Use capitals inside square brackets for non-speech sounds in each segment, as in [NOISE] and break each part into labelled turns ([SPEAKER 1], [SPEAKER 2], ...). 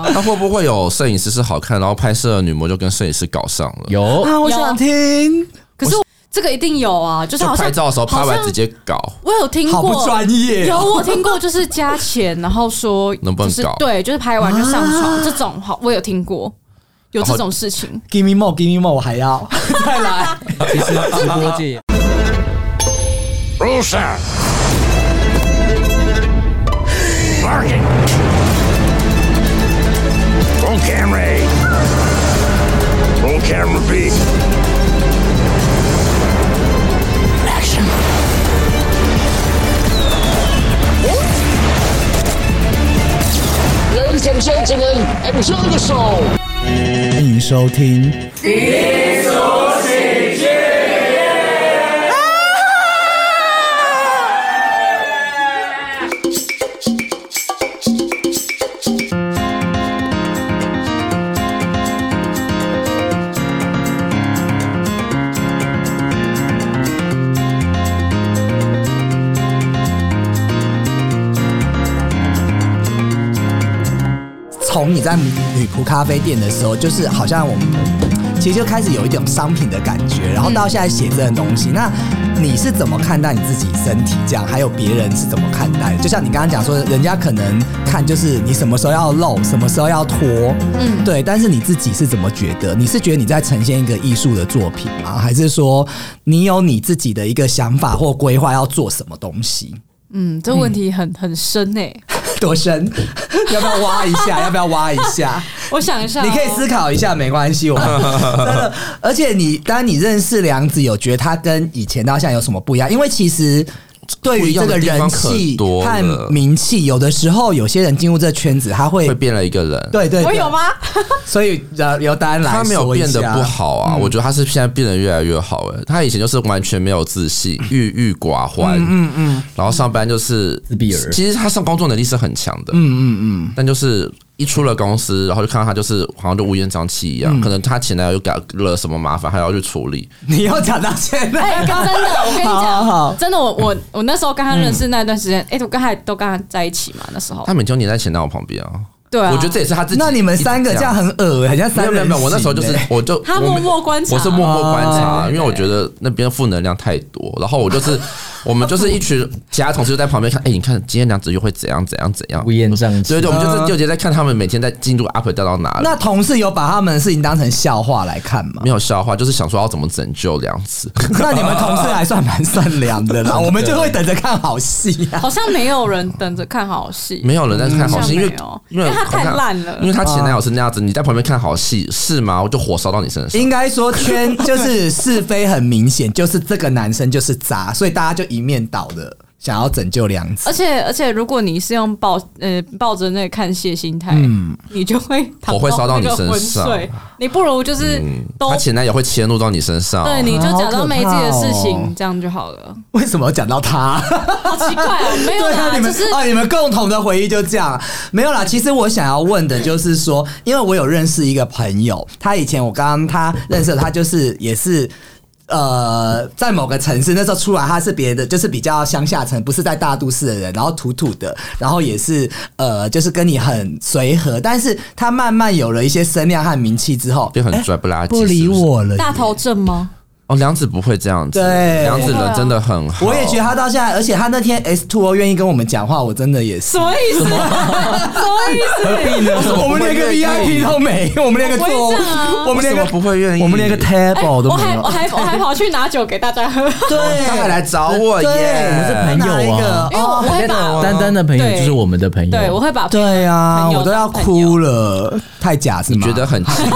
[SPEAKER 1] [LAUGHS] 那会不会有摄影师是好看，然后拍摄的女模就跟摄影师搞上了？
[SPEAKER 2] 有
[SPEAKER 3] 啊，我
[SPEAKER 4] 有
[SPEAKER 3] 想听，
[SPEAKER 4] 可是这个一定有啊，就是
[SPEAKER 1] 就
[SPEAKER 4] 好像
[SPEAKER 1] 拍照的时候拍
[SPEAKER 4] 好
[SPEAKER 1] 完
[SPEAKER 4] 像
[SPEAKER 1] 直接搞，
[SPEAKER 4] 我有听
[SPEAKER 2] 好不
[SPEAKER 4] 过，
[SPEAKER 2] 专业
[SPEAKER 4] 有
[SPEAKER 2] 哦，
[SPEAKER 4] 我听过，就是加钱，然后说
[SPEAKER 1] [LAUGHS] 能不能
[SPEAKER 4] 就是
[SPEAKER 1] 搞啊
[SPEAKER 4] 对，就是拍完就上床这种，好，我有听过有这种事情。
[SPEAKER 2] ，Give me more，Give me more，我还要 [LAUGHS] 再来。
[SPEAKER 5] [LAUGHS] 其实直播界
[SPEAKER 6] Roll camera A. Roll camera B. Action.
[SPEAKER 7] Ladies and gentlemen, enjoy the show.
[SPEAKER 2] 欢迎收听《从你在女仆咖啡店的时候，就是好像我们其实就开始有一种商品的感觉，然后到现在写这种东西，那你是怎么看待你自己身体这样？还有别人是怎么看待的？就像你刚刚讲说，人家可能看就是你什么时候要露，什么时候要脱，嗯，对。但是你自己是怎么觉得？你是觉得你在呈现一个艺术的作品吗？还是说你有你自己的一个想法或规划要做什么东西？ [LAUGHS]
[SPEAKER 4] 嗯，这问题很很深欸诶、
[SPEAKER 2] 多深？ [LAUGHS] 要不要挖一下？ [LAUGHS] 要不要挖一下？
[SPEAKER 4] 我想一下哦、
[SPEAKER 2] 你可以思考一下，没关
[SPEAKER 1] [LAUGHS]
[SPEAKER 2] 系，我们真的。而且你，当你认识梁子，有觉得他跟以前到现在有什么不一样？因为其实。对于这个
[SPEAKER 1] 不一
[SPEAKER 2] 人
[SPEAKER 1] 样的地方
[SPEAKER 8] 可
[SPEAKER 2] 气
[SPEAKER 1] 多了
[SPEAKER 2] 和名气，有的时候有些人进入这圈子，他会
[SPEAKER 1] 会变了一个人。
[SPEAKER 2] 对对，对
[SPEAKER 4] 我有？吗？
[SPEAKER 2] 所以呃，由丹来
[SPEAKER 1] 他没有
[SPEAKER 2] 说一
[SPEAKER 1] 变得
[SPEAKER 2] 下
[SPEAKER 1] 不，好啊，我觉得他是现在变得越来越好、哎，他以前就是完全没有自
[SPEAKER 2] [COUGHS]
[SPEAKER 1] 信，郁郁寡欢，嗯嗯，然后上班就是
[SPEAKER 5] 自闭儿
[SPEAKER 1] 其实他上工作能力是很强的，嗯嗯嗯，但就是一出了公司，然后就看到他就是好像就乌烟瘴气一
[SPEAKER 2] 嗯
[SPEAKER 1] 样，可能他前男友又给他惹什么麻烦，还要去处理，
[SPEAKER 2] 你又讲到现 [LAUGHS] 在，
[SPEAKER 4] 哎、真的，我跟你
[SPEAKER 2] 好好好
[SPEAKER 4] 讲，真的，我我我那时候跟他认识那段时间，哎、我跟他都跟他在一起嘛，那时候
[SPEAKER 1] 嗯他每天都黏在前男友旁边啊，
[SPEAKER 4] 对啊，
[SPEAKER 1] 我觉得这也是他自己。
[SPEAKER 2] 哦那你们三个这样。很恶，很
[SPEAKER 1] 没
[SPEAKER 2] 像
[SPEAKER 1] 有
[SPEAKER 2] 三
[SPEAKER 1] 没有
[SPEAKER 2] 人
[SPEAKER 1] 没有，我那时候就是
[SPEAKER 2] 行欸
[SPEAKER 1] 我就
[SPEAKER 4] [LAUGHS] 他
[SPEAKER 1] 我
[SPEAKER 4] 默
[SPEAKER 1] 没
[SPEAKER 4] 默观察
[SPEAKER 1] 我是默默观
[SPEAKER 2] 哦
[SPEAKER 1] 察，因为我觉得那边负能量太多，然后我就是 [LAUGHS] 我们就是一群其他同事就在旁边看，哎，你看今天两子又会怎样怎样怎样
[SPEAKER 5] 乌，烟瘴气
[SPEAKER 1] 对，对，我们
[SPEAKER 2] 嗯
[SPEAKER 1] 就是纠结在看他们每天在进度 up 掉到哪里
[SPEAKER 2] 那。同事有把他们的事情当成笑话来看吗？
[SPEAKER 1] 没有笑话，就是想说要怎么拯救梁子。 [LAUGHS]
[SPEAKER 2] 那你们同事还算蛮善良的啦，我们就会等着看好戏啊。
[SPEAKER 4] 好像没有人等着看好戏，
[SPEAKER 1] 没有人在看好戏，因为
[SPEAKER 4] 好像没
[SPEAKER 1] 因
[SPEAKER 4] 有
[SPEAKER 1] 为
[SPEAKER 4] 嗯因为他太烂了
[SPEAKER 1] 因为他前男友是那样子，你在旁边看好戏是吗？我就火烧到你身上。
[SPEAKER 2] 应该说圈就是是非很明显，就是这个男生就是渣，所以大家就一面倒的想要拯救梁子
[SPEAKER 4] 而。且而且，如果你是用抱呃抱着那个看戏的心态，你就会躺
[SPEAKER 1] 火会烧到你
[SPEAKER 4] 那个
[SPEAKER 1] 身
[SPEAKER 4] 昏
[SPEAKER 1] 上
[SPEAKER 4] 睡你不如就是都、
[SPEAKER 1] 他前男友会迁怒到你身上，
[SPEAKER 4] 对，你就假装没自己的事
[SPEAKER 2] 好可怕
[SPEAKER 4] 情
[SPEAKER 2] 哦，
[SPEAKER 4] 这样就好了。
[SPEAKER 2] 为什么要讲到他？
[SPEAKER 4] 好奇怪哦，没有
[SPEAKER 2] 对啊，
[SPEAKER 4] 啦，
[SPEAKER 2] 你
[SPEAKER 4] 就
[SPEAKER 2] 们
[SPEAKER 4] 是
[SPEAKER 2] 啊，你们共同的回忆就这样，没有啦。其实我想要问的就是说，因为我有认识一个朋友，他以前我刚刚他认识的他就是也是。呃，在某个城市那时候出来，他是别的，就是比较乡下城，不是在大都市的人，然后土土的，然后也是呃，就是跟你很随和，但是他慢慢有了一些声量和名气之后，哎
[SPEAKER 1] 就很拽不拉几。
[SPEAKER 2] 不理
[SPEAKER 1] 是是
[SPEAKER 2] 我了。
[SPEAKER 4] 大头症吗？
[SPEAKER 1] 哦，梁子不会这样子，
[SPEAKER 2] 对
[SPEAKER 1] 梁子人真的很好。
[SPEAKER 2] 我也觉得他到现在，而且他那天 S Two O 愿意跟我们讲话，我真的也是
[SPEAKER 4] 什么意思？什么意思？
[SPEAKER 2] [LAUGHS] 我们连个 VIP 都没，我们连个座，
[SPEAKER 4] 我也这样啊
[SPEAKER 2] 我
[SPEAKER 1] 为
[SPEAKER 2] 们连
[SPEAKER 1] 什
[SPEAKER 2] 个
[SPEAKER 1] 么不会愿意，
[SPEAKER 2] 我们连个
[SPEAKER 4] 哎
[SPEAKER 2] table 都
[SPEAKER 4] 我
[SPEAKER 2] 没
[SPEAKER 4] 还
[SPEAKER 2] 有
[SPEAKER 4] 我。还我还跑去拿酒给大家喝，因
[SPEAKER 2] 对，
[SPEAKER 1] 他还来找我
[SPEAKER 2] 对
[SPEAKER 1] 耶，
[SPEAKER 2] 我们是
[SPEAKER 5] 朋友啊
[SPEAKER 2] 哪一个
[SPEAKER 4] 为我
[SPEAKER 2] 哦
[SPEAKER 4] 我会把
[SPEAKER 5] 丹丹的朋友
[SPEAKER 4] 对
[SPEAKER 5] 就是我们的朋友，
[SPEAKER 4] 对我会把
[SPEAKER 2] 对啊，
[SPEAKER 4] 朋友
[SPEAKER 2] 我都要哭了，太假是
[SPEAKER 1] 你
[SPEAKER 2] 吗？
[SPEAKER 1] 觉得很亲，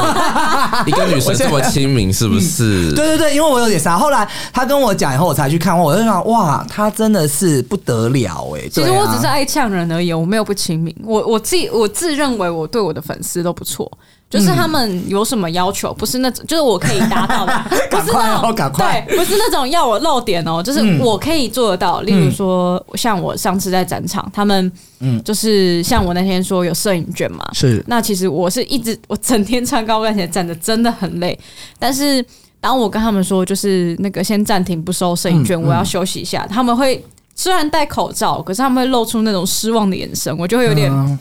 [SPEAKER 1] 一
[SPEAKER 2] [LAUGHS]
[SPEAKER 1] 个女生这么亲民是不是？
[SPEAKER 2] 对对对，因为我嗯有点傻。后来他跟我讲以后，我才去看，我就想，哇，他真的是不得了哎。
[SPEAKER 4] 其实
[SPEAKER 2] 对啊
[SPEAKER 4] 我只是爱呛人而已，我没有不亲民。我我自己我自认为我对我的粉丝都不错，就是他们有什么要求，不是那种就是我可以达到的，不
[SPEAKER 2] 嗯 [LAUGHS] 赶
[SPEAKER 4] 是
[SPEAKER 2] 快
[SPEAKER 4] 那
[SPEAKER 2] 哦
[SPEAKER 4] 种
[SPEAKER 2] 赶快嗯
[SPEAKER 4] 对，不是那种要我露点哦，就是我可以做得到。例如说，像我上次在展场，他们
[SPEAKER 2] 嗯
[SPEAKER 4] 就是像我那天说有摄影卷嘛，
[SPEAKER 2] 是
[SPEAKER 4] 那其实我是一直我整天穿高跟鞋站着，真的很累。但
[SPEAKER 2] 嗯
[SPEAKER 4] 是当我跟他们说，就是那个先暂停不收摄影券，我要休息一下，他们会虽然戴口罩，可是他们会露出那种失望的眼神，我就会有点，
[SPEAKER 2] 嗯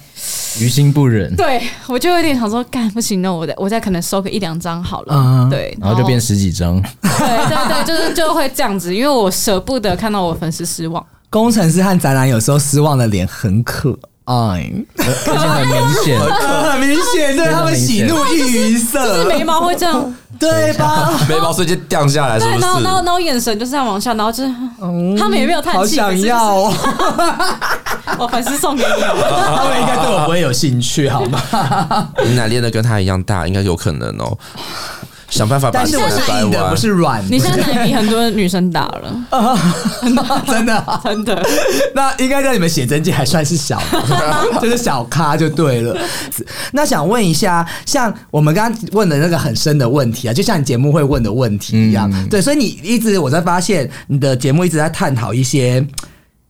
[SPEAKER 5] 于心不忍，
[SPEAKER 4] 对我就有点想说，干不行，那我再我再可能收个一两张好了，
[SPEAKER 2] 嗯
[SPEAKER 4] 对，
[SPEAKER 5] 然后就变十几张，
[SPEAKER 4] 对对对，就是就会这样子，因为我舍不得看到我粉丝失望。
[SPEAKER 2] 工程师和宅男有时候失望的脸很可爱，
[SPEAKER 5] 而且很明显，
[SPEAKER 2] [LAUGHS] 很明显，对他们喜
[SPEAKER 4] [LAUGHS]
[SPEAKER 2] 怒异于
[SPEAKER 4] 就是
[SPEAKER 2] 色，
[SPEAKER 4] 眉毛会这
[SPEAKER 2] 嗯
[SPEAKER 4] 样，
[SPEAKER 2] 对吧？
[SPEAKER 1] 眉毛瞬间掉下来，是
[SPEAKER 4] 对，
[SPEAKER 1] 不
[SPEAKER 4] 然后然后
[SPEAKER 1] 是？
[SPEAKER 4] 然后眼神就是这样往下，然后就是他们也没有叹
[SPEAKER 2] 嗯好
[SPEAKER 4] 气，可
[SPEAKER 2] 想
[SPEAKER 4] 是就是
[SPEAKER 2] 要哦，
[SPEAKER 4] 我粉丝送给
[SPEAKER 5] [LAUGHS]
[SPEAKER 4] 你哦，
[SPEAKER 2] 他们应该对我不会有兴趣，好吗？
[SPEAKER 1] 你奶练的跟他一样大，应该有可能哦。想办法把
[SPEAKER 2] [LAUGHS] 但是我
[SPEAKER 1] 奶
[SPEAKER 2] 是
[SPEAKER 1] 掰
[SPEAKER 2] 硬的，
[SPEAKER 1] 弯
[SPEAKER 2] 不。是软的
[SPEAKER 4] [LAUGHS] 你，现在奶比很多女生大
[SPEAKER 2] [LAUGHS]
[SPEAKER 4] 了，
[SPEAKER 2] 哦真的啊。 [LAUGHS]
[SPEAKER 4] 真的。
[SPEAKER 2] 那应该在你们写真集还算是小吧， [LAUGHS] 就是小咖就对了。那想问一下，像我们刚刚问的那个很深的问题啊，就像你节目会问的问题一样，对，所以你一直我在发现你的节目一直在探讨一些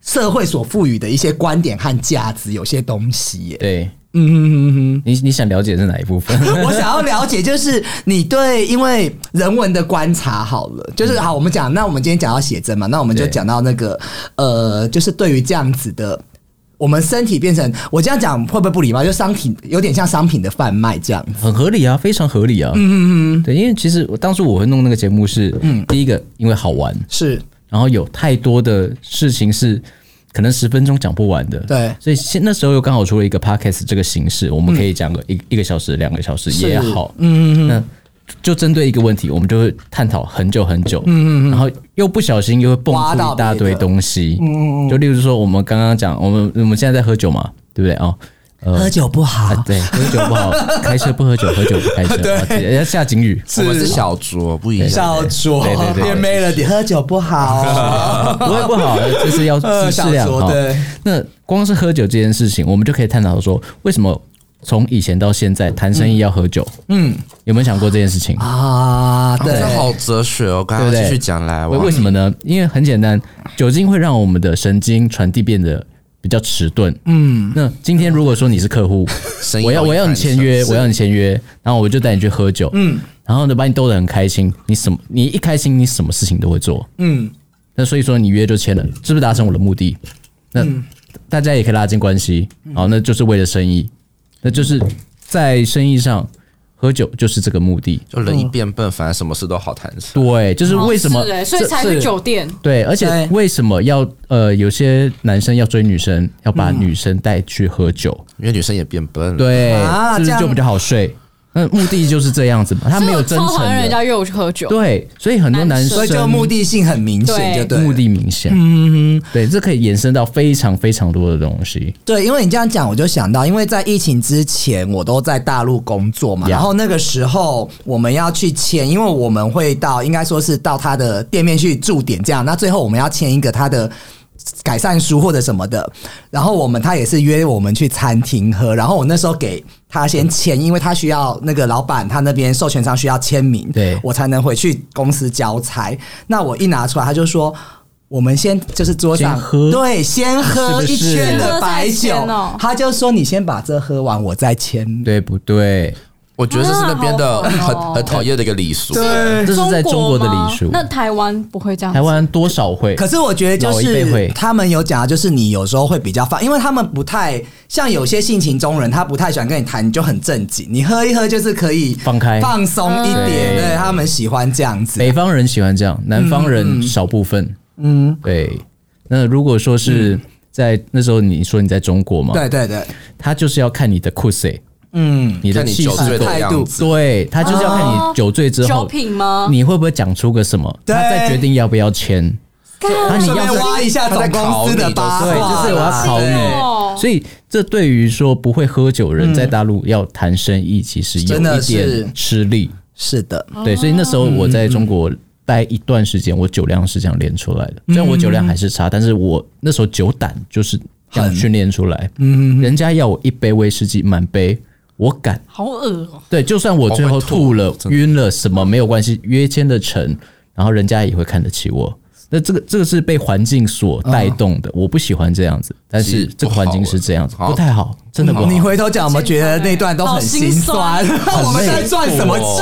[SPEAKER 2] 社会所赋予的一些观点和价值，有些东西耶。
[SPEAKER 5] 对
[SPEAKER 2] 嗯哼哼哼。
[SPEAKER 5] 你你想了解是哪一部分？
[SPEAKER 2] [LAUGHS] 我想要了解，就是你对因为人文的观察好了，就是好，我们讲，那我们今天讲到写真嘛，那我们就
[SPEAKER 5] 对
[SPEAKER 2] 讲到那个呃，就是对于这样子的。我们身体变成我这样讲会不会不礼貌？就商品有点像商品的贩卖这样子。
[SPEAKER 5] 很合理啊，非常合理啊。嗯嗯嗯，对，因为其实我当初我会弄那个节目是，第一个因为好玩，
[SPEAKER 2] 是
[SPEAKER 5] 然后有太多的事情是可能十分钟讲不完的，
[SPEAKER 2] 对
[SPEAKER 5] 所以现那时候又刚好出了一个 podcast 这个形式，我们可以讲个一、一个小时、两个小时也好，嗯嗯那就针对一个问题，我们就会探讨很久很久，嗯嗯然后又不小心又会蹦
[SPEAKER 2] 挖到
[SPEAKER 5] 出一大
[SPEAKER 2] 别
[SPEAKER 5] 堆
[SPEAKER 2] 的
[SPEAKER 5] 东西，嗯嗯就例如说我们刚刚讲，我们我们现在在喝酒嘛，对不对哦？呃
[SPEAKER 2] 喝酒不好
[SPEAKER 5] 啊，，对，喝酒不好，开车不喝酒，喝酒不开车，啊 [LAUGHS] 对，要下警语。
[SPEAKER 1] 我们是小酌，不一样。啊
[SPEAKER 2] 小酌
[SPEAKER 5] 对对对
[SPEAKER 2] 变没了点，喝酒不好。
[SPEAKER 5] [LAUGHS] 不会不好，就是要
[SPEAKER 2] 呃
[SPEAKER 5] 适量
[SPEAKER 2] 小酌
[SPEAKER 5] 哈
[SPEAKER 2] 对。
[SPEAKER 5] 那光是喝酒这件事情，我们就可以探讨说，为什么从以前到现在谈生意要喝酒？嗯，有没有想过这件事情？
[SPEAKER 2] 啊，
[SPEAKER 1] 啊
[SPEAKER 2] 对
[SPEAKER 1] 这，好哲学哦，刚刚
[SPEAKER 5] 对不对
[SPEAKER 1] 继续讲来，
[SPEAKER 5] 为
[SPEAKER 1] 我
[SPEAKER 5] 为什么呢？因为很简单，酒精会让我们的神经传递变得比较迟钝。嗯，那今天如果说你是客户，
[SPEAKER 1] 生意
[SPEAKER 5] 我要
[SPEAKER 1] 有
[SPEAKER 5] 我要你
[SPEAKER 1] 一半
[SPEAKER 5] 签
[SPEAKER 1] 是
[SPEAKER 5] 约，
[SPEAKER 1] 是
[SPEAKER 5] 我要你签约，然后我就带你去喝酒，嗯，然后呢把你逗得很开心，你什么你一开心，你什么事情都会做，嗯，那所以说你约就签了，是不是达成我的目的？那、大家也可以拉近关系，好，那就是为了生意，那就是在生意上喝酒就是这个目的，
[SPEAKER 1] 就人一变笨，反而什么事都好谈起来。
[SPEAKER 5] 对，就是为什么
[SPEAKER 4] 哦是欸所以
[SPEAKER 5] 这
[SPEAKER 4] 才
[SPEAKER 5] 这
[SPEAKER 4] 去酒店。
[SPEAKER 5] 对，而且
[SPEAKER 2] 对
[SPEAKER 5] 为什么要呃，有些男生要追女生，要把女生带去喝酒，
[SPEAKER 1] 因为女生也变笨了。
[SPEAKER 5] 对，
[SPEAKER 2] 啊
[SPEAKER 5] 就是
[SPEAKER 2] 这样
[SPEAKER 5] 就比较好睡。那目的就是这样子嘛，他没有
[SPEAKER 4] 所
[SPEAKER 5] 真
[SPEAKER 4] 以我
[SPEAKER 5] 诚
[SPEAKER 4] 超讨厌人
[SPEAKER 5] 的，
[SPEAKER 4] 家约我去喝酒，
[SPEAKER 5] 对，啊所以很多男
[SPEAKER 2] 所
[SPEAKER 5] 生
[SPEAKER 2] 以就目的性很明显，就
[SPEAKER 4] 对
[SPEAKER 2] 对了，嗯
[SPEAKER 5] 目的明显，对，这可以延伸到非常非常多的东西，
[SPEAKER 2] 对，因为你这样讲，我就想到，因为在疫情之前，我都在大陆工作嘛
[SPEAKER 5] Yeah
[SPEAKER 2] 然后那个时候我们要去签，因为我们会到，应该说是到他的店面去驻点这样，那最后我们要签一个他的。改善书或者什么的，然后我们他也是约我们去餐厅喝，然后我那时候给他先签，因为他需要那个老板他那边授权商需要签名，
[SPEAKER 5] 对
[SPEAKER 2] 我才能回去公司交差。那我一拿出来，他就说我们先就是桌上
[SPEAKER 5] 先喝
[SPEAKER 2] 对，先喝
[SPEAKER 5] 是不是
[SPEAKER 2] 一圈的白酒
[SPEAKER 4] 先喝再签哦，
[SPEAKER 2] 他就说你先把这喝完，我再签。
[SPEAKER 5] 对不对？
[SPEAKER 1] 我觉得这是那边的
[SPEAKER 4] 啊好
[SPEAKER 1] 很
[SPEAKER 4] 狠哦
[SPEAKER 1] 很讨厌的一个礼俗。
[SPEAKER 5] 这是在中国的礼
[SPEAKER 4] 吗
[SPEAKER 5] 数，
[SPEAKER 4] 那台湾不会这样子，
[SPEAKER 5] 台湾多少会？
[SPEAKER 2] 可是我觉得就
[SPEAKER 5] 老一辈
[SPEAKER 2] 是
[SPEAKER 5] 会
[SPEAKER 2] 他们有讲，就是你有时候会比较放，因为他们不太像有些性情中人，他不太喜欢跟你谈，你就很正经，你喝一喝就是可以
[SPEAKER 5] 放开
[SPEAKER 2] 放松一点，
[SPEAKER 5] 嗯
[SPEAKER 2] 对他们喜欢这样子
[SPEAKER 5] 北。方人喜欢这样，南方人少部分。嗯，对。那如果说是在那时候，你说你在中国嘛，
[SPEAKER 2] 对对对，
[SPEAKER 5] 他就是要看你的 c u s
[SPEAKER 2] 嗯，
[SPEAKER 5] 你的
[SPEAKER 1] 看你
[SPEAKER 5] 气
[SPEAKER 1] 酒
[SPEAKER 5] 势
[SPEAKER 1] 醉的
[SPEAKER 5] 够，
[SPEAKER 2] 态度
[SPEAKER 1] 样子，
[SPEAKER 5] 对他就是要看你酒醉之
[SPEAKER 4] 哦酒
[SPEAKER 5] 后，
[SPEAKER 4] 品吗？
[SPEAKER 5] 你会不会讲出个什么，
[SPEAKER 2] 对
[SPEAKER 5] 他再决定要不要签。那啊你
[SPEAKER 2] 顺
[SPEAKER 5] 要
[SPEAKER 2] 便
[SPEAKER 5] 是
[SPEAKER 2] 挖一下
[SPEAKER 1] 他在
[SPEAKER 2] 总公
[SPEAKER 1] 考
[SPEAKER 2] 司的
[SPEAKER 1] 你
[SPEAKER 2] 八
[SPEAKER 1] 就
[SPEAKER 2] 卦
[SPEAKER 1] 是
[SPEAKER 2] 啦，
[SPEAKER 5] 对，就是我要考
[SPEAKER 4] 哦
[SPEAKER 5] 你。所以这对于说不会喝酒人在大陆要谈生意，其实有
[SPEAKER 2] 嗯真的
[SPEAKER 5] 一
[SPEAKER 2] 是
[SPEAKER 5] 点吃力。
[SPEAKER 2] 是的，
[SPEAKER 4] 哦
[SPEAKER 5] 对，所以那时候我在中国待一段时间，我酒量是这样练出来的。
[SPEAKER 2] 嗯
[SPEAKER 5] 虽然我酒量还是差，但是我那时候酒胆就是这样训练出来。嗯，人家要我一杯威士忌满杯，我敢。
[SPEAKER 4] 好恶哦、
[SPEAKER 5] 对，就算我最后吐了
[SPEAKER 1] 我会吐、真的
[SPEAKER 5] 晕了什么没有关系，约签的成，然后人家也会看得起我。那这个这个是被环境所带动的，我不喜欢这样子，但是
[SPEAKER 1] 其实
[SPEAKER 5] 这个环境是这样子，
[SPEAKER 1] 嗯不好
[SPEAKER 5] 不太好。真的不好。
[SPEAKER 2] 你回头讲，我们觉得那段都很心酸。
[SPEAKER 4] 好心
[SPEAKER 5] 酸
[SPEAKER 2] 我们在赚什么钱？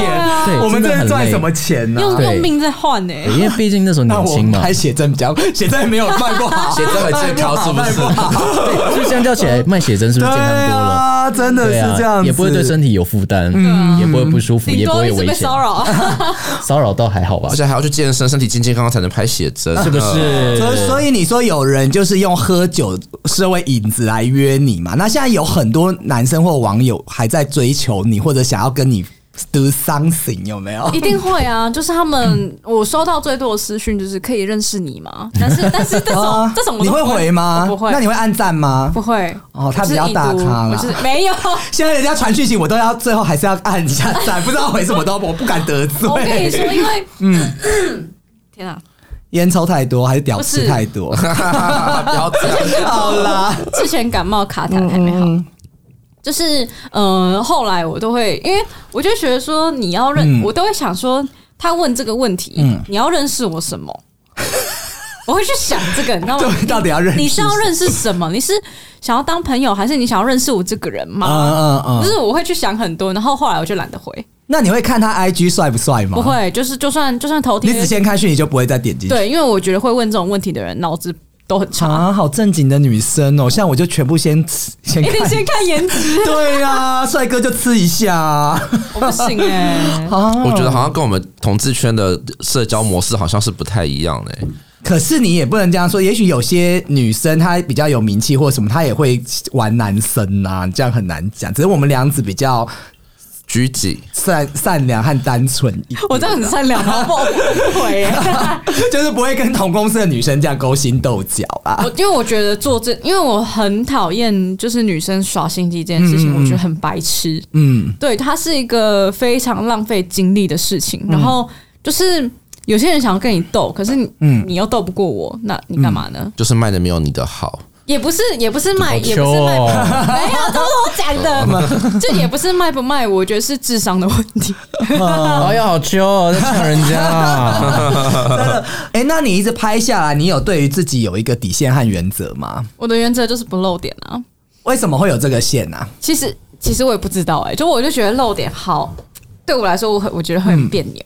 [SPEAKER 5] 对，
[SPEAKER 2] 我们
[SPEAKER 5] 真
[SPEAKER 2] 在
[SPEAKER 5] 的很
[SPEAKER 2] 赚
[SPEAKER 5] 累
[SPEAKER 2] 什么？钱呢、
[SPEAKER 4] 用
[SPEAKER 5] 对
[SPEAKER 4] 用命在换欸呢、
[SPEAKER 5] 对因为毕竟那时候
[SPEAKER 2] 那
[SPEAKER 5] 年
[SPEAKER 2] 我
[SPEAKER 1] [LAUGHS]
[SPEAKER 5] 轻嘛， [LAUGHS]
[SPEAKER 2] 拍写真比较，写真没有卖过好，
[SPEAKER 1] 写真很健康是不
[SPEAKER 2] 卖
[SPEAKER 1] 是
[SPEAKER 2] 不好卖
[SPEAKER 5] [LAUGHS]
[SPEAKER 2] 不好
[SPEAKER 5] 对，就相较起来，卖写真是不
[SPEAKER 2] 对
[SPEAKER 5] 是健康多了？
[SPEAKER 2] 啊，真的
[SPEAKER 5] 对
[SPEAKER 2] 是
[SPEAKER 5] 啊，
[SPEAKER 2] 这样子，
[SPEAKER 5] 也不会对身体有负担，
[SPEAKER 1] 嗯
[SPEAKER 5] 也不会不舒服，
[SPEAKER 4] 顶
[SPEAKER 5] 哎也不
[SPEAKER 4] 多
[SPEAKER 5] 会
[SPEAKER 4] 一
[SPEAKER 5] 有
[SPEAKER 4] 直
[SPEAKER 5] 危
[SPEAKER 4] 被
[SPEAKER 5] 险。
[SPEAKER 4] 骚
[SPEAKER 5] [LAUGHS]
[SPEAKER 4] 扰，
[SPEAKER 5] 骚扰倒还好吧
[SPEAKER 1] 而？且还要去健身，身体健健康康才能拍写
[SPEAKER 2] [LAUGHS]
[SPEAKER 1] 真，
[SPEAKER 5] 是不是？
[SPEAKER 2] 所以所以你说有人就是用喝酒社为引子来约你嘛？那现在有很多男生或网友还在追求你，或者想要跟你 do something，有没有
[SPEAKER 4] 一？定会啊！就是他们，
[SPEAKER 5] 嗯
[SPEAKER 4] 我收到最多的私讯就是可以认识你吗？但
[SPEAKER 5] [LAUGHS]
[SPEAKER 4] 是但是这种
[SPEAKER 2] 啊
[SPEAKER 4] 这种我
[SPEAKER 2] 你
[SPEAKER 4] 都
[SPEAKER 2] 会
[SPEAKER 4] 不
[SPEAKER 2] 回吗？
[SPEAKER 4] 我不会，
[SPEAKER 2] 那你会按赞吗？
[SPEAKER 4] 不会？
[SPEAKER 2] 哦他
[SPEAKER 4] 我
[SPEAKER 2] 比
[SPEAKER 4] 是
[SPEAKER 2] 较
[SPEAKER 4] 已
[SPEAKER 2] 大
[SPEAKER 4] 读
[SPEAKER 2] 咖啦
[SPEAKER 4] 我就是没有。
[SPEAKER 2] 现在人家传讯息，我都要最后还是要按一下赞，不知道回什么都我不敢得 [LAUGHS]
[SPEAKER 4] 我跟你说，
[SPEAKER 2] 罪。
[SPEAKER 4] 因为嗯， [COUGHS] 天啊，
[SPEAKER 2] 烟抽太多还是屌
[SPEAKER 4] 不
[SPEAKER 2] 丝
[SPEAKER 4] 是
[SPEAKER 2] 太多？
[SPEAKER 1] 不要这样。
[SPEAKER 4] [LAUGHS]
[SPEAKER 2] 好啦，
[SPEAKER 4] 之前感冒卡痰还没好，就是呃，后来我都会，因为我就觉得说你要
[SPEAKER 2] 嗯
[SPEAKER 4] 认，我都会想说他问这个问题，你要认识我什么？
[SPEAKER 2] [LAUGHS]
[SPEAKER 4] 我会去想这个，你知道吗
[SPEAKER 2] 对？到底要认识
[SPEAKER 4] 你是要认识什么？你是想要当朋友，还是你想要认识我这个人
[SPEAKER 2] 嗯
[SPEAKER 4] 吗？
[SPEAKER 2] 嗯
[SPEAKER 4] 就
[SPEAKER 2] 嗯，
[SPEAKER 4] 是我会去想很多，然后后来我就懒得回，
[SPEAKER 2] 那你会看他 IG 帅不帅吗？
[SPEAKER 4] 不，会，就是就算就算头
[SPEAKER 2] 啊你
[SPEAKER 4] 贴，
[SPEAKER 2] 只先看讯息就不会再点进去。
[SPEAKER 4] 对，因为我觉得会问这种问题的人脑子都很差，
[SPEAKER 2] 啊，好正经的女生哦，像我就全部先吃先
[SPEAKER 4] 一定
[SPEAKER 2] 看，
[SPEAKER 4] 先看颜值，
[SPEAKER 2] 对呀、帅哥就吃一下啊，
[SPEAKER 4] 我不行哎、
[SPEAKER 2] 哦
[SPEAKER 1] 我觉得好像跟我们同志圈的社交模式好像是不太一样欸嘞、
[SPEAKER 2] 可是你也不能这样说，也许有些女生她比较有名气或什么，她也会玩男生呐、这样很难讲。只是我们梁子比较
[SPEAKER 1] 拘谨，
[SPEAKER 2] 善善良和单纯一
[SPEAKER 4] [LAUGHS]
[SPEAKER 2] 点，
[SPEAKER 4] 我这样很善良吗？不，我不
[SPEAKER 5] [LAUGHS]
[SPEAKER 4] 回、欸。
[SPEAKER 2] 就是不会跟同公司的女生这样勾心斗角啊。
[SPEAKER 4] 我因为我觉得做这，因为我很讨厌就是女生耍心机这件事
[SPEAKER 5] 嗯
[SPEAKER 4] 情，我觉得很白痴。
[SPEAKER 2] 嗯，
[SPEAKER 4] 对，它是一个非常浪费精力的事情。
[SPEAKER 5] 嗯
[SPEAKER 4] 然后就是有些人想要跟你斗，可是你、
[SPEAKER 5] 嗯
[SPEAKER 4] 你又斗不过我，那你干嘛呢？
[SPEAKER 1] 就是卖的没有你的好。
[SPEAKER 4] 也不是，也不是卖，
[SPEAKER 5] 好
[SPEAKER 4] 也
[SPEAKER 5] 糗
[SPEAKER 4] 不是卖，
[SPEAKER 5] 哦
[SPEAKER 4] 没有，都是我讲
[SPEAKER 5] [LAUGHS]
[SPEAKER 4] 的。这也不是卖不卖，我觉得是智商的问题。
[SPEAKER 5] 哎呀，好秋哦，在呛人
[SPEAKER 1] [LAUGHS]
[SPEAKER 5] 家。
[SPEAKER 2] 哎、那你一直拍下来，你有对于自己有一个底线和原则吗？
[SPEAKER 4] 我的原则就是不露点啊。
[SPEAKER 2] 为什么会有这个线呢、啊？
[SPEAKER 4] 其实其实我也不知道哎、就我就觉得露点好，对我来说我很我觉得会很别扭。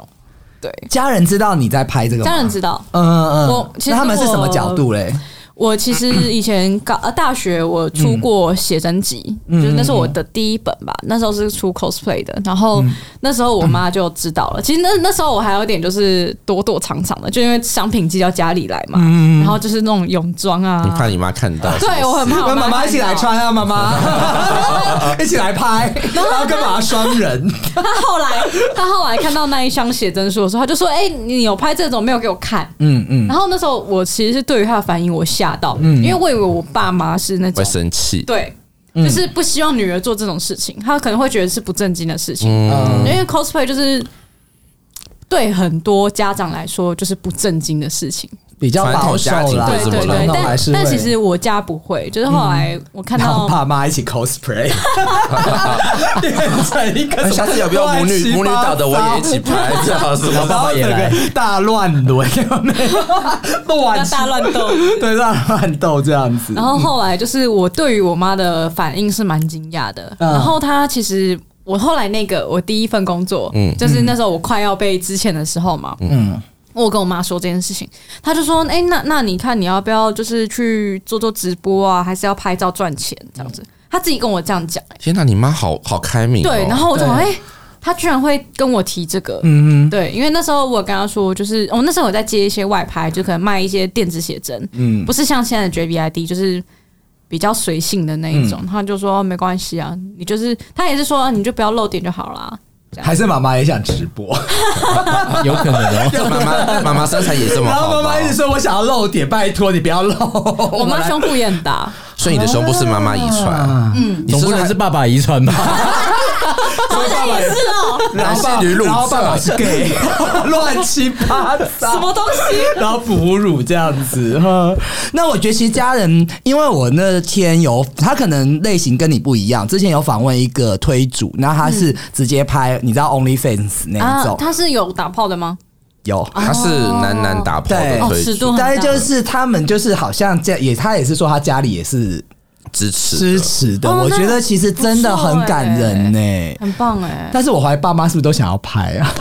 [SPEAKER 4] 对，
[SPEAKER 2] 家人知道你在拍这个吗？
[SPEAKER 4] 家人知道。
[SPEAKER 2] 嗯嗯嗯，
[SPEAKER 4] 我其实
[SPEAKER 2] 那他们是
[SPEAKER 4] 我
[SPEAKER 2] 什么角度嘞？
[SPEAKER 4] 我其实以前高呃大学我出过写真集，
[SPEAKER 2] 嗯
[SPEAKER 4] 就是那是我的第一本吧，那时候是出 cosplay 的，然后
[SPEAKER 2] 嗯
[SPEAKER 4] 那时候我妈就知道了。其实那那时候我还有点就是躲躲藏藏的，就因为商品寄到家里来嘛，
[SPEAKER 2] 嗯
[SPEAKER 4] 然后就是那种泳装
[SPEAKER 1] 你
[SPEAKER 4] 啊，
[SPEAKER 1] 怕你妈看
[SPEAKER 2] [LAUGHS]
[SPEAKER 1] 到？
[SPEAKER 4] 对我很怕我
[SPEAKER 2] 跟妈妈一起来
[SPEAKER 4] 看到
[SPEAKER 2] 穿啊，妈
[SPEAKER 4] [LAUGHS]
[SPEAKER 2] 妈一起来拍，然后跟妈妈双人，
[SPEAKER 4] 他后来，他后来看到那一箱写真书的时候，他就说：“哎、你有拍这种没有给我看？”嗯嗯。然后那时候我其实是对于他的反应我吓到，因为我以为我爸妈是那种
[SPEAKER 1] 会生气。
[SPEAKER 4] 对，就是不希望女儿做这种事情，他可能会觉得是不正经的事情，因为 cosplay 就是对很多家长来说就是不正经的事情。
[SPEAKER 2] 比较保守
[SPEAKER 1] 传统
[SPEAKER 2] 啦
[SPEAKER 1] 家，
[SPEAKER 4] 对
[SPEAKER 1] 庭
[SPEAKER 4] 对
[SPEAKER 1] 怎么了
[SPEAKER 4] 对，
[SPEAKER 2] 那啊种还
[SPEAKER 4] 但
[SPEAKER 2] 是
[SPEAKER 4] 但
[SPEAKER 2] 会
[SPEAKER 4] 其实哦我家不会，就是后来我看
[SPEAKER 2] 然 [LAUGHS]
[SPEAKER 4] 到
[SPEAKER 2] 后爸妈一起 cosplay，变成一个
[SPEAKER 1] 下次有没有母女母女岛的我也一起拍，
[SPEAKER 5] [LAUGHS]
[SPEAKER 1] 最好是
[SPEAKER 2] 然
[SPEAKER 1] 吗？
[SPEAKER 2] 后整个大乱伦， [LAUGHS] 有没有乱
[SPEAKER 4] 那大乱斗。
[SPEAKER 2] 对大乱斗这样子
[SPEAKER 4] 然。后后来就是我对于我妈的反应是蛮惊讶的。
[SPEAKER 2] 嗯
[SPEAKER 4] 然后她其实我后来那个我第一份工作，
[SPEAKER 1] 嗯
[SPEAKER 4] 就是那时候我快要被支遣的时候嘛，
[SPEAKER 2] 嗯
[SPEAKER 4] 我跟我妈说这件事情，她就说：“哎、那那你看你要不要就是去做做直播啊，还是要拍照赚钱这样子？”她自己跟我这样讲、哎
[SPEAKER 1] 天哪，你妈好好开明、哦。
[SPEAKER 4] 对，然后我就想，
[SPEAKER 2] 对
[SPEAKER 4] 哎、她居然会跟我提这个，
[SPEAKER 2] 嗯
[SPEAKER 4] 对，因为那时候我有跟他说，就是我、哦、那时候我在接一些外拍，就可能卖一些电子写真，
[SPEAKER 2] 嗯
[SPEAKER 4] 不是像现在的 JVID，就是比较随性的那一
[SPEAKER 2] 嗯
[SPEAKER 4] 种。他就说、哦没关系啊，你就是他也是说啊你就不要露点就好啦。
[SPEAKER 2] 哼，还是妈妈也想直播，
[SPEAKER 5] 有可能哦。
[SPEAKER 1] 妈妈妈妈身材也这么
[SPEAKER 2] 然
[SPEAKER 1] 哦好吗，
[SPEAKER 2] 后妈妈一直说：“我想要露点，拜托你不要露。”
[SPEAKER 4] [LAUGHS] 我
[SPEAKER 2] 哦我
[SPEAKER 4] 妈胸部也很大，
[SPEAKER 2] [LAUGHS]
[SPEAKER 1] 所以你的胸部是妈妈遗
[SPEAKER 2] 哦
[SPEAKER 1] 传，嗯，
[SPEAKER 5] 总不能是爸爸遗
[SPEAKER 4] [LAUGHS]
[SPEAKER 5] 传吧？
[SPEAKER 4] 好像也是哦，
[SPEAKER 2] 然后爸
[SPEAKER 1] 男性女乳
[SPEAKER 2] 然后爸爸是
[SPEAKER 4] [LAUGHS]
[SPEAKER 2] gay，乱七八
[SPEAKER 4] 什
[SPEAKER 2] 糟。
[SPEAKER 4] 么
[SPEAKER 2] [LAUGHS]
[SPEAKER 4] 东西？
[SPEAKER 2] 然后哺乳这样子，呵那我觉得其实家人，因为我那天有他可能类型跟你不一样，之前有访问一个推主，那他是直接拍，你知道 OnlyFans 那种、
[SPEAKER 4] 啊，他啊是有打炮的吗？
[SPEAKER 2] 有，
[SPEAKER 1] 他是男男打炮的
[SPEAKER 2] 对
[SPEAKER 1] 推
[SPEAKER 4] 哦尺
[SPEAKER 1] 举
[SPEAKER 4] 度很大
[SPEAKER 2] 但是就是他们就是好像这也他也是说他家里也是
[SPEAKER 1] 支持的
[SPEAKER 2] 支持的，
[SPEAKER 4] 哦
[SPEAKER 2] 我
[SPEAKER 4] 那
[SPEAKER 2] 觉得其实真的很感人欸呢、
[SPEAKER 4] 很棒
[SPEAKER 2] [LAUGHS]
[SPEAKER 4] 哎、
[SPEAKER 2] 但是我怀疑爸妈是不是都想要拍
[SPEAKER 1] [LAUGHS]
[SPEAKER 2] 啊？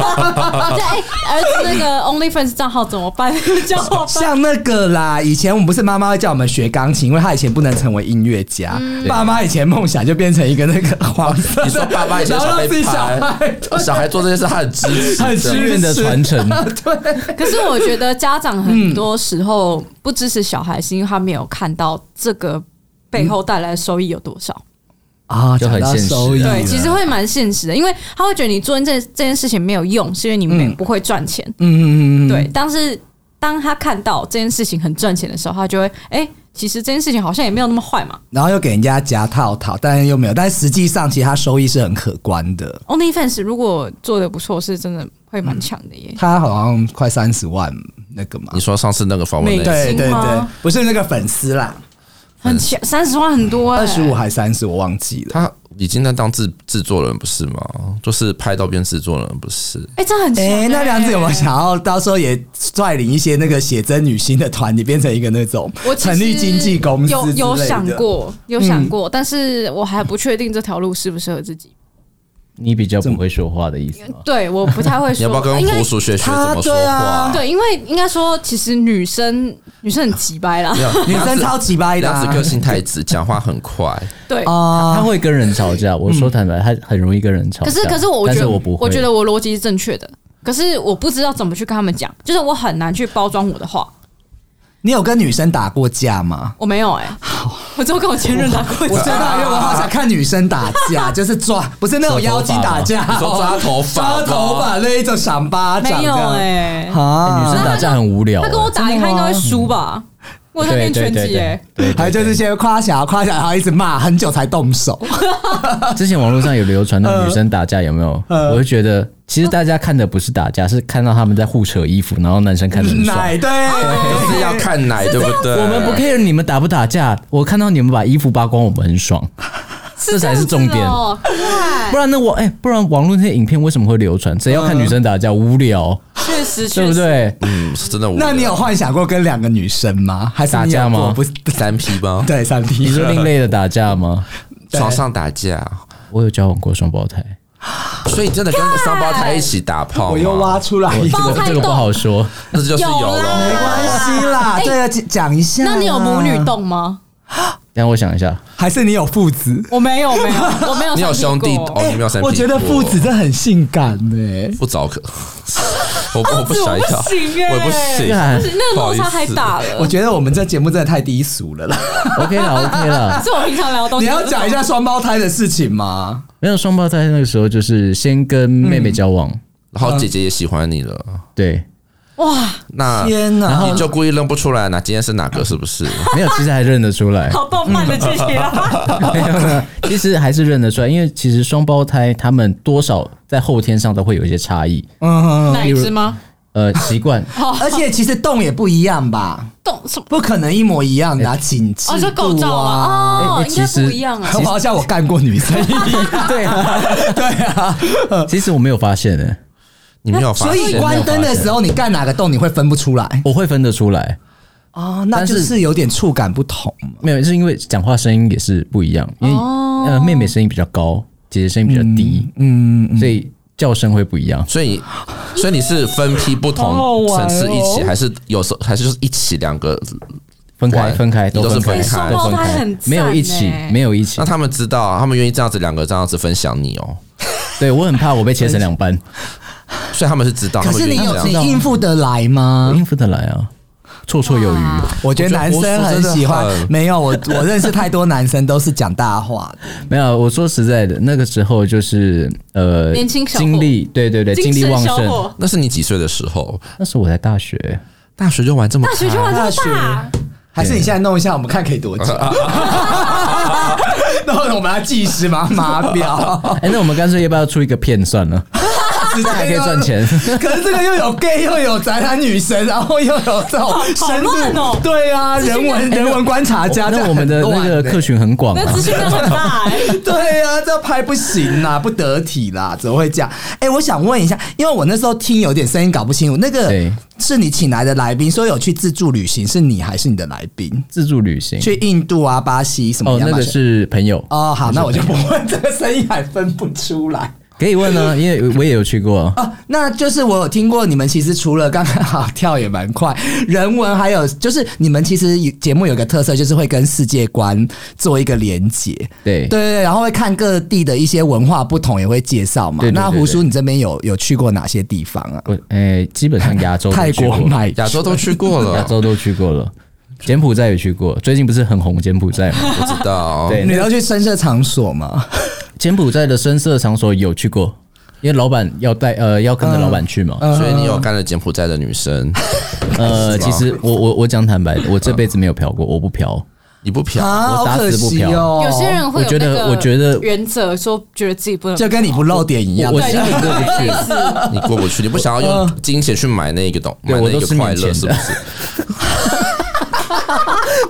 [SPEAKER 4] 啊，对，哎、儿子那个 OnlyFans 账号怎么办？ [LAUGHS] 叫我办。
[SPEAKER 2] 像那个啦，以前我们不是妈妈会叫我们学钢琴，因为她以前不能成为音乐家，爸妈以前梦想就变成一个那个黄色的。
[SPEAKER 1] 嗯你说爸爸以
[SPEAKER 2] [LAUGHS]
[SPEAKER 1] 前
[SPEAKER 2] 然后
[SPEAKER 1] 想
[SPEAKER 2] 让自
[SPEAKER 1] 被
[SPEAKER 2] 己小
[SPEAKER 1] 拍
[SPEAKER 2] 孩，
[SPEAKER 1] 小孩做这件事他很支持的，
[SPEAKER 2] 很支
[SPEAKER 5] 自愿的传承，
[SPEAKER 4] [LAUGHS] 可是我觉得家长很多时
[SPEAKER 2] 嗯
[SPEAKER 4] 候不支持小孩，是因为他没有看到这个背后带来的收益有多少。
[SPEAKER 2] 啊，
[SPEAKER 5] 就很
[SPEAKER 2] 讲到
[SPEAKER 5] 现实
[SPEAKER 2] 收益
[SPEAKER 4] 对，
[SPEAKER 2] 了
[SPEAKER 4] 其实会蛮现实的，因为他会觉得你做这这件事情没有用，是因为你们不会赚钱。
[SPEAKER 2] 嗯嗯嗯嗯，
[SPEAKER 4] 对，但是当他看到这件事情很赚钱的时候，他就会哎、其实这件事情好像也没有那么坏嘛。
[SPEAKER 2] 然后又给人家夹套套，但又没有，但实际上其实它收益是很可观的，
[SPEAKER 4] OnlyFans 如果做的不错，是真的会
[SPEAKER 2] 嗯
[SPEAKER 4] 蛮强的耶。
[SPEAKER 2] 它好像快三十万那个嘛
[SPEAKER 1] 你，说上次那个访问
[SPEAKER 4] 每
[SPEAKER 1] 那
[SPEAKER 4] 个
[SPEAKER 1] 一
[SPEAKER 2] 对
[SPEAKER 4] 行
[SPEAKER 2] 对对
[SPEAKER 4] 吗，
[SPEAKER 2] 不是那个粉丝啦，
[SPEAKER 4] 很强，三十万很多、欸，
[SPEAKER 2] 二十五还三十我忘记了，
[SPEAKER 1] 他已经在当制制作人不是吗？就是拍到变制作人不是？
[SPEAKER 4] 哎、这很强、
[SPEAKER 2] [LAUGHS] 哎、
[SPEAKER 4] [LAUGHS] 欸。
[SPEAKER 2] 那梁子有没有想要到时候也率领一些那个写真女星的团体，变成一个那种
[SPEAKER 4] 我其实
[SPEAKER 2] 成立经纪公司
[SPEAKER 4] 有
[SPEAKER 2] 之
[SPEAKER 4] 有
[SPEAKER 2] 类的嗯
[SPEAKER 4] 想？过，有想过，但是我还不确定这条路适不适合自己。
[SPEAKER 5] [LAUGHS] 你比较不会说话的意思
[SPEAKER 2] 哦
[SPEAKER 5] 吗？
[SPEAKER 4] 对，我不太会
[SPEAKER 1] 你
[SPEAKER 4] 说，
[SPEAKER 1] 要不要跟
[SPEAKER 4] 应该
[SPEAKER 1] 胡叔学学
[SPEAKER 2] 他
[SPEAKER 1] 怎么说
[SPEAKER 2] 对
[SPEAKER 1] 话
[SPEAKER 2] 啊？
[SPEAKER 4] 对，因为应该说，其实女生女生很急掰
[SPEAKER 5] [LAUGHS]
[SPEAKER 4] 啦
[SPEAKER 1] 没，有，
[SPEAKER 2] [LAUGHS] 女
[SPEAKER 1] 梁
[SPEAKER 2] 生
[SPEAKER 1] 子
[SPEAKER 2] 超级掰的、
[SPEAKER 1] 梁
[SPEAKER 2] 啊
[SPEAKER 1] 子，个性太直， [LAUGHS] 讲话很快，
[SPEAKER 4] 对。
[SPEAKER 5] 哦
[SPEAKER 2] 啊
[SPEAKER 5] 他会跟人吵架，我说坦白，他很容易跟人吵
[SPEAKER 4] 可
[SPEAKER 5] 架。
[SPEAKER 4] 是可是我
[SPEAKER 5] 但
[SPEAKER 4] 觉
[SPEAKER 5] 是
[SPEAKER 4] 得
[SPEAKER 5] 我不会，
[SPEAKER 4] 我觉得我逻辑是正确的，可是我不知道怎么去跟他们讲，就是我很难去包装我的话。
[SPEAKER 2] 你有跟女生打过架吗？
[SPEAKER 4] 我没有哎、我只有跟我前任打过
[SPEAKER 2] 我知
[SPEAKER 4] 架。
[SPEAKER 2] [LAUGHS] 道，因为
[SPEAKER 5] [LAUGHS]
[SPEAKER 2] 我好想看女生打
[SPEAKER 4] [LAUGHS]
[SPEAKER 2] 架，就是抓，不是那种妖精打架，
[SPEAKER 1] 你说抓头发
[SPEAKER 2] 抓
[SPEAKER 1] 吧
[SPEAKER 2] 头发那一种赏巴掌，
[SPEAKER 4] 没有
[SPEAKER 2] 哎、
[SPEAKER 4] 哎、
[SPEAKER 5] 哎
[SPEAKER 2] 啊，
[SPEAKER 5] 女生打架很无聊。欸
[SPEAKER 4] 他跟我打，应该会输吧？我在练拳击哎、
[SPEAKER 5] 对，对对对对对
[SPEAKER 2] 还有就是先夸奖夸奖，然后一直骂，很久才动手。
[SPEAKER 5] 之前网络上有流传
[SPEAKER 4] 呃
[SPEAKER 5] 那种女生打架，有没有？我就觉得，其实大家看的不是打架，是看到他们在互扯衣服，然后男生看
[SPEAKER 2] [LAUGHS]
[SPEAKER 4] [LAUGHS]
[SPEAKER 5] 得很爽。
[SPEAKER 2] 奶对，
[SPEAKER 4] 哦
[SPEAKER 1] 就是要看奶，对不对？
[SPEAKER 5] 我们不 care 你们打不打架，我看到你们把衣服扒光，我们很爽。这才是重点
[SPEAKER 4] 哦。
[SPEAKER 5] 不然呢？我哎、不然网络那些影片为什么会流传？谁要看女生打架？无聊，
[SPEAKER 4] 确实，嗯
[SPEAKER 5] 对
[SPEAKER 4] 确
[SPEAKER 5] 不
[SPEAKER 4] 实，
[SPEAKER 5] 对？
[SPEAKER 1] 嗯，是真的无聊。
[SPEAKER 2] 那你有幻想过跟两个女生吗？还是你有
[SPEAKER 5] 打架吗
[SPEAKER 2] 过不是，
[SPEAKER 1] 三 P 吗？
[SPEAKER 2] 对，三 P
[SPEAKER 5] 你说另类的打架吗？
[SPEAKER 1] 床上打架，
[SPEAKER 5] 我有交往过双胞 [LAUGHS] 胎，
[SPEAKER 1] 所以你真的跟双胞胎一起打炮吗？
[SPEAKER 2] [LAUGHS] 我又挖出来一个，
[SPEAKER 5] 这
[SPEAKER 4] 胞
[SPEAKER 5] 个
[SPEAKER 4] 胎
[SPEAKER 5] 这个不
[SPEAKER 4] 斗
[SPEAKER 5] 好说。
[SPEAKER 1] 那就是有
[SPEAKER 4] 有啦
[SPEAKER 1] 了。
[SPEAKER 2] 没关系啦，
[SPEAKER 4] 哎
[SPEAKER 2] 这个讲一下。
[SPEAKER 4] 那你有母女？洞吗？
[SPEAKER 5] 让我想一下，
[SPEAKER 2] 还是你有父子？哎
[SPEAKER 4] 我没有，没有， [LAUGHS] 我没有。
[SPEAKER 1] 你有兄弟哦，你没有三 P 过。
[SPEAKER 2] 我觉得父子真的很性感呢。
[SPEAKER 1] 不早可， [LAUGHS] 我
[SPEAKER 2] 哦
[SPEAKER 1] 我不想要，
[SPEAKER 4] 我不行欸
[SPEAKER 1] 我不
[SPEAKER 2] 啊
[SPEAKER 1] 行。
[SPEAKER 5] 干
[SPEAKER 4] 那个
[SPEAKER 1] 不好
[SPEAKER 4] 落
[SPEAKER 1] 意思
[SPEAKER 4] 差还大了。
[SPEAKER 2] 我觉得我们这节目真的太低俗了啦。
[SPEAKER 5] OK 了 OK 了。
[SPEAKER 4] [LAUGHS] 是我平常聊的
[SPEAKER 2] [LAUGHS]
[SPEAKER 4] 东
[SPEAKER 2] 你
[SPEAKER 4] 西。
[SPEAKER 2] 要讲一下双胞胎的事情吗？
[SPEAKER 5] 没有双胞胎那个时候就是先跟妹妹交往，
[SPEAKER 1] 然后姐姐也喜欢你了，
[SPEAKER 5] 对，
[SPEAKER 4] 哇，
[SPEAKER 1] 那
[SPEAKER 2] 天哪！
[SPEAKER 1] 你就故意认不出来哪今天是哪个是不
[SPEAKER 2] [LAUGHS]
[SPEAKER 1] 是？
[SPEAKER 5] 没有，其实还认得 [LAUGHS] 出来。
[SPEAKER 4] 好动漫的剧情啊！
[SPEAKER 5] 没有啦其实还是认得出来，因为其实双胞胎他们多少在后天上都会有一些差异，
[SPEAKER 4] [LAUGHS]
[SPEAKER 2] 嗯，
[SPEAKER 4] 哪一只吗？
[SPEAKER 5] [LAUGHS] 呃，习惯。
[SPEAKER 4] [LAUGHS]
[SPEAKER 2] 而且其实洞也不一样吧，
[SPEAKER 4] 动什么？
[SPEAKER 2] 不可能一模一样的啊，紧致
[SPEAKER 4] 哦，就构
[SPEAKER 2] 度
[SPEAKER 4] 造
[SPEAKER 2] 啊。
[SPEAKER 4] 啊，
[SPEAKER 5] 哎
[SPEAKER 4] 哦
[SPEAKER 5] 哎，
[SPEAKER 4] 应该
[SPEAKER 5] 其实
[SPEAKER 4] 不一样啊。
[SPEAKER 2] 我好像我干过女生，
[SPEAKER 5] 对啊，
[SPEAKER 2] 对啊，
[SPEAKER 5] [LAUGHS] 其实我没有发现呢、
[SPEAKER 1] 你没有发
[SPEAKER 2] 所以
[SPEAKER 1] 现？
[SPEAKER 2] 关灯的时候你干哪个洞你会分不出来
[SPEAKER 5] 我会分得出来，
[SPEAKER 2] 哦，那就是有点触感不同嘛
[SPEAKER 5] 没有是因为讲话声音也是不一样，因为、呃妹妹声音比较高，姐姐声音比较低，嗯，所以叫声会不一样。
[SPEAKER 1] 所以，所以你是分批不同层次一起，还是有时候还是就是一起两个？
[SPEAKER 5] 分开，
[SPEAKER 1] 玩
[SPEAKER 5] 分开，
[SPEAKER 1] 你都是
[SPEAKER 5] 分
[SPEAKER 1] 分
[SPEAKER 5] 开，
[SPEAKER 1] 开
[SPEAKER 5] 都分
[SPEAKER 4] 双胞胎
[SPEAKER 5] 开
[SPEAKER 4] 很，赞
[SPEAKER 5] 没有一起
[SPEAKER 4] 欸，
[SPEAKER 5] 没有一起
[SPEAKER 1] 那。他们知道啊，他们愿意这样子两个这样子分享你哦，
[SPEAKER 5] 对我很怕我被切成两半，
[SPEAKER 2] 啊
[SPEAKER 1] 所以他们是知道。
[SPEAKER 2] 可是你
[SPEAKER 1] 他们
[SPEAKER 2] 有
[SPEAKER 1] 愿意
[SPEAKER 2] 你
[SPEAKER 1] 这样
[SPEAKER 2] 应付得来
[SPEAKER 5] 我
[SPEAKER 2] 吗？
[SPEAKER 5] 应付得来啊，绰绰有余。
[SPEAKER 2] 我觉得男生很喜
[SPEAKER 1] 我
[SPEAKER 2] 欢
[SPEAKER 1] 觉得我真的，很
[SPEAKER 2] 没有我我认识太多男生都是讲大话的，
[SPEAKER 5] 没有，我说实在的，那个时候就是呃，
[SPEAKER 4] 年轻小伙
[SPEAKER 5] 精力，对对对，精力旺
[SPEAKER 4] 小
[SPEAKER 5] 盛。
[SPEAKER 4] 伙，
[SPEAKER 1] 那是你几岁的时候？
[SPEAKER 5] 那时候我在大学，
[SPEAKER 1] 大学就玩这么
[SPEAKER 4] 大学就玩这么大，哎
[SPEAKER 2] 还是你现在弄一下，我们看可以多久？啊然后我们来计时嘛，码表。啊 [LAUGHS]
[SPEAKER 4] [LAUGHS]
[SPEAKER 5] 哎，那我们干脆要不要出一个片算了？
[SPEAKER 2] 直接
[SPEAKER 5] 还可以赚钱
[SPEAKER 2] 可是这个又有 gay 又有宅男女神，然后又有这种深入
[SPEAKER 4] 好乱，哦
[SPEAKER 2] 对啊，人文人文观察家，这
[SPEAKER 5] 那
[SPEAKER 2] 样
[SPEAKER 5] 我们的
[SPEAKER 2] 很
[SPEAKER 5] 那
[SPEAKER 2] 乱
[SPEAKER 5] 个
[SPEAKER 2] 欸
[SPEAKER 5] 客群很广
[SPEAKER 4] 那
[SPEAKER 5] 啊
[SPEAKER 4] 资。讯量很大哎、
[SPEAKER 2] 对啊，这拍不行啦，不得体啦，怎么会这样？哎、我想问一下，因为我那时候听有点声音搞不清楚，那个
[SPEAKER 5] 对
[SPEAKER 2] 是你请来的来宾说有去自助旅行，是你还是你的来宾？
[SPEAKER 5] 自助旅行
[SPEAKER 2] 去印度啊、巴西什么
[SPEAKER 5] 哦，
[SPEAKER 2] 亚
[SPEAKER 5] 那
[SPEAKER 2] 马
[SPEAKER 5] 个
[SPEAKER 2] 逊？
[SPEAKER 5] 是朋友，
[SPEAKER 2] 哦，好，那我就不问，这个声音还分不出
[SPEAKER 5] [LAUGHS]
[SPEAKER 2] 来。
[SPEAKER 5] 可以问呢，因为我也有去过。
[SPEAKER 2] 哦，那就是我有听过你们其实除了刚刚好跳也蛮快，人文还有就是你们其实有节目有个特色就是会跟世界观做一个连结，
[SPEAKER 5] 对
[SPEAKER 2] 对对对，然后会看各地的一些文化不同也会介绍嘛。
[SPEAKER 5] 对对对
[SPEAKER 2] 那
[SPEAKER 5] 对
[SPEAKER 2] 胡叔你这边有有去过哪些地方啊？
[SPEAKER 5] 我诶，基本上亚洲都
[SPEAKER 2] 泰
[SPEAKER 5] 去
[SPEAKER 2] 国
[SPEAKER 5] 过
[SPEAKER 2] 买
[SPEAKER 1] 亚洲都去过
[SPEAKER 5] 亚
[SPEAKER 1] 了，
[SPEAKER 2] [LAUGHS]
[SPEAKER 5] 洲都去过了，柬埔寨也去过，最近不是很红柬埔
[SPEAKER 2] [LAUGHS]
[SPEAKER 5] 寨吗？
[SPEAKER 1] 不知道。
[SPEAKER 5] 对
[SPEAKER 2] 你要去深色场所吗？
[SPEAKER 5] 柬埔寨的深色场所有去过，因为老板要带呃要跟着老板去嘛。
[SPEAKER 2] 嗯
[SPEAKER 1] 所以你有干了柬埔寨的女生，
[SPEAKER 5] 呃，其实我我我讲坦白的，我这辈子没有嫖
[SPEAKER 2] 嗯
[SPEAKER 5] 过，我不嫖。
[SPEAKER 1] 你不嫖，
[SPEAKER 2] 啊，好
[SPEAKER 5] 我打
[SPEAKER 2] 可
[SPEAKER 5] 死不
[SPEAKER 2] 惜
[SPEAKER 5] 嫖
[SPEAKER 2] 哦。
[SPEAKER 4] 有些人会有
[SPEAKER 5] 我觉得
[SPEAKER 4] 那个
[SPEAKER 5] 我觉得
[SPEAKER 4] 原则说觉得自己不能
[SPEAKER 2] 就跟你不露点一样
[SPEAKER 5] 我，我
[SPEAKER 4] 对
[SPEAKER 5] 心里过不去，
[SPEAKER 1] 你过不去，你不想要用金钱去买那个东，
[SPEAKER 5] 啊对
[SPEAKER 1] 买
[SPEAKER 5] 我
[SPEAKER 1] 那
[SPEAKER 5] 都
[SPEAKER 1] 个
[SPEAKER 5] 是
[SPEAKER 1] 快
[SPEAKER 5] 免钱
[SPEAKER 1] 乐，
[SPEAKER 5] 的
[SPEAKER 1] 是不是？
[SPEAKER 2] [LAUGHS]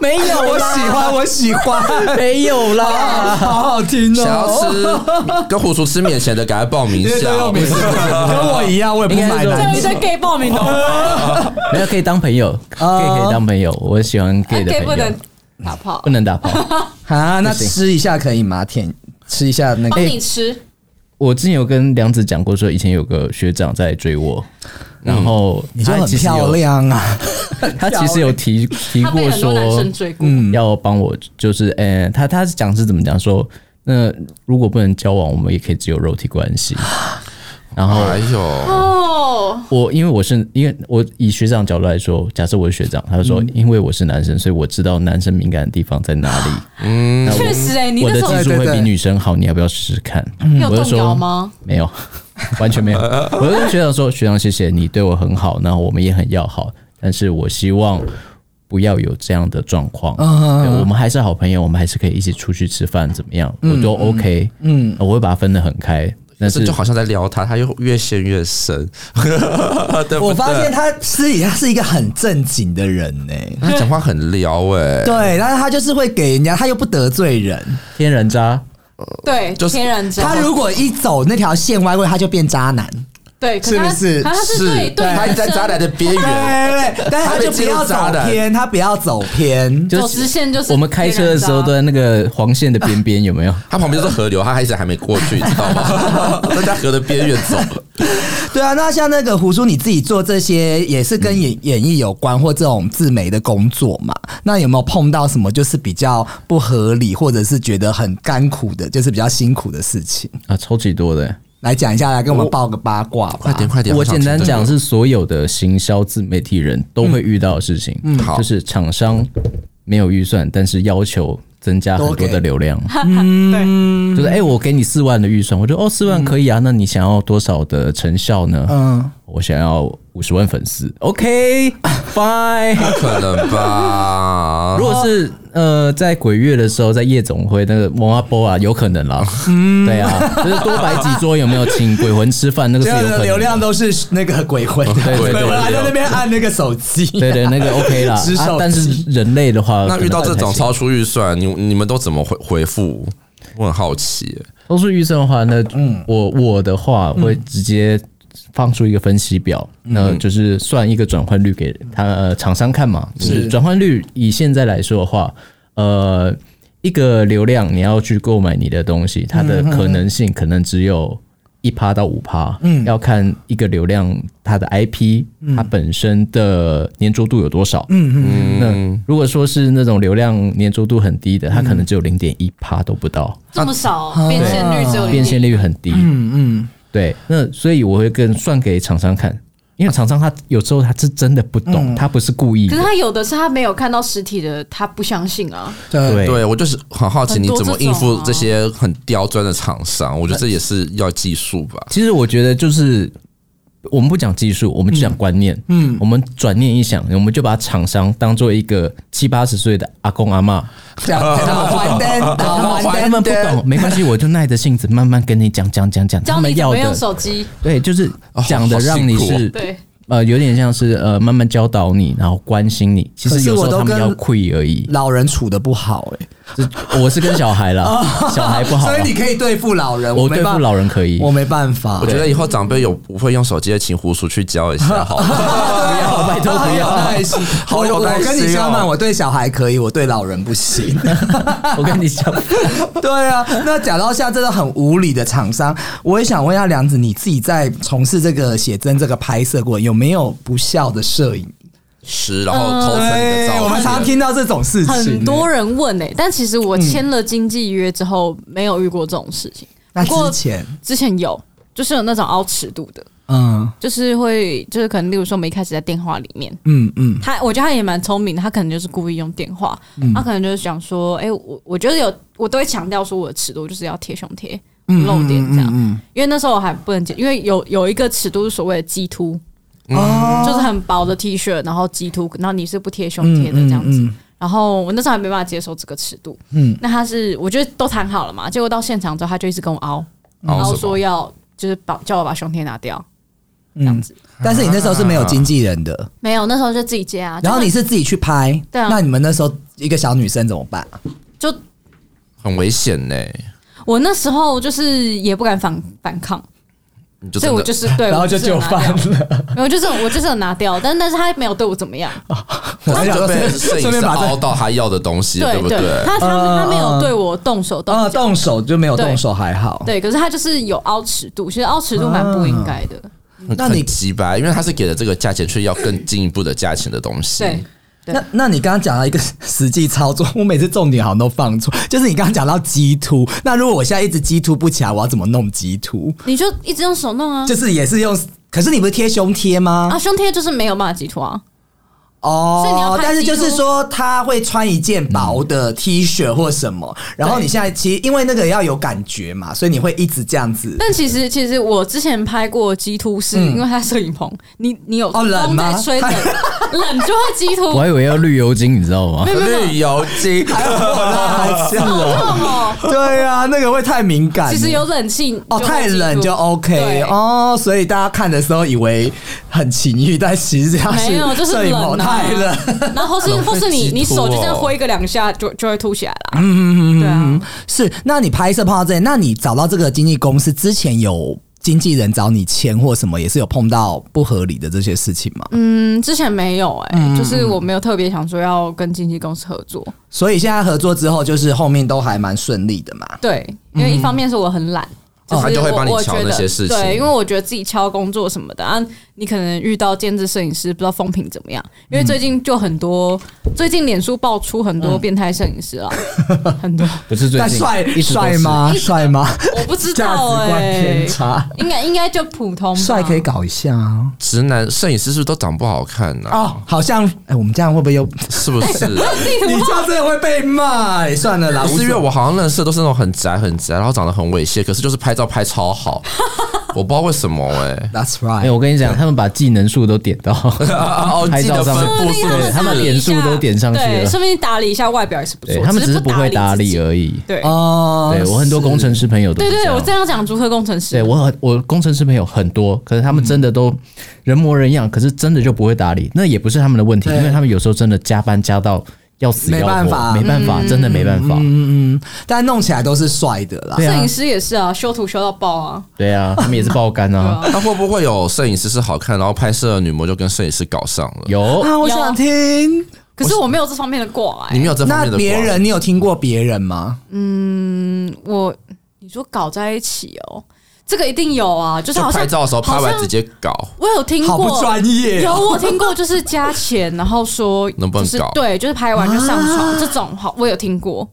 [SPEAKER 2] 没有，我喜欢，我喜欢，
[SPEAKER 5] 没有啦。
[SPEAKER 2] 好好听
[SPEAKER 1] 想要
[SPEAKER 2] 哦。
[SPEAKER 1] 吃跟虎叔吃免钱的，赶快报名一
[SPEAKER 2] 对对
[SPEAKER 1] 下
[SPEAKER 2] 对
[SPEAKER 1] 哦。
[SPEAKER 2] 没事跟
[SPEAKER 1] [LAUGHS]
[SPEAKER 2] 我一样，我也不买
[SPEAKER 5] 应该是
[SPEAKER 4] 有
[SPEAKER 2] 男
[SPEAKER 4] 一
[SPEAKER 2] 生。
[SPEAKER 4] 堆 gay 报
[SPEAKER 5] [LAUGHS]
[SPEAKER 4] 名的，哎
[SPEAKER 5] 没有可以当朋友，gay
[SPEAKER 2] 啊
[SPEAKER 5] 可以当朋友，我喜欢 gay 的
[SPEAKER 4] gay 不
[SPEAKER 5] 朋
[SPEAKER 4] 能
[SPEAKER 5] 友，嗯
[SPEAKER 4] 打炮
[SPEAKER 5] 不，能打
[SPEAKER 2] [LAUGHS]
[SPEAKER 5] 炮。
[SPEAKER 2] 啊，那
[SPEAKER 5] 不行
[SPEAKER 2] 吃一下可以吗？舔吃一下那个哎
[SPEAKER 4] 帮你吃，
[SPEAKER 5] 我之前有跟梁子讲过，说以前有个学长在追我，然后
[SPEAKER 2] 嗯你就
[SPEAKER 5] 他
[SPEAKER 2] 很
[SPEAKER 5] 其实有
[SPEAKER 2] 漂，亮啊！
[SPEAKER 5] 他其实有提提
[SPEAKER 4] 欸他被
[SPEAKER 5] 过
[SPEAKER 4] 很多
[SPEAKER 5] 说，嗯
[SPEAKER 4] 男生追过，
[SPEAKER 5] 要帮我，就是呃、他他是讲是怎么讲说，那如果不能交往，我们也可以只有肉体关系。然后
[SPEAKER 1] 哎呦，
[SPEAKER 4] 哦，
[SPEAKER 5] 我因为我是因为我以学长角度来说，假设我是学长，他就说
[SPEAKER 4] 嗯
[SPEAKER 5] 因为我是男生，所以我知道男生敏感的地方在哪里。嗯，
[SPEAKER 4] 确实哎、你
[SPEAKER 5] 我
[SPEAKER 4] 那
[SPEAKER 5] 的
[SPEAKER 4] 时候
[SPEAKER 5] 技术
[SPEAKER 2] 对
[SPEAKER 5] 会
[SPEAKER 2] 对
[SPEAKER 5] 比
[SPEAKER 2] 对
[SPEAKER 5] 女生好，你要不要试试看？
[SPEAKER 4] 嗯你有
[SPEAKER 5] 我就
[SPEAKER 4] 动摇
[SPEAKER 5] 说
[SPEAKER 4] 吗？
[SPEAKER 5] 没有， [LAUGHS] 完全没有。我就跟学长说，学长谢谢你对我很好，然后我们也很要好，但是我希望不要有这样的状况。对我们还是好朋友，我们还是可以一起出去吃饭，怎么样？我都 OK。嗯，我会把它分得很开。但
[SPEAKER 1] 这
[SPEAKER 5] 是
[SPEAKER 1] 就好像在撩他，他又越陷越深， [LAUGHS] 对不对？
[SPEAKER 2] 我发现他私底下是一个很正经的人呢、
[SPEAKER 1] 他讲话很撩哎，
[SPEAKER 2] 对，但是他就是会给人家，他又不得罪人。
[SPEAKER 5] 天然渣，
[SPEAKER 4] 对，
[SPEAKER 1] 就是
[SPEAKER 4] 天然渣，
[SPEAKER 2] 他如果一走那条线歪位，他就变渣男。
[SPEAKER 4] 对，可他
[SPEAKER 2] 是
[SPEAKER 4] 啊
[SPEAKER 2] 不是
[SPEAKER 4] 他他是对对
[SPEAKER 1] 他
[SPEAKER 4] 男
[SPEAKER 1] 在
[SPEAKER 4] 生
[SPEAKER 1] 渣男的边
[SPEAKER 2] 对
[SPEAKER 1] 缘，
[SPEAKER 2] 对对， [LAUGHS] 但是他就不要走偏，他不要走偏。
[SPEAKER 5] 就
[SPEAKER 4] 走直线就是
[SPEAKER 5] 我们开车的时候都
[SPEAKER 4] 天啊
[SPEAKER 5] 在那个黄线的边边，有没有？
[SPEAKER 1] 他旁边就是河流，他还一直还没过去，你知道吗？ [LAUGHS] 他在河的边缘走，
[SPEAKER 2] 对啊，那像那个胡叔，你自己做这些也是跟演演艺有关或这种自媒的工作嘛？那有没有碰到什么就是比较不合理，或者是觉得很甘苦的，就是比较辛苦的事情？
[SPEAKER 5] 啊，超级多的、
[SPEAKER 2] 来讲一下，来跟我们报个八卦吧。
[SPEAKER 1] 快点快点！
[SPEAKER 5] 我
[SPEAKER 1] 想
[SPEAKER 5] 简
[SPEAKER 1] 听
[SPEAKER 5] 单
[SPEAKER 1] 这个
[SPEAKER 5] 讲，是所有的行销自媒体人都
[SPEAKER 2] 嗯
[SPEAKER 5] 会遇到的事情，
[SPEAKER 1] 好
[SPEAKER 5] 就是厂商没有预算，但是要求增加很多的流量，
[SPEAKER 2] 嗯
[SPEAKER 5] 就是哎、我给你四万的预算，我觉得哦，四万可以啊，那你想要多少的成效呢？
[SPEAKER 2] 嗯，
[SPEAKER 5] 我想要五十万粉丝
[SPEAKER 2] [LAUGHS]
[SPEAKER 5] ，OK，Fine。
[SPEAKER 1] 不可能吧？
[SPEAKER 5] 如果是呃，在鬼月的时候，在夜总会那个蒙阿波啊，有可能啦。
[SPEAKER 2] 嗯
[SPEAKER 5] 对啊，就是多摆几桌，有没有请鬼魂吃饭？那个
[SPEAKER 2] 这
[SPEAKER 5] 是有
[SPEAKER 2] 样
[SPEAKER 5] 可
[SPEAKER 2] 的
[SPEAKER 5] 能的
[SPEAKER 2] 流量都是那个鬼魂，
[SPEAKER 5] 对对
[SPEAKER 2] 鬼魂
[SPEAKER 1] 对
[SPEAKER 2] 还在那边按那个手机。
[SPEAKER 5] 对对，那个 OK
[SPEAKER 1] [LAUGHS]
[SPEAKER 5] 啦。
[SPEAKER 2] 只手
[SPEAKER 5] 啊但是人类的话，
[SPEAKER 1] 那遇到这种
[SPEAKER 5] 操
[SPEAKER 1] 超出预算，你你们都怎么回回复？我很好奇欸耶、
[SPEAKER 5] 都是预算的话，那我我的话会直接放出一个分析表，那就是算一个转换率给他呃厂商看嘛。就是转换率以现在来说的话，呃，一个流量你要去购买你的东西，它的可能性可能只有。一趴到五趴，嗯，要看一个流量它的 IP，、它本身的粘着度有多少，嗯嗯。那如果说是那种流量粘着度很低的，它可能只有零点一趴都不到，
[SPEAKER 4] 这么少，变现率只有
[SPEAKER 5] 啊变现
[SPEAKER 4] 率，
[SPEAKER 5] 率很低。嗯嗯，对。那所以我会更算给厂商看，因为厂商他有时候他是真的不懂，他不是故意
[SPEAKER 4] 可
[SPEAKER 5] 的
[SPEAKER 4] 是。他有的是他没有看到实体的，他不相信啊。
[SPEAKER 5] 对
[SPEAKER 1] 对我就是很好奇，
[SPEAKER 4] 很
[SPEAKER 1] 你
[SPEAKER 4] 多
[SPEAKER 1] 怎么
[SPEAKER 4] 这
[SPEAKER 1] 应付
[SPEAKER 4] 种啊
[SPEAKER 1] 这些很刁钻的厂商？我觉得这也是要技术吧。
[SPEAKER 5] 其实我觉得就是我们不讲技术，我们就讲观念。嗯，我们转念一想，我们就把厂商当做一个七八十岁的阿公阿嬷，
[SPEAKER 2] 这样打完灯，打完灯，
[SPEAKER 5] 他们不懂，没关系，我就耐着性子慢慢跟你讲讲讲讲，
[SPEAKER 4] 教
[SPEAKER 5] 他
[SPEAKER 4] 你
[SPEAKER 5] 们
[SPEAKER 4] 怎
[SPEAKER 5] 要
[SPEAKER 4] 么用
[SPEAKER 5] 的，
[SPEAKER 4] 手机，
[SPEAKER 5] 对，就是讲的
[SPEAKER 1] 哦好
[SPEAKER 5] 让你
[SPEAKER 1] 辛苦哦
[SPEAKER 5] 是、
[SPEAKER 4] 对，
[SPEAKER 5] 呃，有点像是呃慢慢教导你，然后关心你。其
[SPEAKER 2] 可
[SPEAKER 5] 实
[SPEAKER 2] 是
[SPEAKER 5] 有时
[SPEAKER 2] 我
[SPEAKER 5] 候
[SPEAKER 2] 都
[SPEAKER 5] 他们
[SPEAKER 2] 跟
[SPEAKER 5] 要溃而已。
[SPEAKER 2] 老人处的不好哎、
[SPEAKER 5] 这我是跟小孩啦，小孩不好啊
[SPEAKER 2] 哦所以，你可以对付老人，
[SPEAKER 5] 我
[SPEAKER 2] 没
[SPEAKER 5] 对
[SPEAKER 2] 办
[SPEAKER 5] 付
[SPEAKER 2] 法
[SPEAKER 5] 老人可以。
[SPEAKER 2] 我没办法
[SPEAKER 1] 我。觉得以后长辈有不会用手机的，请胡叔去教一
[SPEAKER 2] [LAUGHS]
[SPEAKER 1] 下好了。
[SPEAKER 2] 不
[SPEAKER 5] 要拜托不要
[SPEAKER 2] 耐心。
[SPEAKER 1] [LAUGHS] 好有
[SPEAKER 2] 我
[SPEAKER 1] 耐
[SPEAKER 2] 我
[SPEAKER 1] 心
[SPEAKER 2] 跟你
[SPEAKER 1] 哦
[SPEAKER 2] 相反，我对小孩可以，我对老人不行。
[SPEAKER 5] 我跟你讲，
[SPEAKER 2] 对啊，那讲到现在真的很无理的厂商，我也想问一下梁子，你自己在从事这个写真这个拍摄过，有没有不孝的摄影？
[SPEAKER 1] 十，然后偷成你的照片。
[SPEAKER 2] 哎我们常听到这种事情、
[SPEAKER 4] 哎很多人问诶、但其实我签了经纪约之后，没有遇过这种事情。
[SPEAKER 2] 嗯那
[SPEAKER 4] 不过
[SPEAKER 2] 之前，
[SPEAKER 4] 之前有，就是有那种凹尺度的，
[SPEAKER 2] 嗯
[SPEAKER 4] 就是会，就是可能，例如说，我们一开始在电话里面，
[SPEAKER 2] 嗯嗯
[SPEAKER 4] 他我觉得他也蛮聪明的，他可能就是故意用电话，他可能就是想说，哎、我我觉得有，我都会强调说我的尺度就是要贴胸贴。露点这样，因为那时候我还不能接，因为有有一个尺度是所谓的鸡突，就是很薄的 T 恤，然后鸡突，然后你是不贴胸贴的这样子。然后我那时候还没办法接受这个尺度，嗯，那他是我觉得都谈好了嘛，结果到现场之后他就一直跟我凹，然
[SPEAKER 1] 凹
[SPEAKER 4] 后
[SPEAKER 1] 哦什么
[SPEAKER 4] 说要就是把叫我把胸贴拿掉，这样子。
[SPEAKER 2] 但是你那时候是没有经纪人的，
[SPEAKER 4] 没有，那时候就自己接啊。
[SPEAKER 2] 然后
[SPEAKER 4] 就
[SPEAKER 2] 你是自己去拍，
[SPEAKER 4] 对啊
[SPEAKER 2] 那你们那时候一个小女生怎么办？
[SPEAKER 4] 就
[SPEAKER 1] 很危险呢、
[SPEAKER 4] 我那时候就是也不敢反反抗，
[SPEAKER 1] 你就
[SPEAKER 4] 所以
[SPEAKER 1] 真
[SPEAKER 4] 我
[SPEAKER 1] 的
[SPEAKER 4] 就是对，我是有拿掉，
[SPEAKER 2] 了， [LAUGHS]
[SPEAKER 4] 没有，就是我就是有拿掉，但但是他没有对我怎么样，
[SPEAKER 2] 我还想
[SPEAKER 1] 就
[SPEAKER 2] 说
[SPEAKER 1] 被摄影
[SPEAKER 2] 顺
[SPEAKER 1] 师
[SPEAKER 2] 便把这
[SPEAKER 1] 凹到他要的东西，
[SPEAKER 4] 对
[SPEAKER 1] 不对？
[SPEAKER 4] 他
[SPEAKER 2] 嗯
[SPEAKER 4] 他他没
[SPEAKER 2] 嗯
[SPEAKER 4] 有对我动手动
[SPEAKER 2] 啊，
[SPEAKER 4] 脚，
[SPEAKER 2] 动手就没有
[SPEAKER 4] 对
[SPEAKER 2] 动手还好。
[SPEAKER 4] 对，可是他就是有凹尺度，其实凹尺度
[SPEAKER 2] 啊
[SPEAKER 4] 蛮不应该的，
[SPEAKER 1] 很
[SPEAKER 2] 那你
[SPEAKER 1] 很急白，因为他是给了这个价钱，却要更进一步的价钱的东西。
[SPEAKER 4] 对，对
[SPEAKER 2] 那那你刚刚讲到一个 [LAUGHS] 实际操作，我每次重点好像都放错，就是你刚刚讲到 G 突，那如果我现在一直 G 突不起来，我要怎么弄 G 突？
[SPEAKER 4] 你就一直用手弄啊
[SPEAKER 2] 就，是也是用，可是你不是贴胸贴吗
[SPEAKER 4] 啊，？胸贴就是没有办法挤脱啊，
[SPEAKER 2] 哦，
[SPEAKER 4] 所以你要拍
[SPEAKER 2] 但是就
[SPEAKER 4] G
[SPEAKER 2] 是
[SPEAKER 4] 凸
[SPEAKER 2] 说他会穿一件薄
[SPEAKER 1] 嗯
[SPEAKER 2] 的 T 恤或什么，然后你现在其实因为那个要有感觉嘛，所以你会一直这样子。
[SPEAKER 4] 但其实其实我之前拍过鸡突是因为它摄影棚，你你有
[SPEAKER 2] 嗯哦冷
[SPEAKER 4] 风
[SPEAKER 2] 吗
[SPEAKER 4] 在吹冷， [LAUGHS] 冷就会鸡突，
[SPEAKER 5] 我还以为要绿油精，你知道吗？
[SPEAKER 1] 绿油
[SPEAKER 2] [LAUGHS]
[SPEAKER 1] 精，
[SPEAKER 2] 哎
[SPEAKER 1] [LAUGHS]
[SPEAKER 2] 是哦，
[SPEAKER 4] 好痛哦。
[SPEAKER 2] 对啊，那个会太敏感了。
[SPEAKER 4] 其实有冷气
[SPEAKER 2] 哦，太冷就 OK
[SPEAKER 4] 对
[SPEAKER 2] 哦，所以大家看的时候以为很情欲，但其实它
[SPEAKER 4] 没有，就是
[SPEAKER 2] 摄影棚
[SPEAKER 4] 冷、啊、
[SPEAKER 2] 太冷。。
[SPEAKER 1] [LAUGHS]
[SPEAKER 4] 然后是
[SPEAKER 1] 冷
[SPEAKER 4] 或
[SPEAKER 1] 会
[SPEAKER 4] 是你
[SPEAKER 1] 激
[SPEAKER 4] 你
[SPEAKER 1] 突
[SPEAKER 4] 手就这样
[SPEAKER 1] 哦
[SPEAKER 4] 挥个两下，就就会凸起来了。嗯嗯嗯，对啊。
[SPEAKER 2] 是，那你拍摄碰到这里，那你找到这个经纪公司之前有经纪人找你签或什么，也是有碰到不合理的这些事情嘛？
[SPEAKER 4] 嗯，之前没有哎、就是我没有特别想说要跟经纪公司合作。
[SPEAKER 2] 所以现在合作之后，就是后面都还蛮顺利的嘛。
[SPEAKER 4] 对，因为一方面是我很懒。
[SPEAKER 1] 哦
[SPEAKER 4] 是
[SPEAKER 1] 他就会帮你
[SPEAKER 4] 我我
[SPEAKER 1] 瞧
[SPEAKER 4] 觉
[SPEAKER 1] 那
[SPEAKER 4] 得
[SPEAKER 1] 些事
[SPEAKER 4] 对，
[SPEAKER 1] 情
[SPEAKER 4] 因为我觉得自己敲工作什么的啊，你可能遇到兼职摄影师，不知道风评怎么样。因为最近就很多，最近脸书爆出很多变态摄影师啊，很多，
[SPEAKER 5] 不是最
[SPEAKER 2] 但
[SPEAKER 5] 近
[SPEAKER 2] 帅
[SPEAKER 5] 一直都
[SPEAKER 2] 帅
[SPEAKER 5] 是？
[SPEAKER 2] 吗？帅吗？
[SPEAKER 4] 我不知
[SPEAKER 2] 价值
[SPEAKER 4] 道
[SPEAKER 2] 观
[SPEAKER 4] 哎、
[SPEAKER 2] 偏差，
[SPEAKER 4] 应该应该就普通吧，
[SPEAKER 2] 帅
[SPEAKER 4] [LAUGHS]
[SPEAKER 2] 可以搞一下啊！
[SPEAKER 1] 直男摄影师是不是都长不好看呢、
[SPEAKER 2] 哦，好像哎、我们这样会不 [LAUGHS] 会又？
[SPEAKER 1] 是不是？
[SPEAKER 2] 你这样真的会被骂、哎算了啦，
[SPEAKER 1] 不是因为
[SPEAKER 2] 无所
[SPEAKER 1] 啊
[SPEAKER 2] 谓
[SPEAKER 1] 我好像认识的都是那种很宅很宅，然后长得很猥亵，可是就是拍照拍超 [LAUGHS] 好，我不知道为什么哎、
[SPEAKER 2] That's
[SPEAKER 5] 哎、
[SPEAKER 2] right。
[SPEAKER 5] 我跟你讲，他们把技能数都点到
[SPEAKER 2] 啊
[SPEAKER 1] 哦
[SPEAKER 5] 拍
[SPEAKER 1] 记得
[SPEAKER 5] 照上面
[SPEAKER 1] 分布，
[SPEAKER 4] 说不定
[SPEAKER 1] [LAUGHS]
[SPEAKER 5] 对，他
[SPEAKER 4] 打
[SPEAKER 5] 们
[SPEAKER 4] 理
[SPEAKER 5] 点
[SPEAKER 4] 一
[SPEAKER 5] 数
[SPEAKER 4] 下
[SPEAKER 5] 都点上去
[SPEAKER 4] 对，
[SPEAKER 5] 了
[SPEAKER 4] 说，不定打理一下外表也是不
[SPEAKER 5] 对
[SPEAKER 4] 错，
[SPEAKER 5] 他们只
[SPEAKER 4] 是
[SPEAKER 5] 是不会打
[SPEAKER 4] 理自
[SPEAKER 5] 理
[SPEAKER 4] 己。
[SPEAKER 5] 而已。
[SPEAKER 4] 对，
[SPEAKER 2] 哦
[SPEAKER 5] 对我很多工程师朋友都
[SPEAKER 4] 对
[SPEAKER 5] 是
[SPEAKER 4] 对，
[SPEAKER 5] 这样
[SPEAKER 4] 我这样讲，逐客工程师，
[SPEAKER 5] 对我很我工程师朋友很多，可是他们真的都人模人样，可是真的就不会打理，那也不是他们的问题，
[SPEAKER 2] 对
[SPEAKER 5] 因为他们有时候真的加班加到要死要活，
[SPEAKER 2] 没办法嗯
[SPEAKER 5] 没办
[SPEAKER 4] 嗯
[SPEAKER 5] 法，真的没办法，
[SPEAKER 2] 但弄起来都是帅的啦。
[SPEAKER 5] 对
[SPEAKER 4] 摄
[SPEAKER 5] 啊
[SPEAKER 4] 影，师也是啊，修图修到爆啊，
[SPEAKER 5] 对啊，他们也是爆肝
[SPEAKER 2] 嗯
[SPEAKER 5] 啊，
[SPEAKER 1] 那会不会有摄影师是好看，然后拍摄的女模就跟摄影师搞上了？
[SPEAKER 4] 哎
[SPEAKER 5] 有
[SPEAKER 2] 啊，我
[SPEAKER 4] 有
[SPEAKER 2] 想听。
[SPEAKER 4] 可是我没有这方面的挂
[SPEAKER 1] 你
[SPEAKER 4] 哎，
[SPEAKER 1] 没有这方
[SPEAKER 2] 那
[SPEAKER 1] 面的
[SPEAKER 2] 别
[SPEAKER 1] 光
[SPEAKER 2] 人，你有听过别人吗？
[SPEAKER 4] 我你说搞在一起哦，这个一定有啊，就是
[SPEAKER 1] 就
[SPEAKER 4] 好像
[SPEAKER 1] 拍照的时候拍
[SPEAKER 4] 好
[SPEAKER 1] 完
[SPEAKER 4] 像
[SPEAKER 1] 直接搞，
[SPEAKER 4] 我有听
[SPEAKER 2] 好
[SPEAKER 4] 过，
[SPEAKER 2] 不专业
[SPEAKER 4] 有
[SPEAKER 2] 哦
[SPEAKER 4] 我听过，就是加钱，然后说
[SPEAKER 1] 能不能
[SPEAKER 4] 就是
[SPEAKER 1] 搞
[SPEAKER 4] 对，就是拍完就上床这种，好，我有听过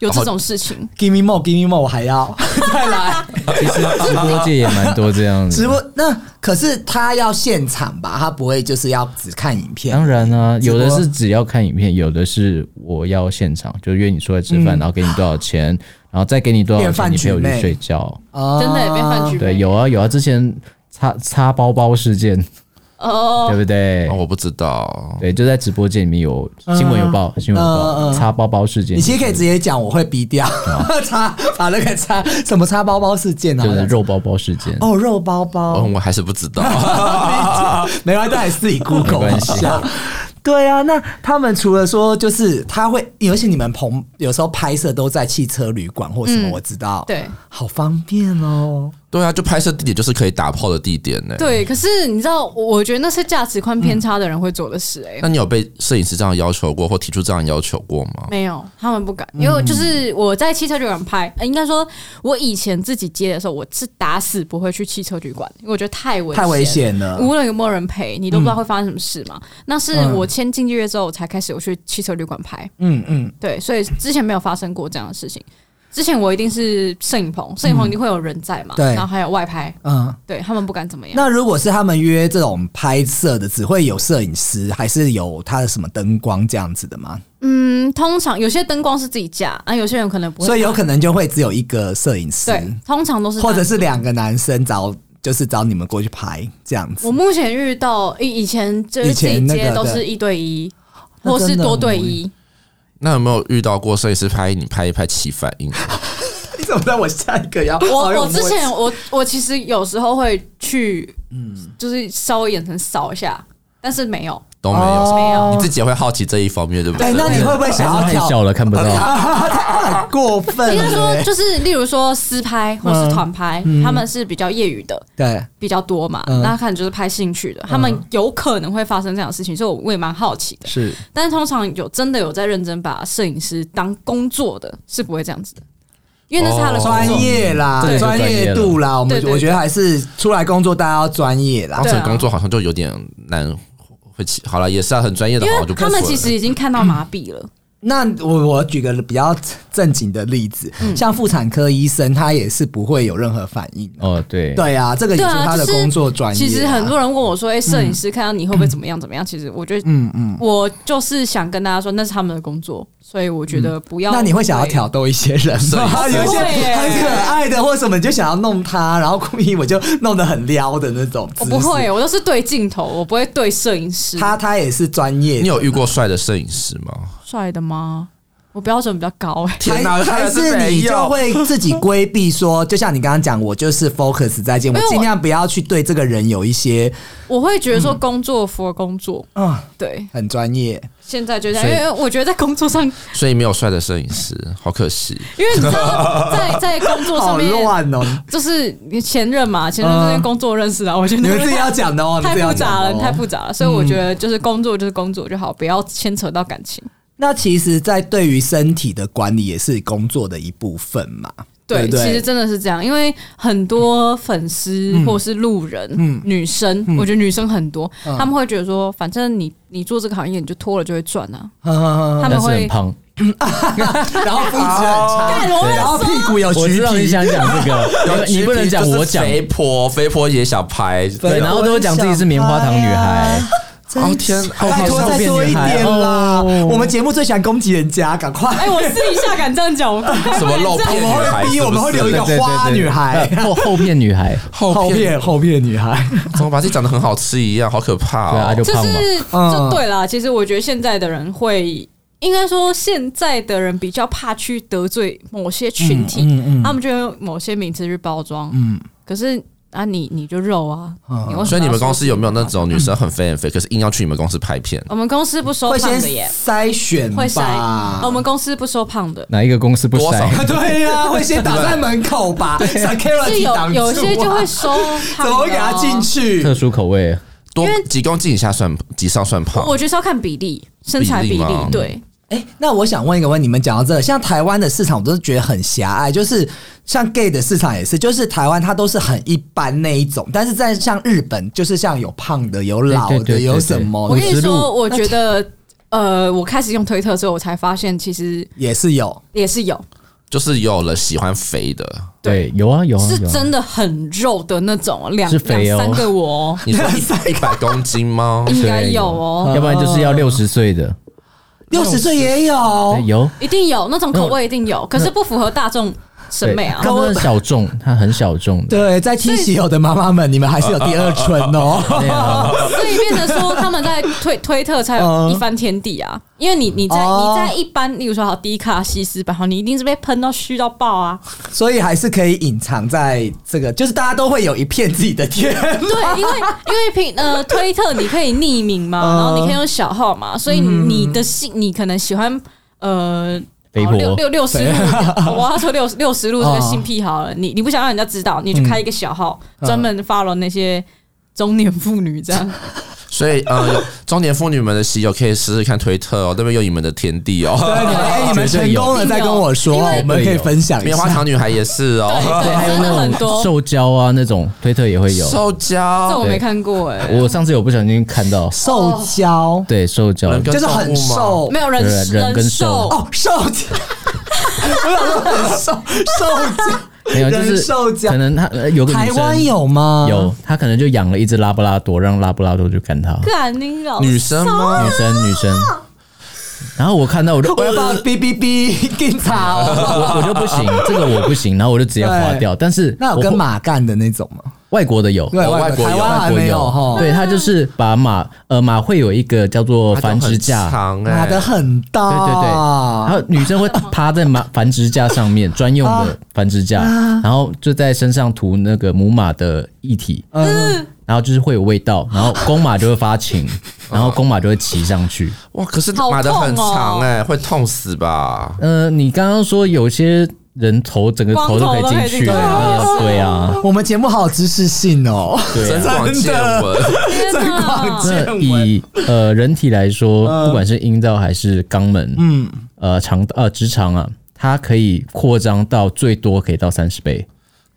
[SPEAKER 4] 有这种事情。
[SPEAKER 2] Give me more, give me more，我还要再来
[SPEAKER 5] 其实直播界也蛮多这样
[SPEAKER 2] 嗯 [LAUGHS]
[SPEAKER 5] 子
[SPEAKER 2] 直。播。那可是他要现场吧？他不会就是要只看影片。
[SPEAKER 5] 当然啊，
[SPEAKER 2] 直播
[SPEAKER 5] 有的是只要看影片，有的是我要现场，就约你出来吃饭，然后给你多少钱，然后再给你多少
[SPEAKER 2] 嗯变饭
[SPEAKER 5] 钱，你陪我
[SPEAKER 2] 局
[SPEAKER 5] 去
[SPEAKER 2] 妹
[SPEAKER 5] 睡觉。
[SPEAKER 2] 哦
[SPEAKER 4] 真的也被饭局妹
[SPEAKER 5] 对，有啊有啊，之前擦擦包包事件，
[SPEAKER 4] 哦
[SPEAKER 5] 对，不对
[SPEAKER 1] 哦，？我不知道，
[SPEAKER 5] 对，就在直播间里面有新闻有报，新闻有
[SPEAKER 2] 嗯嗯
[SPEAKER 5] 报擦包包事件，
[SPEAKER 2] 你其实可以直接讲，我会逼掉， [LAUGHS] 擦把那个擦什么擦包包事件啊，
[SPEAKER 5] 就是哦肉包包事件。
[SPEAKER 2] 哦肉包包
[SPEAKER 1] 哦，，我还是不知道。
[SPEAKER 4] [LAUGHS]
[SPEAKER 2] [LAUGHS] 没关系，还是自己 Google 一
[SPEAKER 5] 哦没
[SPEAKER 2] 下。对啊，那他们除了说，就是他会，尤其你们棚有时候拍摄都在汽车旅馆或什么，
[SPEAKER 4] 嗯
[SPEAKER 2] 我知道，
[SPEAKER 4] 对，
[SPEAKER 2] 好方便哦。
[SPEAKER 1] 对啊，就拍摄地点就是可以打炮的地点欸呢、，
[SPEAKER 4] 对，可是你知道，我我觉得那是价值观
[SPEAKER 2] 嗯
[SPEAKER 4] 偏差的人会做的事、哎、
[SPEAKER 1] 那你有被摄影师这样要求过，或提出这样要求过吗？
[SPEAKER 4] 没有，他们不敢，因为
[SPEAKER 2] 嗯
[SPEAKER 4] 就是我在汽车旅馆拍，呃应该说，我以前自己接的时候，我是打死不会去汽车旅馆，因为我觉得太危
[SPEAKER 2] 太危险了嗯
[SPEAKER 4] 无论有没有人陪，你都不知道会发生什么事嘛。那是我签经纪约之后，我才开始我去汽车旅馆拍，
[SPEAKER 2] 嗯嗯，
[SPEAKER 4] 对，所以之前没有发生过这样的事情。之前我一定是摄影棚，摄影棚一定会有人在嘛，
[SPEAKER 2] 嗯对
[SPEAKER 4] 然后还有外拍，
[SPEAKER 2] 嗯，
[SPEAKER 4] 对他们不敢怎么样。
[SPEAKER 2] 那如果是他们约这种拍摄的，只会有摄影师，还是有他的什么灯光这样子的吗？
[SPEAKER 4] 嗯，通常有些灯光是自己架，啊，有些人可能不会，
[SPEAKER 2] 所以有可能就会只有一个摄影师，
[SPEAKER 4] 对，通常都是
[SPEAKER 2] 或者
[SPEAKER 4] 单
[SPEAKER 2] 是两个男生找，就是找你们过去拍这样子
[SPEAKER 4] 我。目前遇到以以前就是
[SPEAKER 2] 以
[SPEAKER 4] 自
[SPEAKER 2] 前
[SPEAKER 4] 己
[SPEAKER 2] 那
[SPEAKER 4] 接
[SPEAKER 2] 个
[SPEAKER 4] 都
[SPEAKER 2] 对
[SPEAKER 4] 是一对一，
[SPEAKER 2] 那
[SPEAKER 4] 或是
[SPEAKER 2] 真的
[SPEAKER 4] 多
[SPEAKER 2] 很
[SPEAKER 4] 对
[SPEAKER 2] 无
[SPEAKER 4] 一，
[SPEAKER 1] 那有没有遇到过摄影师拍你拍一拍起反应？
[SPEAKER 2] 你怎么知道我下一个要？好有
[SPEAKER 4] [LAUGHS] 我我
[SPEAKER 2] 默契
[SPEAKER 4] 之前我我其实有时候会去，
[SPEAKER 2] 嗯
[SPEAKER 4] 就是稍微眼神扫一下，但是没有，
[SPEAKER 1] 都没有，
[SPEAKER 2] 哦没有
[SPEAKER 1] 你自己也会好奇这一方面，对不对？
[SPEAKER 2] 哎、那你会不会想要
[SPEAKER 5] 还是
[SPEAKER 2] 跳
[SPEAKER 5] 太？小了，看
[SPEAKER 2] [LAUGHS]
[SPEAKER 5] 不到。
[SPEAKER 2] 很过分
[SPEAKER 4] 应
[SPEAKER 2] 了
[SPEAKER 4] 该说
[SPEAKER 2] 耶，
[SPEAKER 4] 就是例如说私拍或
[SPEAKER 2] 嗯
[SPEAKER 4] 是团拍，他们是比较业余的。
[SPEAKER 2] 对，
[SPEAKER 4] 比较多嘛，
[SPEAKER 2] 嗯
[SPEAKER 4] 那可能就是拍兴趣的，他们有可能会发生这样的事情，所以我也蛮好奇的。
[SPEAKER 2] 是
[SPEAKER 4] 但是通常有真的有在认真把摄影师当工作的，是不会这样子的，因为那是他的工作
[SPEAKER 2] 专业啦
[SPEAKER 5] 这个，就
[SPEAKER 2] 专
[SPEAKER 5] 专业
[SPEAKER 2] 业
[SPEAKER 5] 了
[SPEAKER 2] 度啦，我们
[SPEAKER 4] 对对对
[SPEAKER 2] 我觉得还是出来工作，大家要专业啦
[SPEAKER 1] 当。
[SPEAKER 4] 对
[SPEAKER 1] 成
[SPEAKER 4] 啊
[SPEAKER 1] 工作好像就有点难。会起好了，也是啊很专业的，
[SPEAKER 4] 因
[SPEAKER 1] 好我
[SPEAKER 4] 为
[SPEAKER 1] 就不
[SPEAKER 4] 他们
[SPEAKER 1] 说
[SPEAKER 4] 其
[SPEAKER 1] 了
[SPEAKER 4] 实已经看到麻痹了。
[SPEAKER 2] 那我我举个比较正经的例子，
[SPEAKER 4] 嗯
[SPEAKER 2] 像妇产科医生，他也是不会有任何反应。
[SPEAKER 5] 哦，对，
[SPEAKER 2] 对啊，这个也
[SPEAKER 4] 对
[SPEAKER 2] 是
[SPEAKER 4] 啊，
[SPEAKER 2] 他的
[SPEAKER 4] 就是
[SPEAKER 2] 工作专业啊。
[SPEAKER 4] 其实很多人问我说：“哎、摄影师看到你会不会怎么样怎么样？”其实我觉得，嗯嗯，我就是想跟大家说，那是他们的工作，所以我觉得不要。
[SPEAKER 2] 那你会想要？挑逗一些人
[SPEAKER 1] 摄
[SPEAKER 2] 吗？
[SPEAKER 4] [LAUGHS]
[SPEAKER 1] 影师
[SPEAKER 2] 有一些
[SPEAKER 4] 不会耶
[SPEAKER 2] 很可爱的或什么，你就想要弄他，然后故意我就弄得很撩的那种。
[SPEAKER 4] 我不。会，我都是对镜头，我不会对摄影师。
[SPEAKER 2] 他他也是专业的
[SPEAKER 1] 你，有遇过帅的摄影师吗？
[SPEAKER 4] 帅的吗？我标准比较高哎、
[SPEAKER 1] 天哪，
[SPEAKER 2] 还
[SPEAKER 1] 当
[SPEAKER 2] 还
[SPEAKER 1] 然
[SPEAKER 2] 是
[SPEAKER 1] 没
[SPEAKER 2] 你就
[SPEAKER 1] 有
[SPEAKER 2] 会自己规避说，就像你刚刚讲，我就是 focus 在见，我
[SPEAKER 4] 因为我
[SPEAKER 2] 尽量不要去对这个人有一些
[SPEAKER 4] 我会觉得说工作 for 工作，
[SPEAKER 2] 啊，
[SPEAKER 4] 对，
[SPEAKER 2] 很专业。
[SPEAKER 4] 现在就这样，
[SPEAKER 1] 所以
[SPEAKER 4] 因为我觉得在工作上，
[SPEAKER 1] 所以没有帅的摄影师，好可惜。
[SPEAKER 4] 因为你知道，在在工作上
[SPEAKER 2] 好
[SPEAKER 4] 面，
[SPEAKER 2] 乱哦！
[SPEAKER 4] 就是你前任嘛，前任就是工作认识啊的，我觉得
[SPEAKER 2] 嗯你们自己要讲的哦，你们
[SPEAKER 4] [LAUGHS] 太
[SPEAKER 2] 自己要
[SPEAKER 4] 复杂
[SPEAKER 2] 讲的
[SPEAKER 4] 了，
[SPEAKER 2] 哦
[SPEAKER 4] 太复杂了。所以我觉得就是工作就是工作就好，不要牵扯到感情。
[SPEAKER 2] 那其实，在对于身体的管理也是工作的一部分嘛。
[SPEAKER 4] [LAUGHS]
[SPEAKER 2] 对
[SPEAKER 4] 对，
[SPEAKER 2] 不对，嗯
[SPEAKER 4] 其实真的是这样，因为很多粉丝或是路人、女生，我觉得女生很多，
[SPEAKER 2] 嗯
[SPEAKER 4] 他们会觉得说，反正你你做这个行业，你就脱了就会赚
[SPEAKER 2] [LAUGHS]
[SPEAKER 4] 啊。他
[SPEAKER 5] 但
[SPEAKER 4] 们
[SPEAKER 5] 是很
[SPEAKER 4] 会，
[SPEAKER 5] 胖。
[SPEAKER 2] 然后肤质很差，
[SPEAKER 4] 干我
[SPEAKER 2] 然后屁股有
[SPEAKER 5] 我
[SPEAKER 2] 橘
[SPEAKER 5] 知道你
[SPEAKER 2] 皮，
[SPEAKER 5] 想讲这个，你不能讲
[SPEAKER 1] 就是
[SPEAKER 5] 我讲。
[SPEAKER 1] 肥婆，肥婆也想拍。
[SPEAKER 5] 对，然后都讲自己是棉花糖女孩，
[SPEAKER 1] 哦天，
[SPEAKER 2] 拜托再多一点啦！
[SPEAKER 5] 哦
[SPEAKER 2] 我们节目最喜欢攻击人家，赶快！
[SPEAKER 4] 哎，我私底下敢这样讲，我
[SPEAKER 1] 什么露片
[SPEAKER 2] 我
[SPEAKER 1] 女
[SPEAKER 2] 们
[SPEAKER 1] 孩是不
[SPEAKER 2] 会逼，
[SPEAKER 1] 是，
[SPEAKER 2] 我们会留一个
[SPEAKER 5] 对对对
[SPEAKER 2] 花女孩，
[SPEAKER 5] 呃 [LAUGHS] 后后片女孩，
[SPEAKER 1] 后片，
[SPEAKER 2] 后片女孩。
[SPEAKER 1] 怎么把自己长得很好吃一样，好可怕
[SPEAKER 5] 对啊，
[SPEAKER 1] 哦
[SPEAKER 5] 就！
[SPEAKER 4] 就
[SPEAKER 5] 胖嘛。
[SPEAKER 4] 是
[SPEAKER 2] 嗯
[SPEAKER 4] 就对啦。其实我觉得现在的人会，应该说现在的人比较怕去得罪某些群体，
[SPEAKER 2] 嗯
[SPEAKER 4] 他们就用某些名词去包装。嗯，可是啊你，你就肉啊，你为什么
[SPEAKER 1] 所以你们公司有没有那
[SPEAKER 4] 要说
[SPEAKER 1] 种女生很肥很肥，可是硬要去你们公司拍片？
[SPEAKER 4] 我们公司不收
[SPEAKER 2] 会
[SPEAKER 4] 胖
[SPEAKER 2] 先
[SPEAKER 4] 的耶，
[SPEAKER 2] 筛选
[SPEAKER 4] 会筛。我
[SPEAKER 2] 吧。
[SPEAKER 4] 们公司不收胖的，
[SPEAKER 5] 哪一个公司不
[SPEAKER 1] 多少
[SPEAKER 5] 塞？
[SPEAKER 2] 对呀、啊，会先挡在门口吧
[SPEAKER 4] 是
[SPEAKER 2] ，security
[SPEAKER 4] 有
[SPEAKER 2] 挡住、啊。
[SPEAKER 4] 有些就会收
[SPEAKER 2] 怎
[SPEAKER 4] 胖的、
[SPEAKER 2] 么会给他进？去
[SPEAKER 5] 特？殊口味，
[SPEAKER 1] 多
[SPEAKER 4] 因为
[SPEAKER 1] 几公斤以下算几上算胖？
[SPEAKER 4] 我觉得是要看比例，身材比
[SPEAKER 1] 比例
[SPEAKER 4] 例
[SPEAKER 1] 吗。
[SPEAKER 4] 对，
[SPEAKER 2] 哎、那我想问一个问题，你们讲到这像台湾的市场，我都是觉得很狭隘，就是像 gay 的市场也是，就是台湾它都是很一般那一种，但是在像日本，就是像有胖的、有老
[SPEAKER 5] 对对对
[SPEAKER 2] 的、
[SPEAKER 5] 对
[SPEAKER 2] 哦有什么
[SPEAKER 4] 我跟你
[SPEAKER 5] 五十
[SPEAKER 4] 说，
[SPEAKER 5] 路
[SPEAKER 4] 我觉
[SPEAKER 2] [LAUGHS]
[SPEAKER 4] 得，呃，我开始用推特之后，我才发现其实
[SPEAKER 2] 也是有。
[SPEAKER 4] 也是有，
[SPEAKER 1] 就是有了喜欢肥的，
[SPEAKER 5] 对，有啊有啊，
[SPEAKER 4] 是
[SPEAKER 5] 有啊
[SPEAKER 4] 真的很肉的那种，两
[SPEAKER 5] 是肥
[SPEAKER 4] 两
[SPEAKER 5] 哦
[SPEAKER 4] 三个我
[SPEAKER 5] [LAUGHS]
[SPEAKER 4] 哦，
[SPEAKER 1] 你
[SPEAKER 4] [LAUGHS]
[SPEAKER 1] 说一一百公斤吗？
[SPEAKER 4] 应该有
[SPEAKER 5] 对
[SPEAKER 4] 哦， [LAUGHS]
[SPEAKER 5] 要不然就是要六十岁的，
[SPEAKER 2] 六十岁也有
[SPEAKER 5] 对，有
[SPEAKER 2] 哦
[SPEAKER 4] 一定有那种口味，一定有，可是不符合大众审美啊
[SPEAKER 5] 对。他们很小众，他很小众的。
[SPEAKER 2] 对，在听喜友的妈妈们，你们还是有第二春哦。
[SPEAKER 4] [LAUGHS]
[SPEAKER 5] 对啊，哦
[SPEAKER 4] 所以变成说，他们在推推特才有一番天地啊！因为你你在
[SPEAKER 2] 哦
[SPEAKER 4] 你在一般，例如说好低卡西斯版，好，你一定是被喷到虚到爆啊！
[SPEAKER 2] [LAUGHS] 所以还是可以隐藏在这个，就是大家都会有一片自己的天。
[SPEAKER 4] 对，因为因为平呃推特你可以匿名
[SPEAKER 5] 嗯
[SPEAKER 4] 嘛，然后你可以用小号嘛，所以你的姓你可能喜欢呃。
[SPEAKER 5] 肥
[SPEAKER 4] 好
[SPEAKER 5] 婆
[SPEAKER 4] 六六六十路，我要说六六十
[SPEAKER 5] 啊
[SPEAKER 4] 路这个性癖好了，你你不想让人家知道，你就开一个小号，
[SPEAKER 5] 嗯
[SPEAKER 4] 专门 follow 那些中年妇女这
[SPEAKER 5] [LAUGHS]
[SPEAKER 4] 样。
[SPEAKER 1] 所以呃，有中年妇女们的喜友可以试试看推特哦，那边有你们的天地哦。
[SPEAKER 2] 对，你们哎，你们成功了再跟我说，
[SPEAKER 4] 因为
[SPEAKER 2] 我们可以分享一
[SPEAKER 1] [LAUGHS] 棉花
[SPEAKER 2] 下。
[SPEAKER 1] 糖女孩也是哦，
[SPEAKER 4] 对，
[SPEAKER 5] 还有
[SPEAKER 4] 真的
[SPEAKER 5] 那
[SPEAKER 4] 很
[SPEAKER 5] 种 [LAUGHS]
[SPEAKER 4] 多，
[SPEAKER 5] 受教啊，那种推特
[SPEAKER 1] [LAUGHS]
[SPEAKER 5] 也会有。
[SPEAKER 1] 受
[SPEAKER 4] 这
[SPEAKER 1] 教
[SPEAKER 4] 我没看过哎、
[SPEAKER 5] 我上次有不哦小心看到，
[SPEAKER 2] 受教，
[SPEAKER 5] 对受教，
[SPEAKER 1] 人跟
[SPEAKER 2] 就是
[SPEAKER 1] 动
[SPEAKER 2] 很
[SPEAKER 1] 物嘛
[SPEAKER 2] 瘦
[SPEAKER 4] 没有人
[SPEAKER 5] 人人跟
[SPEAKER 4] 兽
[SPEAKER 5] 兽
[SPEAKER 2] 哦，受教。 [LAUGHS] 我想说很受受教，
[SPEAKER 5] 没有就
[SPEAKER 2] 人
[SPEAKER 5] 是
[SPEAKER 2] 受教
[SPEAKER 5] 可。能他呃有个女
[SPEAKER 2] 台
[SPEAKER 5] 生
[SPEAKER 2] 湾有吗？
[SPEAKER 5] 有，他可能就养了一只拉布拉多，让拉布拉多去看他。
[SPEAKER 4] 干你老
[SPEAKER 1] 女生吗
[SPEAKER 5] 女？生女生，然后我看到我就
[SPEAKER 2] 我要
[SPEAKER 5] 呃 [LAUGHS]
[SPEAKER 2] 帮哔哔哔 [LAUGHS] 更吵。
[SPEAKER 5] 我我就不行，这个我不行，然后我就直接划掉。但是
[SPEAKER 2] 那有
[SPEAKER 5] 我
[SPEAKER 2] 跟
[SPEAKER 5] 会
[SPEAKER 2] 马干的那种吗？
[SPEAKER 5] 外国的有，
[SPEAKER 2] 对，
[SPEAKER 1] 哦
[SPEAKER 2] 外
[SPEAKER 1] 外国有
[SPEAKER 2] 台湾还没有哈。
[SPEAKER 5] 对他就是把马呃马会有一个叫做
[SPEAKER 1] 它都
[SPEAKER 5] 繁
[SPEAKER 1] 很
[SPEAKER 5] 殖架，
[SPEAKER 1] 长
[SPEAKER 2] 马
[SPEAKER 1] 哎，
[SPEAKER 2] 的很大，
[SPEAKER 5] 对对对，
[SPEAKER 2] 啊
[SPEAKER 5] 然后女生会趴在马繁殖架上面专用
[SPEAKER 2] 啊
[SPEAKER 5] 的繁殖架，然后就在身上涂那个母马的液体，
[SPEAKER 2] 嗯，
[SPEAKER 5] 然后就是会有味道，然后公马就会发情，然后公马就会骑上去。
[SPEAKER 1] 哇，可是
[SPEAKER 4] 好
[SPEAKER 1] 马的很
[SPEAKER 4] 痛哦
[SPEAKER 1] 长哎，会痛死吧？
[SPEAKER 5] 呃，你刚刚说有些人头整个头都可以进去，
[SPEAKER 4] 光头
[SPEAKER 5] 对啊，
[SPEAKER 2] 我们节目好有知识性哦，
[SPEAKER 5] 对
[SPEAKER 1] 增
[SPEAKER 5] 啊。
[SPEAKER 1] 广见闻，
[SPEAKER 4] 天
[SPEAKER 2] 真 [LAUGHS]
[SPEAKER 4] 哪
[SPEAKER 2] 广！
[SPEAKER 5] 那以呃人体来
[SPEAKER 2] [LAUGHS] 嗯
[SPEAKER 5] 说，不管是阴道还是肛门，嗯，呃肠呃直肠啊，它可以扩张到最多可以到三十倍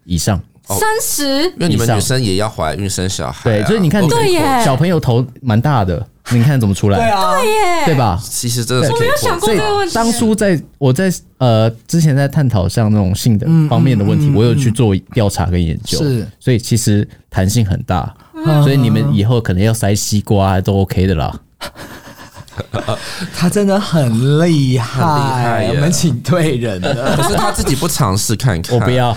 [SPEAKER 5] 以上。
[SPEAKER 4] 三十
[SPEAKER 1] 因为你们
[SPEAKER 5] 以上
[SPEAKER 1] 女生也要怀孕生小孩啊，
[SPEAKER 5] 对，所以你看，
[SPEAKER 1] 我
[SPEAKER 4] 对耶
[SPEAKER 5] 小朋友头蛮大的，你看怎么出来？
[SPEAKER 2] 对，啊，
[SPEAKER 4] 耶，
[SPEAKER 5] 对？吧？
[SPEAKER 1] 其实真的是
[SPEAKER 4] 我
[SPEAKER 1] 可
[SPEAKER 4] 没
[SPEAKER 1] 以
[SPEAKER 4] 有
[SPEAKER 1] 做
[SPEAKER 4] 想过
[SPEAKER 5] 所
[SPEAKER 4] 这
[SPEAKER 5] 以
[SPEAKER 4] 个问题。
[SPEAKER 5] 当初在我在呃之前在探讨像那种性的
[SPEAKER 2] 嗯
[SPEAKER 5] 方面的问题，我有去做调查跟研究，
[SPEAKER 2] 是，嗯
[SPEAKER 5] 所以其实弹性很大，
[SPEAKER 4] 嗯
[SPEAKER 5] 所以你们以后可能要塞西瓜都 OK 的啦。
[SPEAKER 2] 他真的很厉害，
[SPEAKER 1] 很厉害耶
[SPEAKER 2] 我们请对人
[SPEAKER 1] [LAUGHS]
[SPEAKER 2] 了。
[SPEAKER 1] 可是他自己不尝试看看，
[SPEAKER 5] 我
[SPEAKER 2] [LAUGHS]
[SPEAKER 5] 不要，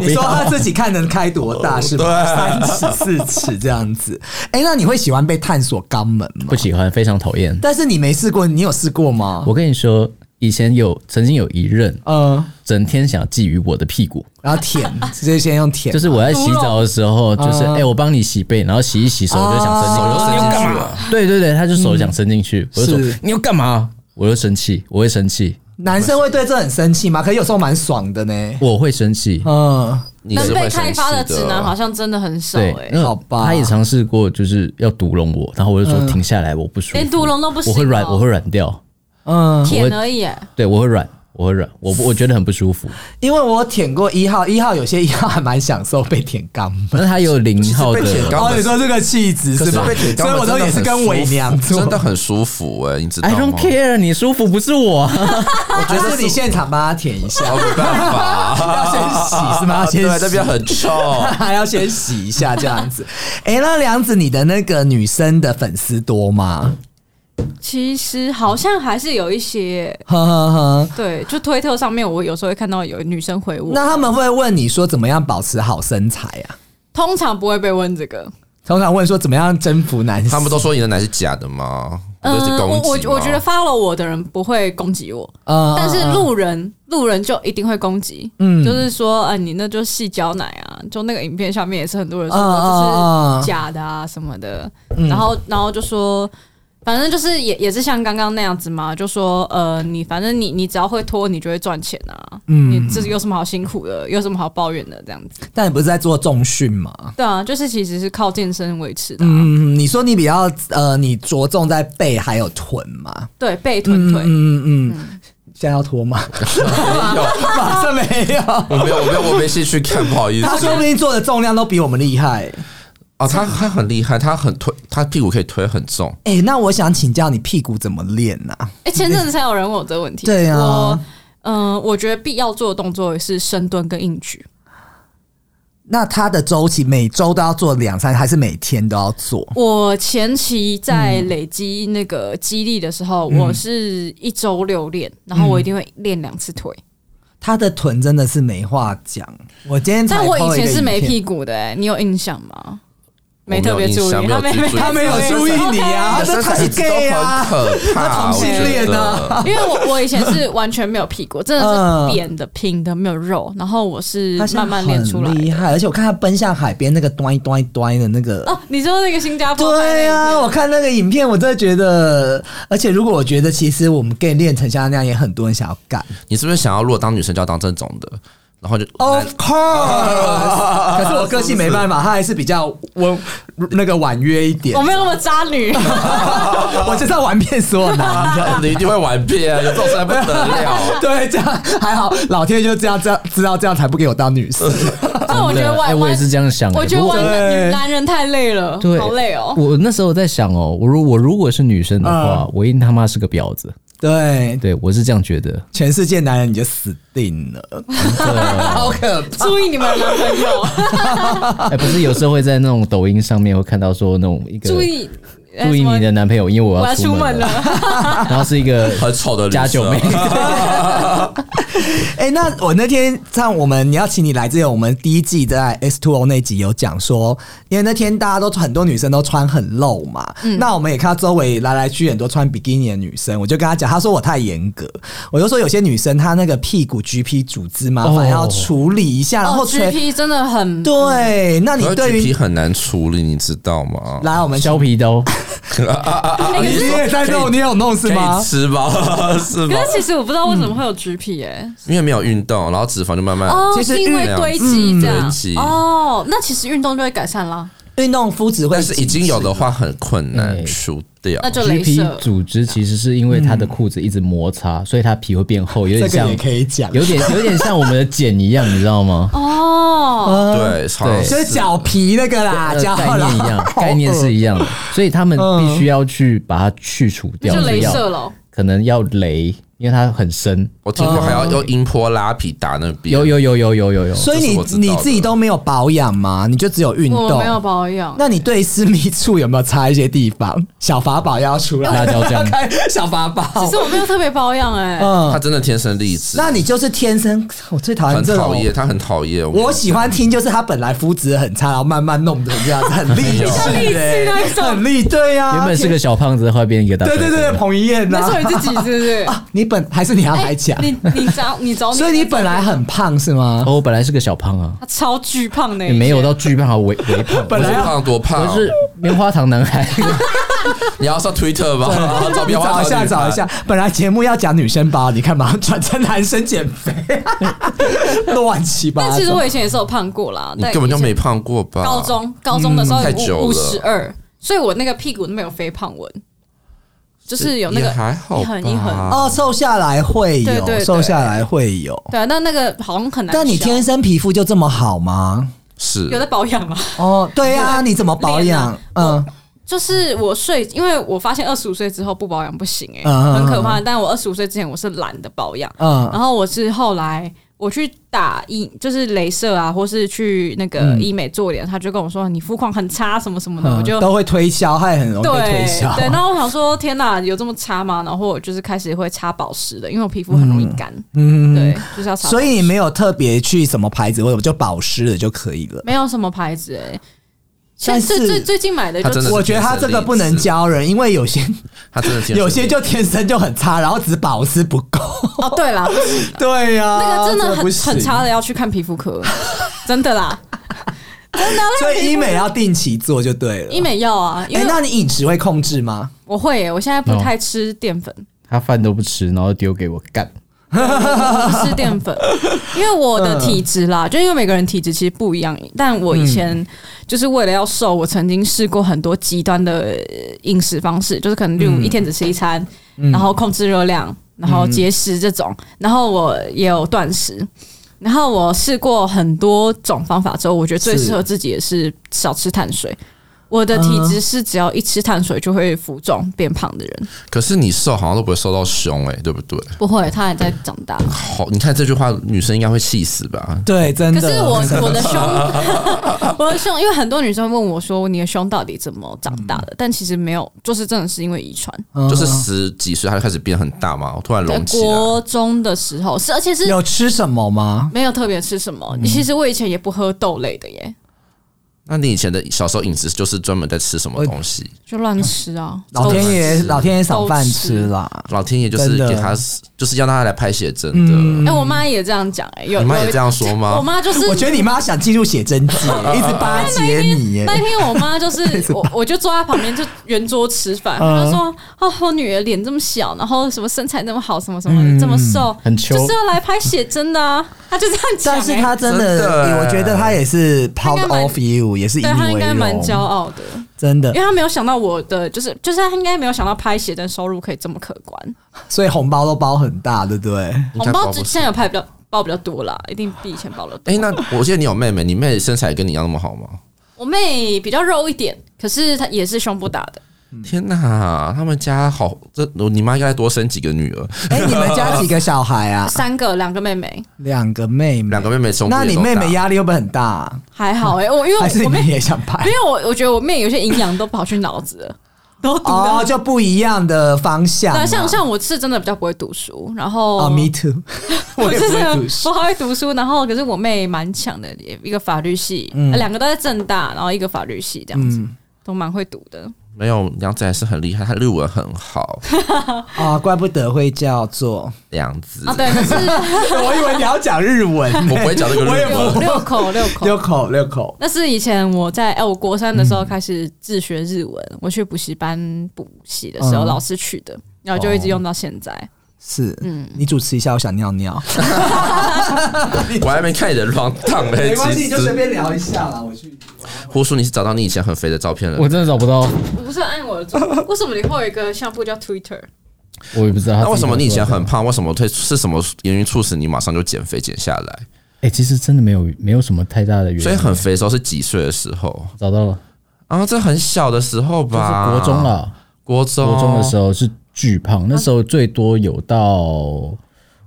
[SPEAKER 2] 你说他自己看能开多大是吧？三
[SPEAKER 1] 啊
[SPEAKER 2] 尺四尺这样子。哎，那你会喜欢被探索肛门吗
[SPEAKER 5] 不？喜欢，非常讨厌。
[SPEAKER 2] 但是你没试过，你有试过吗？
[SPEAKER 5] 我呃跟你说，以前有曾经有一任，
[SPEAKER 2] 嗯，
[SPEAKER 5] 整天想觊觎我的屁股，
[SPEAKER 2] 然后舔，直接先用舔，
[SPEAKER 5] 就是我在洗澡的时
[SPEAKER 2] 哦
[SPEAKER 5] 候，就是哎、我帮你洗背，然后洗一洗手就想伸
[SPEAKER 1] 手就
[SPEAKER 5] 进去，
[SPEAKER 1] 伸进去
[SPEAKER 5] 你要干嘛
[SPEAKER 1] 了。
[SPEAKER 5] 对对对，他就手想伸进去，我就
[SPEAKER 4] 哦
[SPEAKER 5] 说
[SPEAKER 2] 嗯是
[SPEAKER 5] 你要干嘛？我就生气，我会生气，
[SPEAKER 2] 男生会对这很生气吗？可是有时候蛮爽的呢。
[SPEAKER 5] 我会生气。
[SPEAKER 2] 嗯，
[SPEAKER 1] 你
[SPEAKER 4] 能
[SPEAKER 1] 是
[SPEAKER 4] 被
[SPEAKER 1] 会生
[SPEAKER 4] 开
[SPEAKER 1] 气
[SPEAKER 4] 发的
[SPEAKER 1] 的
[SPEAKER 4] 直男好像真的很少
[SPEAKER 5] 对
[SPEAKER 4] 哎，，
[SPEAKER 5] 因为
[SPEAKER 2] 欸好吧嗯
[SPEAKER 5] 他也尝试过，就是要毒龙我，然后我就说停下来，我不舒服，
[SPEAKER 4] 连毒龙都不行
[SPEAKER 5] 我会软，
[SPEAKER 4] 哦
[SPEAKER 5] 我会软掉，
[SPEAKER 1] 嗯
[SPEAKER 4] 舔而已欸耶。
[SPEAKER 5] 对我会软，我会软，我不我觉得很不
[SPEAKER 2] [LAUGHS]
[SPEAKER 5] 舒服。
[SPEAKER 2] 因为我舔过一号，一号有些一号还蛮享受被舔肛门。
[SPEAKER 5] 那他有零号的
[SPEAKER 1] 其实被舔肛
[SPEAKER 2] 哦，
[SPEAKER 1] 门
[SPEAKER 2] 你说这个气质
[SPEAKER 1] 可
[SPEAKER 2] 是
[SPEAKER 1] 是
[SPEAKER 2] 吧
[SPEAKER 1] 被舔？肛
[SPEAKER 2] 所以
[SPEAKER 1] 门
[SPEAKER 2] 我都也是跟伪娘做，
[SPEAKER 1] 真的很舒服哎，你知道
[SPEAKER 5] ，I
[SPEAKER 1] 吗？
[SPEAKER 5] don't care，你舒服不是
[SPEAKER 4] [LAUGHS]
[SPEAKER 5] 我。
[SPEAKER 2] 我觉
[SPEAKER 1] 啊
[SPEAKER 2] 得是你现场帮他舔一下，
[SPEAKER 1] 我哦没办法， [LAUGHS]
[SPEAKER 2] 要先洗是吗？要先
[SPEAKER 1] 啊对，那
[SPEAKER 2] 洗 [LAUGHS]
[SPEAKER 1] 边很臭。
[SPEAKER 2] 还要先洗一下这样子。哎，那梁子，你的那个女生的粉丝多吗？
[SPEAKER 4] 其实好像还是有一些，
[SPEAKER 2] 呵呵呵。
[SPEAKER 4] 对，就推特上面我有时候会看到有女生回我，
[SPEAKER 2] 那他们会问你说怎么样保持好身材啊？
[SPEAKER 4] 通常不会被问这个。
[SPEAKER 2] 通常问说怎么样征服男生？
[SPEAKER 1] 他们都说你的奶是假的吗？
[SPEAKER 4] 嗯，
[SPEAKER 2] 呃
[SPEAKER 1] 不是
[SPEAKER 4] 我
[SPEAKER 1] 攻
[SPEAKER 4] 我
[SPEAKER 1] 击吗
[SPEAKER 4] 我觉得 follow 我的人不会攻击我，
[SPEAKER 2] 嗯，
[SPEAKER 4] 但是路人路人就一定会攻击，嗯，就是说，啊，你那就细胶奶啊，就那个影片下面也是很多人说
[SPEAKER 2] 嗯嗯嗯嗯
[SPEAKER 4] 这是假的啊什么的，然后然后就说。反正就是也也是像刚刚那样子嘛，就说呃，你反正你你只要会拖，你就会赚钱啊。嗯，你这有什么好辛苦的？有什么好抱怨的？这样子，
[SPEAKER 2] 但你不是在做重训吗？
[SPEAKER 4] 对啊，就是其实是靠健身维持的啊、
[SPEAKER 2] 嗯，你说你比较呃，你着重在背还有臀吗？
[SPEAKER 4] 对，背臀腿，
[SPEAKER 2] 嗯嗯，现在要脱吗？ [LAUGHS]
[SPEAKER 1] 没有，
[SPEAKER 2] 马上没有，
[SPEAKER 1] [LAUGHS] 我没有，我没有，我没兴趣看，不好意思
[SPEAKER 2] 他。说不定做的重量都比我们厉害。
[SPEAKER 1] 哦，他他很厉害，他很推，他屁股可以推很重。
[SPEAKER 2] 哎、那我想请教你屁股怎么练呢、啊？
[SPEAKER 4] 哎、前阵子才有人问我这个问题。
[SPEAKER 2] 对啊
[SPEAKER 4] 我嗯、我觉得必要做的动作是深蹲跟硬举。
[SPEAKER 2] 那他的周期每周都要做两三，还是每天都要做？
[SPEAKER 4] 我前期在
[SPEAKER 2] 嗯
[SPEAKER 4] 累积那个肌力的时候，我是一周六练，然后我一定会练两次腿。
[SPEAKER 2] 她的臀真的是没话讲。我今天才
[SPEAKER 4] 但我
[SPEAKER 2] po 嗯
[SPEAKER 4] 以
[SPEAKER 2] 一个
[SPEAKER 4] 前是没
[SPEAKER 2] 影片
[SPEAKER 4] 屁股的、欸，你有印象吗？没特别
[SPEAKER 1] 印
[SPEAKER 4] 注意，
[SPEAKER 1] 象没有
[SPEAKER 4] 他没
[SPEAKER 1] 注意
[SPEAKER 2] 他没有注意你啊，
[SPEAKER 1] 你的
[SPEAKER 2] 这
[SPEAKER 1] 身
[SPEAKER 2] 他
[SPEAKER 1] 材
[SPEAKER 2] 是
[SPEAKER 1] 一直都
[SPEAKER 2] gay 啊
[SPEAKER 1] 很，可怕，
[SPEAKER 2] 他同性恋啊
[SPEAKER 1] 我觉得
[SPEAKER 4] 因为我我以前是完全没有屁股，真的是扁的、平的，没有肉，然后我是
[SPEAKER 2] 嗯他现在
[SPEAKER 4] 慢慢练出来
[SPEAKER 2] 很厉
[SPEAKER 4] 的。
[SPEAKER 2] 害，而且我看他奔向海边那个端端端的那个。
[SPEAKER 4] 哦，你说那个新加坡拍那
[SPEAKER 2] 对
[SPEAKER 4] 一
[SPEAKER 2] 呀、
[SPEAKER 4] 片
[SPEAKER 2] 我看那个影片，我真的觉得，而且如果我觉得，其实我们 gay 练成像那样，也很多人想要干。
[SPEAKER 1] 你是不是想要如果当女生就要当正种的，然后就
[SPEAKER 2] Of course，可是我个性没办法，他还是比较温那个婉约一点
[SPEAKER 4] 我。没有那么渣
[SPEAKER 2] [LAUGHS]
[SPEAKER 4] 女，
[SPEAKER 2] 我就是要玩遍所有男
[SPEAKER 1] [LAUGHS]
[SPEAKER 2] 人。
[SPEAKER 1] 你一定会玩遍，有这种事还不得 [LAUGHS] 了。
[SPEAKER 2] [LAUGHS] 对，这样还好，老天就这样这样知道这样才不给我当女生。
[SPEAKER 4] 但我觉得
[SPEAKER 5] 哎
[SPEAKER 4] 玩
[SPEAKER 5] 我也是这样想的
[SPEAKER 4] 我觉得
[SPEAKER 5] 不过
[SPEAKER 4] 玩
[SPEAKER 2] 对
[SPEAKER 4] 男男人太累了，
[SPEAKER 5] 对，
[SPEAKER 4] 好累哦。
[SPEAKER 5] 我那时候在想哦，我如我如果是女生的
[SPEAKER 2] 嗯
[SPEAKER 5] 话，我一定他妈是个婊子。
[SPEAKER 2] 对，
[SPEAKER 5] 对我是这样觉得。
[SPEAKER 2] 全世界男人你就死定了， [LAUGHS] 好可怕。
[SPEAKER 4] 注意你们的男朋友，啊
[SPEAKER 5] 哎，不是，有时候会在那种抖音上面会看到说那种一个
[SPEAKER 4] 注意呃
[SPEAKER 5] 注意
[SPEAKER 4] 什么
[SPEAKER 5] 你的男朋友，因为我
[SPEAKER 4] 我要
[SPEAKER 5] 要
[SPEAKER 4] 出门
[SPEAKER 5] 门
[SPEAKER 4] 了，。 [LAUGHS]
[SPEAKER 5] 然后是一个
[SPEAKER 1] 很丑的女生啊
[SPEAKER 5] 家酒妹，
[SPEAKER 2] 哎、那我那天上我们你要请你来之前，我们第一季在 S Two O 那集有讲说，因为那天大家都很多女生都穿很露嘛，那我们也看到周围来来去很多穿比基尼的女生，我就跟她讲，她说我太严格，我就说有些女生她那个屁股 G P 组织麻烦
[SPEAKER 5] 哦
[SPEAKER 2] 要处理一下，然后
[SPEAKER 4] 哦
[SPEAKER 2] 垂、
[SPEAKER 4] ，GP 真的很
[SPEAKER 2] 对，那你
[SPEAKER 1] 可是
[SPEAKER 2] 对
[SPEAKER 1] GP
[SPEAKER 2] 于
[SPEAKER 1] 很难处理，你知道吗？ [LAUGHS]
[SPEAKER 2] 来我们
[SPEAKER 5] 削皮刀，
[SPEAKER 4] 那个是。
[SPEAKER 2] 也在弄，你有弄是
[SPEAKER 1] 可以
[SPEAKER 2] 吗？
[SPEAKER 1] 吃吧，是吧
[SPEAKER 4] 可？是其实我不知道为什么会有 GP 哎，
[SPEAKER 1] 因为没有运动，然后脂肪就慢慢。
[SPEAKER 4] 哦，
[SPEAKER 2] 其实
[SPEAKER 4] 是因为
[SPEAKER 1] 嗯运嗯
[SPEAKER 4] 堆积这
[SPEAKER 1] 堆
[SPEAKER 4] 样
[SPEAKER 1] 积
[SPEAKER 4] 哦，那其实运动就会改善啦，
[SPEAKER 2] 运动肤质会
[SPEAKER 1] 但是已经有的话很困难
[SPEAKER 5] 对
[SPEAKER 1] 除掉
[SPEAKER 4] 那。就镭
[SPEAKER 5] GP
[SPEAKER 4] 射。
[SPEAKER 5] 组织其实是因为她的裤子一直摩擦，所以她皮会变厚，有
[SPEAKER 2] 嗯这
[SPEAKER 5] 点
[SPEAKER 2] 个
[SPEAKER 5] 像
[SPEAKER 2] 也，可以讲，
[SPEAKER 5] 有点有点像我们的茧一样，你知道吗？
[SPEAKER 4] 哦，
[SPEAKER 1] 对，超
[SPEAKER 5] 对
[SPEAKER 2] 就是脚皮那个啦，
[SPEAKER 5] 呃
[SPEAKER 2] 脚
[SPEAKER 5] 概念一样，概念是一样的，所以他们
[SPEAKER 2] 嗯
[SPEAKER 5] 必须要去把它去除
[SPEAKER 4] 那
[SPEAKER 5] 掉，
[SPEAKER 4] 就
[SPEAKER 5] 所以
[SPEAKER 4] 镭
[SPEAKER 5] 要
[SPEAKER 4] 射了。
[SPEAKER 5] 可能要雷，因为它很深。
[SPEAKER 1] 我听过还要用音波拉皮打那边，
[SPEAKER 5] 有有有有有有有，
[SPEAKER 2] 所以你
[SPEAKER 1] 这是我知道的
[SPEAKER 2] 你自己都没有保养吗？你就只有运
[SPEAKER 4] 我
[SPEAKER 2] 动
[SPEAKER 4] 没？有保养，
[SPEAKER 2] 那你对私密处有没有擦一些地方？小法宝要出来，
[SPEAKER 5] 辣椒酱
[SPEAKER 2] 看小法宝。
[SPEAKER 4] 其实我没有特别保养哎、
[SPEAKER 1] 他真的天生丽质，
[SPEAKER 2] 那你就是天生，我最讨厌
[SPEAKER 1] 很
[SPEAKER 2] 这
[SPEAKER 1] 讨厌，
[SPEAKER 2] 种。
[SPEAKER 1] 他很讨厌
[SPEAKER 2] 我喜欢听，就是他本来肤质很差，然后慢慢弄成这样子，很励志、
[SPEAKER 4] 像励志
[SPEAKER 2] 欸，
[SPEAKER 4] 那一种
[SPEAKER 2] 很励，对呀、啊。
[SPEAKER 5] 原本是个小胖子，后来变一个大。
[SPEAKER 2] 对对对对，，彭于晏
[SPEAKER 4] 那
[SPEAKER 2] 呐
[SPEAKER 4] 是你自己是不是？
[SPEAKER 2] 啊，你本还是你要
[SPEAKER 4] 哎
[SPEAKER 2] 来讲，
[SPEAKER 4] 你你找你找，
[SPEAKER 2] 所以你本来很胖是吗？
[SPEAKER 5] 哦，我本来是个小胖啊，
[SPEAKER 4] 他超巨胖的、
[SPEAKER 5] 也没有到巨胖，好微微胖，
[SPEAKER 2] 本
[SPEAKER 1] 多
[SPEAKER 2] 来啊要
[SPEAKER 1] 胖多胖，啊
[SPEAKER 5] 我是棉花糖男孩。
[SPEAKER 1] 你要上 Twitter 吧，
[SPEAKER 4] 哦
[SPEAKER 1] 找
[SPEAKER 2] 呃
[SPEAKER 1] [LAUGHS]
[SPEAKER 2] 你
[SPEAKER 1] 棉花
[SPEAKER 2] 找
[SPEAKER 1] 糖
[SPEAKER 2] 一下，
[SPEAKER 1] 女
[SPEAKER 2] 找一下。本来节目要讲女生包，你看马上 [LAUGHS] 转成男生减肥， [LAUGHS] 乱七八
[SPEAKER 4] 但
[SPEAKER 2] 糟。
[SPEAKER 4] 其实我以前也是有胖过啦，
[SPEAKER 1] 你
[SPEAKER 4] 但
[SPEAKER 1] 根本就没
[SPEAKER 4] 以前
[SPEAKER 1] 胖过吧？
[SPEAKER 2] 啊
[SPEAKER 4] 高中高中的时候
[SPEAKER 2] 嗯
[SPEAKER 1] 太久了
[SPEAKER 4] 五十二，所以我那个屁股都没有肥胖纹，就是有那
[SPEAKER 1] 也
[SPEAKER 4] 个
[SPEAKER 1] 还好吧，
[SPEAKER 4] 一横一横。
[SPEAKER 2] 哦，瘦下来会有，
[SPEAKER 4] 对对对
[SPEAKER 2] 瘦下来会有。
[SPEAKER 4] 对啊，那那个好像很难消。
[SPEAKER 2] 但你天生皮肤就这么好吗？
[SPEAKER 1] 是
[SPEAKER 4] 有在保养吗？ [LAUGHS]
[SPEAKER 2] 哦，对呀、啊，你怎么保养？嗯，
[SPEAKER 4] 就是我睡，因为我发现二十五岁之后不保养不行、欸，哎、
[SPEAKER 2] 嗯嗯
[SPEAKER 4] 很可怕。但我二十五岁之前我是懒得保养，
[SPEAKER 2] 嗯
[SPEAKER 4] 然后我是后来我去打医，就是镭射啊，或是去那个医美做脸，他就跟我说你肤况很差什么什么的，我
[SPEAKER 2] 嗯
[SPEAKER 4] 就
[SPEAKER 2] 都会推销，还很容易被推
[SPEAKER 4] 对
[SPEAKER 2] 销。
[SPEAKER 4] 对。然后我想说，天哪，有这么差吗？然后我就是开始会擦保湿的，因为我皮肤很容易干，
[SPEAKER 2] 嗯，
[SPEAKER 4] 对，就是要擦保
[SPEAKER 2] [LAUGHS]
[SPEAKER 4] 湿。
[SPEAKER 2] 所以你没有特别去什么牌子，或者就保湿的就可以了。
[SPEAKER 4] 没有什么牌子哎、欸，
[SPEAKER 2] 但是
[SPEAKER 4] 现最最最近买的
[SPEAKER 1] 它
[SPEAKER 4] 就
[SPEAKER 1] 真的
[SPEAKER 4] 是
[SPEAKER 1] 是
[SPEAKER 2] 我觉得他这个不能教人，因为有些
[SPEAKER 1] 他真的天生丽质
[SPEAKER 2] 有些就天生就很差，然后只保湿不够。
[SPEAKER 4] 哦，对啦，不是
[SPEAKER 2] [LAUGHS] 对呀、
[SPEAKER 4] 那个真的
[SPEAKER 2] 啊这
[SPEAKER 4] 很
[SPEAKER 2] 不行
[SPEAKER 4] 很差的，要去看皮肤科，真
[SPEAKER 2] [LAUGHS]
[SPEAKER 4] 的啦，真的啦。
[SPEAKER 2] 所以医美要定期做就对了。
[SPEAKER 4] 医，美药啊，因
[SPEAKER 2] 哎、
[SPEAKER 4] 为
[SPEAKER 2] 那你哦饮食会控制吗？
[SPEAKER 4] 我会欸耶、我现在不太吃淀粉，
[SPEAKER 5] 他饭都不吃，然后丢给我干。
[SPEAKER 4] 我不吃淀 [LAUGHS] 粉，因为我的体质啦，就因为每个人体质其实不一样。但我以前就是为了要瘦，我曾经试过很多极端的呃饮食方式，就是可能例如一天只吃一餐，然后控制热量，然后节食这种，然后我也有断食。然后我试过很多种方法之后，我觉得最
[SPEAKER 2] 是
[SPEAKER 4] 适合自己的是少吃碳水，我的体质是只要一吃碳水就会浮肿变胖的人，
[SPEAKER 1] 可是你瘦好像都不会瘦到胸哎、欸，对不对？
[SPEAKER 4] 不会，他还在长大。
[SPEAKER 1] 好，你看这句话，女生应该会气死吧？
[SPEAKER 2] 对，真
[SPEAKER 4] 可
[SPEAKER 2] 的。
[SPEAKER 4] 是我我的
[SPEAKER 1] [LAUGHS]
[SPEAKER 4] 胸，我的胸，因为很多女生问我说你的胸到底怎么长大
[SPEAKER 1] 嗯
[SPEAKER 4] 的？但其实没有，就是真的是因为遗传。
[SPEAKER 2] 嗯
[SPEAKER 1] 就是十几岁她就开始变很大嘛，我突然
[SPEAKER 4] 在
[SPEAKER 1] 隆起啊来。
[SPEAKER 4] 国中的时候是，而且是
[SPEAKER 2] 有吃什么吗？
[SPEAKER 4] 没有特别吃什么。
[SPEAKER 1] 嗯
[SPEAKER 4] 其实我以前也不喝豆类的耶，
[SPEAKER 1] 那你以前的小时候饮食就是专门在吃什么东西？
[SPEAKER 4] 就乱吃啊。
[SPEAKER 2] 老天爷，
[SPEAKER 1] 吃
[SPEAKER 2] 老天爷赏饭吃啦。
[SPEAKER 1] 老天爷就是
[SPEAKER 2] 真的嗯
[SPEAKER 1] 给她，就是要让她来拍写真的。
[SPEAKER 4] 哎、我妈也这样讲哎、有
[SPEAKER 1] 你妈也
[SPEAKER 4] 有
[SPEAKER 1] 这样说吗
[SPEAKER 4] 我妈就是
[SPEAKER 2] 我觉得你妈想进入写真 [LAUGHS] 界，一直巴结你耶
[SPEAKER 4] 那。天我妈就是我，我就坐在旁边就圆桌吃饭，她就说：“哦，我女儿脸这么小，然后什么身材那么好，什么什么的这么瘦，
[SPEAKER 5] 很秋
[SPEAKER 4] 就是要来拍写真的啊。” [LAUGHS] 她就这样讲、
[SPEAKER 2] 但
[SPEAKER 4] 欸，
[SPEAKER 2] 是她真
[SPEAKER 1] 真的
[SPEAKER 2] 的，
[SPEAKER 1] 耶
[SPEAKER 2] 我觉得她也是
[SPEAKER 4] 应
[SPEAKER 2] proud
[SPEAKER 4] 该蛮
[SPEAKER 2] of you，也是以
[SPEAKER 4] 对她
[SPEAKER 2] 你
[SPEAKER 4] 应
[SPEAKER 2] 为
[SPEAKER 4] 该蛮骄
[SPEAKER 2] 荣，
[SPEAKER 4] 傲的，
[SPEAKER 2] 真的
[SPEAKER 4] 因为。她没有想到我的就是就是她应该没有想到拍写真收入可以这么可观，
[SPEAKER 2] 所以红包都包很大，对不
[SPEAKER 4] [LAUGHS]
[SPEAKER 2] 对？
[SPEAKER 1] 应该
[SPEAKER 4] 红包
[SPEAKER 1] 包不
[SPEAKER 4] 之
[SPEAKER 1] 起
[SPEAKER 4] 前有拍比较包比较多啦，一定比以前包的多。
[SPEAKER 1] 哎、那我记得你有妹妹，你妹身材跟你一样那么好吗？
[SPEAKER 4] 我妹比较肉一点，可是她也是胸部大的，
[SPEAKER 2] 嗯
[SPEAKER 1] 天哪，他们家好，这你妈应该多生几个女儿，
[SPEAKER 2] 哎，你们家几个小孩 [LAUGHS] 啊？
[SPEAKER 4] 三个两个妹妹。
[SPEAKER 2] 两个妹妹，
[SPEAKER 1] 两个妹妹胸部也
[SPEAKER 2] 那
[SPEAKER 1] 都大。
[SPEAKER 2] 你妹妹压力会不会很大啊？
[SPEAKER 4] 还好哎、我因为
[SPEAKER 2] 还是
[SPEAKER 4] 我
[SPEAKER 2] 你
[SPEAKER 4] 妹
[SPEAKER 2] 们也想
[SPEAKER 4] 因
[SPEAKER 2] 拍？
[SPEAKER 4] 为我我觉得我妹有些营养都跑去脑子了， [LAUGHS] 都读
[SPEAKER 2] 哦，
[SPEAKER 4] 的。
[SPEAKER 2] 就不一样的方向啊。
[SPEAKER 4] 对，像像我是真的比较不会读书，然后
[SPEAKER 2] 哦，me [LAUGHS] too，
[SPEAKER 4] 我
[SPEAKER 2] 也
[SPEAKER 4] 是
[SPEAKER 2] 不
[SPEAKER 4] 真
[SPEAKER 2] 会
[SPEAKER 4] 的
[SPEAKER 2] 读书
[SPEAKER 4] 不好会读书，然后可是我妹蛮强的，也一个法律系，
[SPEAKER 2] 嗯
[SPEAKER 4] 呃两个都在正大，然后一个法律系这样子，都蛮会读的。
[SPEAKER 1] 没有梁子还是很厉害，她日文很好，
[SPEAKER 2] [LAUGHS] 啊，怪不得会叫做。
[SPEAKER 1] 梁子
[SPEAKER 4] 啊，对，可是
[SPEAKER 2] [LAUGHS] 我以为你要讲日文，
[SPEAKER 1] 我不会讲这个日
[SPEAKER 2] 我也
[SPEAKER 1] 文
[SPEAKER 4] 六
[SPEAKER 2] 不
[SPEAKER 4] 六口六
[SPEAKER 2] [LAUGHS] 六嗯
[SPEAKER 4] 口。
[SPEAKER 2] 口六口。
[SPEAKER 4] 那是以前我在哎、我国三的时候开始自学日文，我去补习班补习的时
[SPEAKER 2] 嗯
[SPEAKER 4] 候，
[SPEAKER 2] 哦
[SPEAKER 4] 老师去的，然后就一直用到现在。
[SPEAKER 2] 是，
[SPEAKER 4] 嗯
[SPEAKER 2] 你主持一下，我想尿 [LAUGHS] 尿。
[SPEAKER 1] [LAUGHS] 我还没看你的 round down 嘞，
[SPEAKER 2] 没关系，
[SPEAKER 1] 其
[SPEAKER 2] 你
[SPEAKER 1] 实
[SPEAKER 2] 就随便聊一下啦。我 [LAUGHS] 去，
[SPEAKER 1] 胡叔，你是找到你以前很肥的照片了
[SPEAKER 5] 我？真的找不到，
[SPEAKER 4] [LAUGHS] 我不是按我的中文，为什么你会有一个项目叫 Twitter？
[SPEAKER 5] 我也不知道。
[SPEAKER 1] 那为什么你以前很？胖？为什么会是什么原因促使你马上就减肥减下来？
[SPEAKER 5] 哎、其实真的没有没有什么太大的原因，
[SPEAKER 1] 所以很肥的时候是几岁的时候
[SPEAKER 5] 找到了，
[SPEAKER 1] 啊？这很小的时候
[SPEAKER 5] 就是
[SPEAKER 1] 吧？
[SPEAKER 5] 国中，了，
[SPEAKER 1] 国中，
[SPEAKER 5] 国中的时候是巨胖，那时候最多有到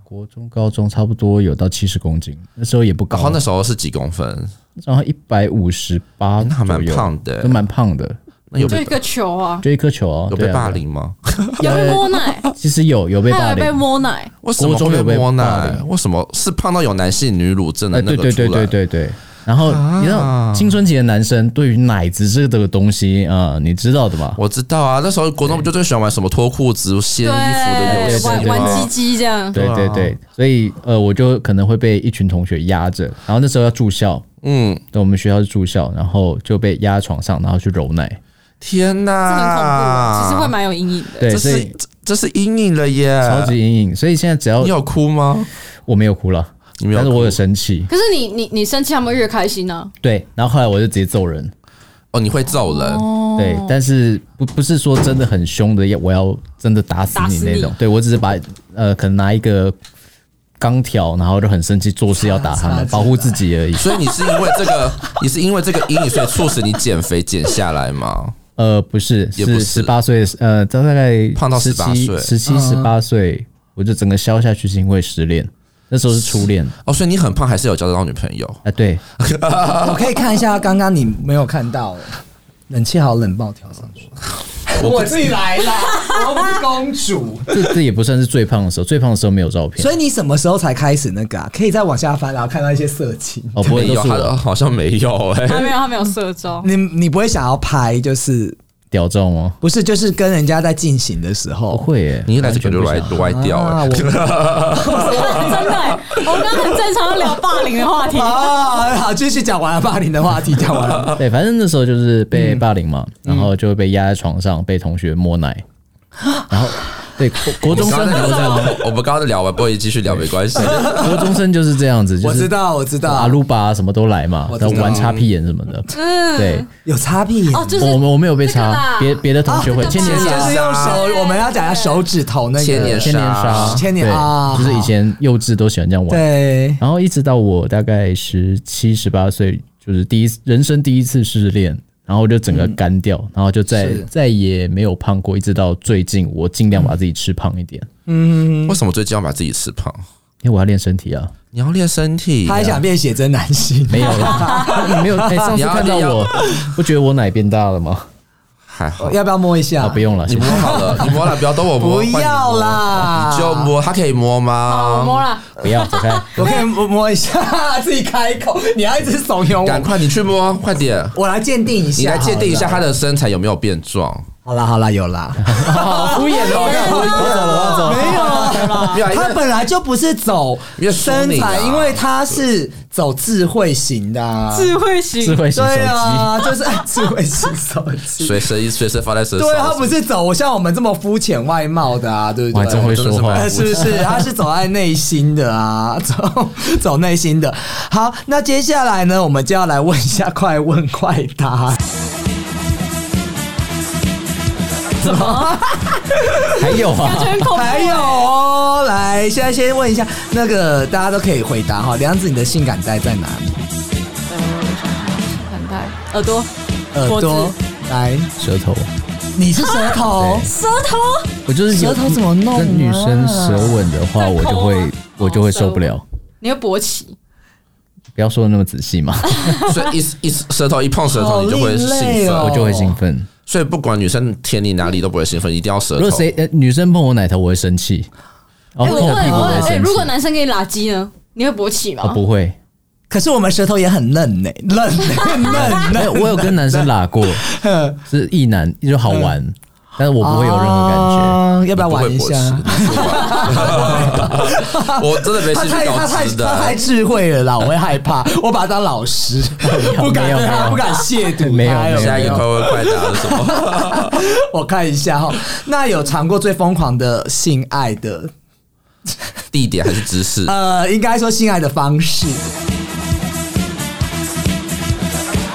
[SPEAKER 5] 国中、高中差不多有到七十公斤，那时候也不高，
[SPEAKER 1] 然哦后那时候是几公分？
[SPEAKER 5] 然后一百五十八，
[SPEAKER 1] 那还蛮胖的
[SPEAKER 5] 都蛮胖的，
[SPEAKER 1] 那有
[SPEAKER 4] 就一
[SPEAKER 1] 被
[SPEAKER 4] 个球啊，
[SPEAKER 5] 就一颗球啊，
[SPEAKER 1] 有
[SPEAKER 5] 对
[SPEAKER 1] 被
[SPEAKER 5] 啊
[SPEAKER 1] 霸，凌吗？
[SPEAKER 4] 有被摸奶，
[SPEAKER 5] 其实有有被
[SPEAKER 4] 还
[SPEAKER 5] 霸
[SPEAKER 4] 有啊被
[SPEAKER 5] 凌，
[SPEAKER 4] 摸奶，
[SPEAKER 1] 为什么
[SPEAKER 5] 国中
[SPEAKER 1] 会
[SPEAKER 5] 有被
[SPEAKER 1] 摸
[SPEAKER 5] 霸
[SPEAKER 1] 奶？
[SPEAKER 5] 凌
[SPEAKER 1] 为什么是胖到有男性女乳症的
[SPEAKER 5] 哎，
[SPEAKER 1] 那
[SPEAKER 5] 对
[SPEAKER 1] 个
[SPEAKER 5] 对
[SPEAKER 1] 出来
[SPEAKER 5] 对？对对对。然后
[SPEAKER 1] 啊
[SPEAKER 5] 你知道青春期的男生对于奶子这个东西啊、呃你知道的吧？
[SPEAKER 1] 我知道啊，那时候国中不就最喜欢玩什么脱裤子、掀衣
[SPEAKER 4] 对，
[SPEAKER 1] 服的游戏
[SPEAKER 4] 玩
[SPEAKER 5] 对
[SPEAKER 4] 玩
[SPEAKER 1] 吗
[SPEAKER 4] 鸡？鸡这样。
[SPEAKER 5] 对对对，所以呃，我就可能会被一群同学压着，然后那时候要住校，
[SPEAKER 1] 嗯，
[SPEAKER 5] 对，我们学校是住校，然后就被压在床上，然后去揉奶，
[SPEAKER 1] 天
[SPEAKER 4] 这
[SPEAKER 1] 哪，
[SPEAKER 4] 很恐怖啊，其实会蛮有阴影的。
[SPEAKER 5] 对，
[SPEAKER 1] 这
[SPEAKER 5] 所
[SPEAKER 1] 是
[SPEAKER 5] 以
[SPEAKER 1] 这这是阴影了耶！
[SPEAKER 5] 超级阴影。所以现在只要
[SPEAKER 1] 你有哭吗？
[SPEAKER 5] 我没有哭了，
[SPEAKER 1] 你没有
[SPEAKER 5] 但
[SPEAKER 1] 哭
[SPEAKER 5] 是我有生气，
[SPEAKER 4] 可是你你你生气，他们越开心啊呢、
[SPEAKER 5] 对，然后后来我就直接揍人，
[SPEAKER 1] 哦，你会揍人，
[SPEAKER 5] 对，但是不不是说真的很凶的，要我要真的打死
[SPEAKER 4] 打
[SPEAKER 5] 你
[SPEAKER 4] 死
[SPEAKER 5] 那
[SPEAKER 4] 你
[SPEAKER 5] 种，对我只是把呃可能拿一个钢条，然后就很生气，做事要打他
[SPEAKER 2] 擦
[SPEAKER 5] 们，
[SPEAKER 2] 擦
[SPEAKER 5] 保护自己而已。
[SPEAKER 1] 所以你是因为这个， [LAUGHS] 你是因为这个阴影，所以促使你减肥减下来吗？
[SPEAKER 5] 呃，不是，
[SPEAKER 1] 也不
[SPEAKER 5] 是
[SPEAKER 1] 是
[SPEAKER 5] 十八岁的时，呃，大概
[SPEAKER 1] 胖到18岁
[SPEAKER 5] 十七、十八岁，我就整个消下去，是因为失恋，那时候是初恋
[SPEAKER 1] 哦，所以你很胖，还是有交得到女朋友？
[SPEAKER 5] 啊，对，
[SPEAKER 2] 我可以看一下，刚刚你没有看到，冷气好冷，帮我调上去。 [LAUGHS] 我自己来 [LAUGHS] 啦，我又不是公 [LAUGHS] 主。
[SPEAKER 5] 这这也不算是最胖的时候，最胖的时候没有照片，
[SPEAKER 2] 所以你什么时候才开始那个啊？可以再往下翻，然后看到一些色情。
[SPEAKER 5] 哦，不会
[SPEAKER 1] 没
[SPEAKER 5] 都
[SPEAKER 1] 有，
[SPEAKER 5] 是
[SPEAKER 1] 他
[SPEAKER 5] 我
[SPEAKER 1] 好像没有哎、
[SPEAKER 4] 他没有他没有射
[SPEAKER 2] [LAUGHS]
[SPEAKER 4] 中，
[SPEAKER 2] 你你不会想要拍，就是
[SPEAKER 5] 屌照吗？
[SPEAKER 2] 不是就是跟人家在进行的时
[SPEAKER 5] 不
[SPEAKER 2] 候，
[SPEAKER 5] 会耶，
[SPEAKER 1] 哦你一来这个就
[SPEAKER 5] 完
[SPEAKER 1] 歪
[SPEAKER 5] 全不想
[SPEAKER 1] 歪掉哎、
[SPEAKER 2] 啊我。
[SPEAKER 4] 真的、欸，我们刚刚很正常地聊霸凌的话题
[SPEAKER 1] [LAUGHS]
[SPEAKER 2] 啊，好，继续讲完了霸凌的话题，讲完了。
[SPEAKER 5] 对，反正那时候就是被霸凌嘛，然后就被压在床上，被同学摸奶，然后对国国中生
[SPEAKER 1] 刚
[SPEAKER 5] 都
[SPEAKER 1] 刚
[SPEAKER 5] 这
[SPEAKER 1] 在聊
[SPEAKER 5] 样，
[SPEAKER 1] 我们刚刚在聊完，不会继续聊，没关系。
[SPEAKER 5] 国中生就是这样子，就
[SPEAKER 2] 我
[SPEAKER 5] 是
[SPEAKER 2] 知道，我知
[SPEAKER 5] 阿
[SPEAKER 2] 道，
[SPEAKER 5] 鲁巴什么都来嘛
[SPEAKER 2] 我，知
[SPEAKER 5] 然
[SPEAKER 2] 道
[SPEAKER 5] 后玩擦屁眼什么的，对。
[SPEAKER 2] 有擦屁眼
[SPEAKER 4] 哦，就是
[SPEAKER 5] 我们我没有被
[SPEAKER 4] 这个
[SPEAKER 5] 查
[SPEAKER 4] 啦，
[SPEAKER 5] 别别的同学会
[SPEAKER 4] 啊
[SPEAKER 5] 千年
[SPEAKER 2] 就
[SPEAKER 5] 杀，
[SPEAKER 2] 是用手，我们要讲一下手指头那个
[SPEAKER 1] 千年
[SPEAKER 5] 千年
[SPEAKER 1] 杀
[SPEAKER 5] 杀，
[SPEAKER 2] 千年
[SPEAKER 5] 对
[SPEAKER 2] 啊
[SPEAKER 5] 就是以前幼稚都喜欢这样玩。
[SPEAKER 1] 哎
[SPEAKER 2] 对，
[SPEAKER 5] 然后一直到我大概十七、十八岁，就是第一次人生第一次失恋，然后就整个干掉，然后就再
[SPEAKER 2] 是
[SPEAKER 5] 再也没有胖过，一直到最近我尽量把自己吃胖一点，
[SPEAKER 1] 为什么最近要把自己吃胖？
[SPEAKER 5] 因为我要练身体啊。
[SPEAKER 1] 你要练身体，啊
[SPEAKER 2] 他还想变写真男星，
[SPEAKER 5] 没有了，没有。哎、上
[SPEAKER 1] 你
[SPEAKER 5] 次
[SPEAKER 1] 要
[SPEAKER 5] 看到
[SPEAKER 1] 你要
[SPEAKER 5] 我，不觉得我奶变大了吗？
[SPEAKER 1] 还好，
[SPEAKER 2] 要不要摸一下？
[SPEAKER 5] 啊，不，用了，
[SPEAKER 1] 你
[SPEAKER 5] 谢
[SPEAKER 1] 摸
[SPEAKER 5] 谢。
[SPEAKER 1] 好了，你摸了，不要等我摸，
[SPEAKER 2] 不要啦
[SPEAKER 1] 换你摸你就摸，他可以摸
[SPEAKER 4] 我摸
[SPEAKER 1] 吗？
[SPEAKER 4] 了，
[SPEAKER 5] 不要走开。
[SPEAKER 2] 我可以摸摸一下， [LAUGHS] 自己开口，你要一直怂恿
[SPEAKER 1] 赶
[SPEAKER 2] 我，
[SPEAKER 1] 快你去摸，快点，
[SPEAKER 2] 我来鉴定一下，
[SPEAKER 1] 你来鉴定一下
[SPEAKER 2] 好
[SPEAKER 1] 他的身材有没有变壮。
[SPEAKER 2] 了。好啦好啦，有啦，
[SPEAKER 5] 好敷衍
[SPEAKER 2] 啊
[SPEAKER 5] [LAUGHS] 哦，我走了，我走了。
[SPEAKER 2] 没有啊
[SPEAKER 1] 没有啊因为
[SPEAKER 2] 他本来就不是走
[SPEAKER 1] 因为淑
[SPEAKER 2] 身
[SPEAKER 1] 敏啊
[SPEAKER 2] 材，因为他是走智慧型的啊，
[SPEAKER 4] 智慧型
[SPEAKER 5] 智慧型手
[SPEAKER 2] 对
[SPEAKER 5] 机，
[SPEAKER 2] 啊，就是智慧型手
[SPEAKER 5] [LAUGHS]
[SPEAKER 2] 机。
[SPEAKER 1] 随身随身放在身上。
[SPEAKER 2] 对啊他不是走像我们这么肤浅外貌的啊，对不
[SPEAKER 5] 我还
[SPEAKER 2] 对？
[SPEAKER 5] 真会说话
[SPEAKER 2] 呃。是不是？他是走在内心的啊， [LAUGHS] 走走内心的。好，那接下来呢，我们就要来问一下快问快
[SPEAKER 5] [LAUGHS]
[SPEAKER 2] 答。
[SPEAKER 5] 还有啊
[SPEAKER 4] 感觉，很恐 [LAUGHS] 怖。
[SPEAKER 2] 还有哦，来，现在先问一下，那个大家都可以回答哈。梁子，你的性感带在哪里？
[SPEAKER 4] 很大耳朵、
[SPEAKER 2] 耳
[SPEAKER 4] 脖子
[SPEAKER 2] 朵。来，
[SPEAKER 5] 舌头，啊
[SPEAKER 2] 你是舌
[SPEAKER 4] [LAUGHS]
[SPEAKER 2] 头，
[SPEAKER 4] 舌头，
[SPEAKER 5] 我就是
[SPEAKER 2] 舌
[SPEAKER 5] 有
[SPEAKER 2] 头怎么弄啊
[SPEAKER 5] 跟女生舌吻的话，
[SPEAKER 4] 在
[SPEAKER 5] 我就
[SPEAKER 4] 抠
[SPEAKER 5] 会
[SPEAKER 4] 吗
[SPEAKER 5] 我就会受不了。
[SPEAKER 4] 你会勃起，
[SPEAKER 5] 不要说的那么仔细嘛，
[SPEAKER 1] 所以一一舌头一碰舌
[SPEAKER 2] 好
[SPEAKER 1] 头，你就会兴
[SPEAKER 2] 另类
[SPEAKER 1] 奋。
[SPEAKER 2] 哦
[SPEAKER 5] 我就会兴奋。
[SPEAKER 1] 所以不管女生舔你哪里都不会兴奋，一定要舌
[SPEAKER 5] 如果
[SPEAKER 1] 头。
[SPEAKER 5] 谁呃女生碰我奶头，我会生气。哦，
[SPEAKER 4] 哎
[SPEAKER 5] 碰
[SPEAKER 4] 我
[SPEAKER 5] 我屁
[SPEAKER 4] 问
[SPEAKER 5] 股我
[SPEAKER 4] 我
[SPEAKER 5] 会
[SPEAKER 4] 问，哎，
[SPEAKER 5] 生
[SPEAKER 4] 如果
[SPEAKER 5] 气。
[SPEAKER 4] 男生给你拉鸡呢，你会勃起
[SPEAKER 5] 哦，
[SPEAKER 4] 吗？
[SPEAKER 5] 不会，
[SPEAKER 2] 可是我们舌头也很嫩呢、嫩呢、嫩
[SPEAKER 4] [LAUGHS]
[SPEAKER 5] 没有，我有跟男生拉过，是一男就好玩，但是我不会有任何感觉。
[SPEAKER 2] 啊要不要
[SPEAKER 1] 不会
[SPEAKER 2] 玩一
[SPEAKER 1] 勃
[SPEAKER 2] 下？
[SPEAKER 1] 起，你不玩
[SPEAKER 2] [LAUGHS]
[SPEAKER 1] 我真的没
[SPEAKER 2] 他
[SPEAKER 1] 兴
[SPEAKER 2] 太
[SPEAKER 1] 趣
[SPEAKER 2] 他太
[SPEAKER 1] 搞吃
[SPEAKER 2] 他太
[SPEAKER 1] 的。
[SPEAKER 2] 智慧了啦，我会害怕，我把他当老师，不敢
[SPEAKER 5] 没有没有
[SPEAKER 2] 不敢亵渎他，
[SPEAKER 5] 没有没有
[SPEAKER 1] 下一个快问快答是什么？
[SPEAKER 2] [LAUGHS] 我看一下哈，那有尝过最疯狂的性爱的，
[SPEAKER 1] 地点还是姿势？
[SPEAKER 2] 呃，应该说性爱的方式。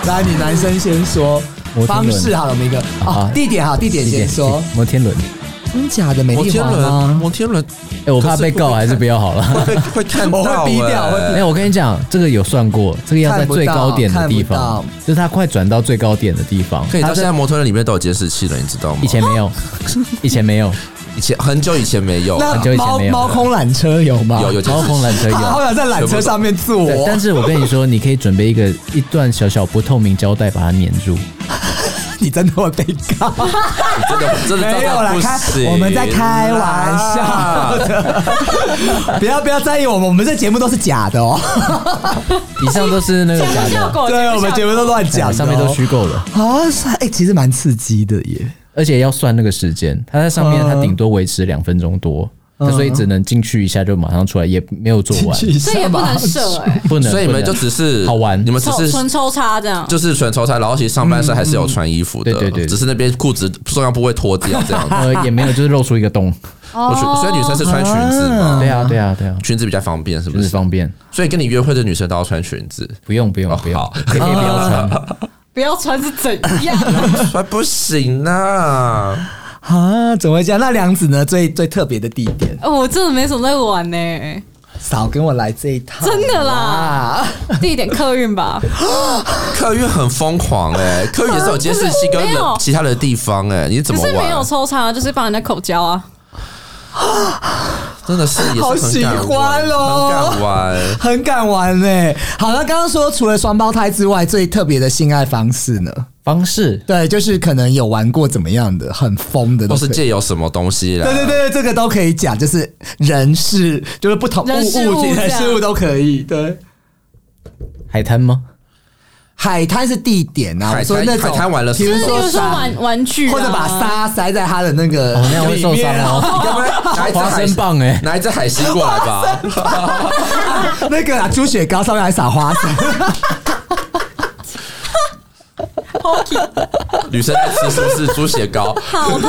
[SPEAKER 2] 来，你男生先说
[SPEAKER 5] 摩天轮
[SPEAKER 2] 方式好了，我们一个哦
[SPEAKER 5] 啊，
[SPEAKER 2] 地点好，地点先说，
[SPEAKER 5] 摩天轮，
[SPEAKER 2] 真假的美
[SPEAKER 1] 摩
[SPEAKER 2] 丽
[SPEAKER 1] 天
[SPEAKER 2] 华
[SPEAKER 1] 轮，
[SPEAKER 2] 吗？
[SPEAKER 1] 摩天轮
[SPEAKER 5] 哎，我怕被告，还是不要
[SPEAKER 1] [LAUGHS]
[SPEAKER 5] 好了。
[SPEAKER 1] 会会看到
[SPEAKER 2] 我会逼掉我会逼
[SPEAKER 5] 没
[SPEAKER 1] 欸。
[SPEAKER 5] 有，我跟你讲，这个有算过，这个要在最高点的地
[SPEAKER 2] 看
[SPEAKER 5] 方
[SPEAKER 2] 不到看不，
[SPEAKER 5] 就是它快转到最高点的地方。
[SPEAKER 1] 可以到
[SPEAKER 5] 它
[SPEAKER 1] 现
[SPEAKER 5] 在
[SPEAKER 1] 在摩天轮里面都有监视器了，你知道吗？
[SPEAKER 5] 以前没有，以前没有，
[SPEAKER 1] 以前很久以前没有，
[SPEAKER 2] 那
[SPEAKER 5] 很久以前
[SPEAKER 2] 猫
[SPEAKER 5] 没有
[SPEAKER 2] 猫空缆车有吗？
[SPEAKER 1] 有有监
[SPEAKER 5] 高
[SPEAKER 1] 视器
[SPEAKER 5] 空缆车
[SPEAKER 2] [LAUGHS] 好
[SPEAKER 5] 有。
[SPEAKER 2] 想在缆车上面坐
[SPEAKER 5] 对，，
[SPEAKER 2] [LAUGHS]
[SPEAKER 5] 但是我跟你说，你可以准备一个一段小小不透明胶带把它粘住。
[SPEAKER 2] 你真的会被告。
[SPEAKER 1] 真的真的
[SPEAKER 2] 没有
[SPEAKER 1] 照
[SPEAKER 2] 啦
[SPEAKER 1] 到不
[SPEAKER 2] 开
[SPEAKER 1] 行
[SPEAKER 2] 我们在开玩笑不要不要在意我们，我们这节目都是假的哦。
[SPEAKER 5] 以上都是那个
[SPEAKER 4] 节目
[SPEAKER 5] 假
[SPEAKER 4] 效 [LAUGHS]
[SPEAKER 5] 哦的，哎
[SPEAKER 2] [LAUGHS]
[SPEAKER 4] 果，
[SPEAKER 2] 对，我们节目都乱讲的哦，
[SPEAKER 5] 上面都虚构的，
[SPEAKER 2] 啊，是哎、其实蛮刺激的耶。
[SPEAKER 5] 而且要算那个时间。它在上面，
[SPEAKER 2] 嗯
[SPEAKER 5] 它顶多维持两分钟多，那所以只能进去一下就马上出来，也没有做完，
[SPEAKER 2] 去
[SPEAKER 4] 这也不能射哎，
[SPEAKER 5] 不能。
[SPEAKER 1] 所以你们
[SPEAKER 5] 不
[SPEAKER 1] 就
[SPEAKER 5] 能
[SPEAKER 1] 只是
[SPEAKER 5] 好玩
[SPEAKER 1] 你们只
[SPEAKER 4] 抽
[SPEAKER 1] 是
[SPEAKER 4] 纯抽插这样，
[SPEAKER 1] 就是纯抽插，然后其实上半身还是有穿衣服的，
[SPEAKER 5] 嗯嗯对对对
[SPEAKER 1] 只是那边裤子重要部位脱掉这样子。
[SPEAKER 5] [LAUGHS] 呃也没有，就是露出一个洞。
[SPEAKER 1] 我去，所以女生是穿裙子嘛，
[SPEAKER 5] 对啊，对啊，对啊，
[SPEAKER 1] 裙子比较方便，是不
[SPEAKER 5] 就是
[SPEAKER 1] 是？
[SPEAKER 5] 方便。
[SPEAKER 1] 所以跟你约会的女生都要穿裙子，
[SPEAKER 5] 不用不用不用
[SPEAKER 1] 哦好，
[SPEAKER 5] 可以不要穿。
[SPEAKER 1] [LAUGHS]
[SPEAKER 4] 不要穿是怎样？
[SPEAKER 1] 还不行啊！
[SPEAKER 2] [LAUGHS] 啊，怎么会这样？那梁子呢？最最特别的地点，
[SPEAKER 4] 哦我真的没什么在玩呢，
[SPEAKER 2] 少跟我来这一套，
[SPEAKER 4] 真的啦，地点客运吧，
[SPEAKER 1] 客运很疯狂哎、客运也是有监视器跟
[SPEAKER 4] 没有
[SPEAKER 1] 人其他的地方哎、你怎
[SPEAKER 4] 可
[SPEAKER 1] 么
[SPEAKER 4] 是没有
[SPEAKER 1] 玩？
[SPEAKER 4] 抽插，就是帮人家口交啊。
[SPEAKER 1] 真的是也是
[SPEAKER 2] 好
[SPEAKER 1] 很
[SPEAKER 2] 喜
[SPEAKER 1] 敢
[SPEAKER 2] 欢
[SPEAKER 1] 玩，
[SPEAKER 2] 哦
[SPEAKER 1] 很敢玩。
[SPEAKER 2] 很敢玩呢、好，那刚刚说除了双胞胎之外，最特别的性爱方式呢？
[SPEAKER 5] 方式
[SPEAKER 2] 对，就是可能有玩过怎么样的，很疯的
[SPEAKER 1] 都哦是
[SPEAKER 2] 可以
[SPEAKER 1] 借由什么东西来？
[SPEAKER 2] 对对对，这个都可以讲，就是人事，就是不同物
[SPEAKER 4] 人事物
[SPEAKER 2] 物体、
[SPEAKER 4] 这样
[SPEAKER 2] 人事物都可以。对，
[SPEAKER 5] 海滩吗？
[SPEAKER 2] 海滩是地点啊，
[SPEAKER 1] 海滩
[SPEAKER 2] 我说那种
[SPEAKER 1] 海滩玩了什
[SPEAKER 2] 比
[SPEAKER 1] 么
[SPEAKER 2] 如
[SPEAKER 4] 就是比
[SPEAKER 2] 说
[SPEAKER 4] 如说
[SPEAKER 2] 沙，
[SPEAKER 4] 玩玩具、啊，
[SPEAKER 2] 或者把沙塞在他的那个
[SPEAKER 5] 哦，那样会
[SPEAKER 2] 里
[SPEAKER 5] 受伤
[SPEAKER 2] 面
[SPEAKER 5] 哦。
[SPEAKER 1] 你干嘛拿一只
[SPEAKER 5] 花
[SPEAKER 1] 海
[SPEAKER 5] 生棒
[SPEAKER 4] 欸
[SPEAKER 5] 哎、
[SPEAKER 1] 拿一只海星过来吧。
[SPEAKER 2] 那个啊，猪血糕上面还撒花生，
[SPEAKER 1] 女生在吃是不是猪血糕？
[SPEAKER 4] 好痛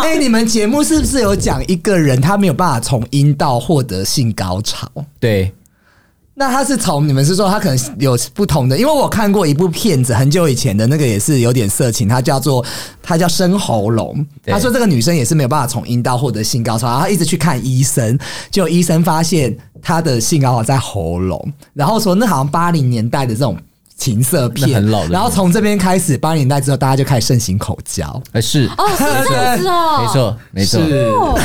[SPEAKER 2] [LAUGHS] 哎、你们节目是不是有讲一个人他没有办法从阴道获得性高潮？
[SPEAKER 5] 对，
[SPEAKER 2] 那他是从你们是说他可能有不同的，因为我看过一部片子，很久以前的那个也是有点色情，它叫做它叫生喉咙。
[SPEAKER 5] 对
[SPEAKER 2] 他说这个女生也是没有办法从阴道获得性高潮，然后她一直去看医生，结果医生发现她的性高潮在喉咙，然后说那好像八零年代的这种情色片，
[SPEAKER 5] 那很老的
[SPEAKER 2] 然后从这边开始，八零年代之后，大家就开始盛行口交。
[SPEAKER 5] 哎是，
[SPEAKER 4] 哦，是这样子
[SPEAKER 5] [LAUGHS]
[SPEAKER 4] 哦，
[SPEAKER 5] 没，错没错，
[SPEAKER 4] 哦，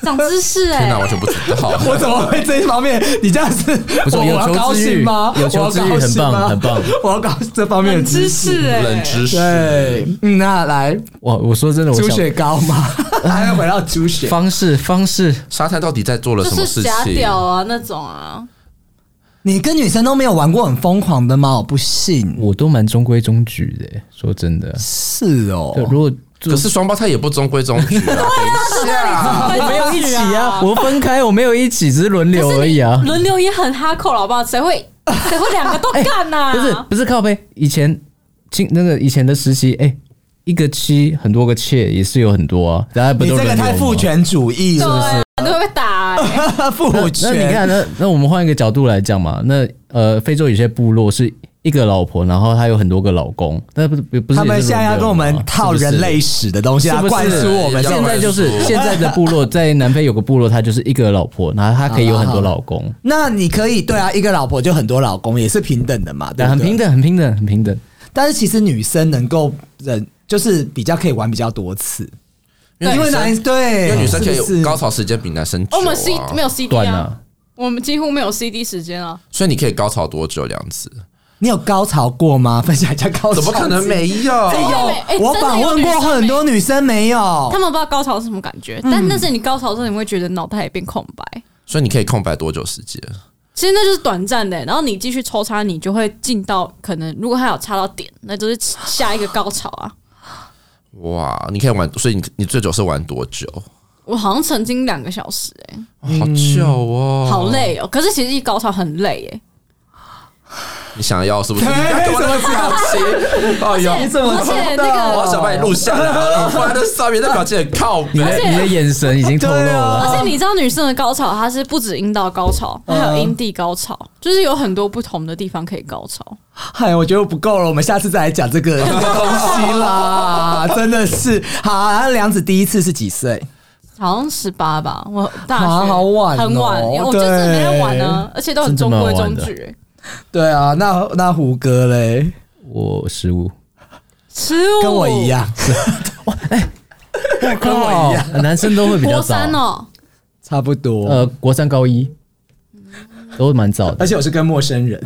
[SPEAKER 4] 长知识哎、
[SPEAKER 1] 天哪，完全不知道。
[SPEAKER 2] [LAUGHS] 我怎么会这一方面？你这样是
[SPEAKER 5] 不错
[SPEAKER 2] 我
[SPEAKER 5] 有
[SPEAKER 2] 我要
[SPEAKER 5] 求
[SPEAKER 2] 高
[SPEAKER 5] 知欲
[SPEAKER 2] 兴吗？
[SPEAKER 5] 有求
[SPEAKER 2] 我要
[SPEAKER 5] 知
[SPEAKER 2] 高
[SPEAKER 5] 欲很
[SPEAKER 2] 兴
[SPEAKER 5] 棒
[SPEAKER 2] 吗
[SPEAKER 5] 很棒。
[SPEAKER 2] [LAUGHS] 我要搞这方面的
[SPEAKER 4] 冷知
[SPEAKER 2] 知识。
[SPEAKER 4] 识哎、
[SPEAKER 1] 冷知识，
[SPEAKER 2] 对，嗯，那来
[SPEAKER 5] 我我说真的，我
[SPEAKER 2] 猪
[SPEAKER 5] 想
[SPEAKER 2] 血糕吗？还要回到猪血
[SPEAKER 5] 方式方式，
[SPEAKER 1] 沙滩到底在做了什么
[SPEAKER 4] 就
[SPEAKER 1] 事
[SPEAKER 4] 是假
[SPEAKER 1] 情？
[SPEAKER 4] 屌啊那种啊，
[SPEAKER 2] 你跟女生都没有玩过很疯狂的吗？我不信。
[SPEAKER 5] 我都蛮中规中矩的。说真的，
[SPEAKER 2] 是哦
[SPEAKER 5] 就，如果
[SPEAKER 1] 可是双胞胎也不中规中矩啊！等一下，
[SPEAKER 4] 我没有一起啊
[SPEAKER 5] 我分开，我没有一起，只是轮流而已啊。
[SPEAKER 4] 轮流也很哈扣了，好不好？谁会谁会两个都干啊呐、
[SPEAKER 5] 哎 [LAUGHS] 不是不是靠背，以前进那个以前的时期，哎、一个妻很多个妾也是有很多啊，大家不
[SPEAKER 2] 你
[SPEAKER 5] 都
[SPEAKER 2] 这个
[SPEAKER 5] 轮流
[SPEAKER 2] 太
[SPEAKER 5] 吗
[SPEAKER 2] 父。权主义
[SPEAKER 4] 对
[SPEAKER 2] 了，
[SPEAKER 4] 啊，你都会被打、欸。
[SPEAKER 2] 父
[SPEAKER 5] 那 [LAUGHS] 那
[SPEAKER 2] 权。
[SPEAKER 5] 你看，那那我们换一个角度来讲嘛，那呃，非洲有些部落是一个老婆，然后她有很多个老公，那不不不是
[SPEAKER 2] 他们
[SPEAKER 5] 也是轮流
[SPEAKER 2] 现在要跟我们
[SPEAKER 5] 吗
[SPEAKER 2] 套
[SPEAKER 5] 是不是
[SPEAKER 2] 人类史的东西
[SPEAKER 5] 是
[SPEAKER 2] 啊，
[SPEAKER 5] 不是
[SPEAKER 2] 灌输我们
[SPEAKER 1] 要
[SPEAKER 5] 现在
[SPEAKER 2] [LAUGHS]
[SPEAKER 5] 就是
[SPEAKER 1] 不然说
[SPEAKER 5] 现在的部落，在南非有个部落，她就是一个老婆，然后她可以有很多老公，
[SPEAKER 2] 那你可以对啊，一个老婆就很多老公，也是平等的嘛，对
[SPEAKER 5] 但
[SPEAKER 2] 不
[SPEAKER 5] 啊很
[SPEAKER 2] 对
[SPEAKER 5] 平。等，很平等，很平等。
[SPEAKER 2] 但是其实女生能够忍，就是比较可以玩比较多次，因为男对，
[SPEAKER 1] 因为女生可
[SPEAKER 2] 是不是
[SPEAKER 1] 以高潮时间比男生久啊
[SPEAKER 4] 哦我们 C 没
[SPEAKER 1] 有，
[SPEAKER 4] 有 CD
[SPEAKER 5] 短
[SPEAKER 4] 啊
[SPEAKER 5] 啊，
[SPEAKER 4] 我们几乎没有 CD 时间啊。
[SPEAKER 1] 所以你可以高潮多久？两次？
[SPEAKER 2] 你有高潮过吗？分享一下高潮，
[SPEAKER 1] 怎么可能？没有？
[SPEAKER 4] 哎呦哎
[SPEAKER 2] 我
[SPEAKER 4] 真的
[SPEAKER 2] 访
[SPEAKER 4] 有
[SPEAKER 2] 问
[SPEAKER 4] 女
[SPEAKER 2] 过
[SPEAKER 4] 生欸
[SPEAKER 2] 很多女生没有
[SPEAKER 4] 他，们不知道高潮是什么感觉，但但是你高潮的时候，你会觉得脑袋也变空白。
[SPEAKER 1] 所以你可以空白多久时间？
[SPEAKER 4] 其实那就是短暂的、欸然后你继续抽插，你就会进到可能，如果它有插到点，那就是下一个高潮啊。
[SPEAKER 1] 哇，你可以玩，所以你你最久是玩多久？
[SPEAKER 4] 我好像曾经两个小时、欸，
[SPEAKER 1] 好久哦，
[SPEAKER 4] 好。累哦、可是其实一高潮很累、欸，
[SPEAKER 1] 你想要是不是？
[SPEAKER 2] 哎
[SPEAKER 1] 你干嘛那么表情？哎呦，
[SPEAKER 4] 而且那
[SPEAKER 1] 我要
[SPEAKER 4] 个
[SPEAKER 1] 想把你录下来，然后放在上面，那表情很靠
[SPEAKER 5] 你
[SPEAKER 1] 背。
[SPEAKER 5] 的你的眼神 [LAUGHS] 已经透露了，
[SPEAKER 4] 而且你知道，女生的高潮它是不止阴道高潮，它还有阴蒂高潮，就是有很多不同的地方可以高潮。
[SPEAKER 2] 哎，我觉得不够了，我们下次再来讲这个这个东西
[SPEAKER 4] [LAUGHS]
[SPEAKER 2] 啦，真的是好啊。那梁子第一次是几岁？
[SPEAKER 4] 好像十八吧，我大学、
[SPEAKER 2] 啊好晚哦
[SPEAKER 4] 很晚，因为我就是没在玩呢、而且都很中规中矩、欸。
[SPEAKER 2] 对啊，那那胡歌嘞，
[SPEAKER 5] 我十五，
[SPEAKER 4] 十五
[SPEAKER 2] 跟我一， [LAUGHS] 样，哎
[SPEAKER 5] 跟我一样，呃男生都会比较
[SPEAKER 4] 国
[SPEAKER 5] 早，
[SPEAKER 4] 三哦、
[SPEAKER 2] 差不多。
[SPEAKER 5] 呃，国三高一都蛮早的
[SPEAKER 2] 而。且我是跟陌生 [LAUGHS] 人，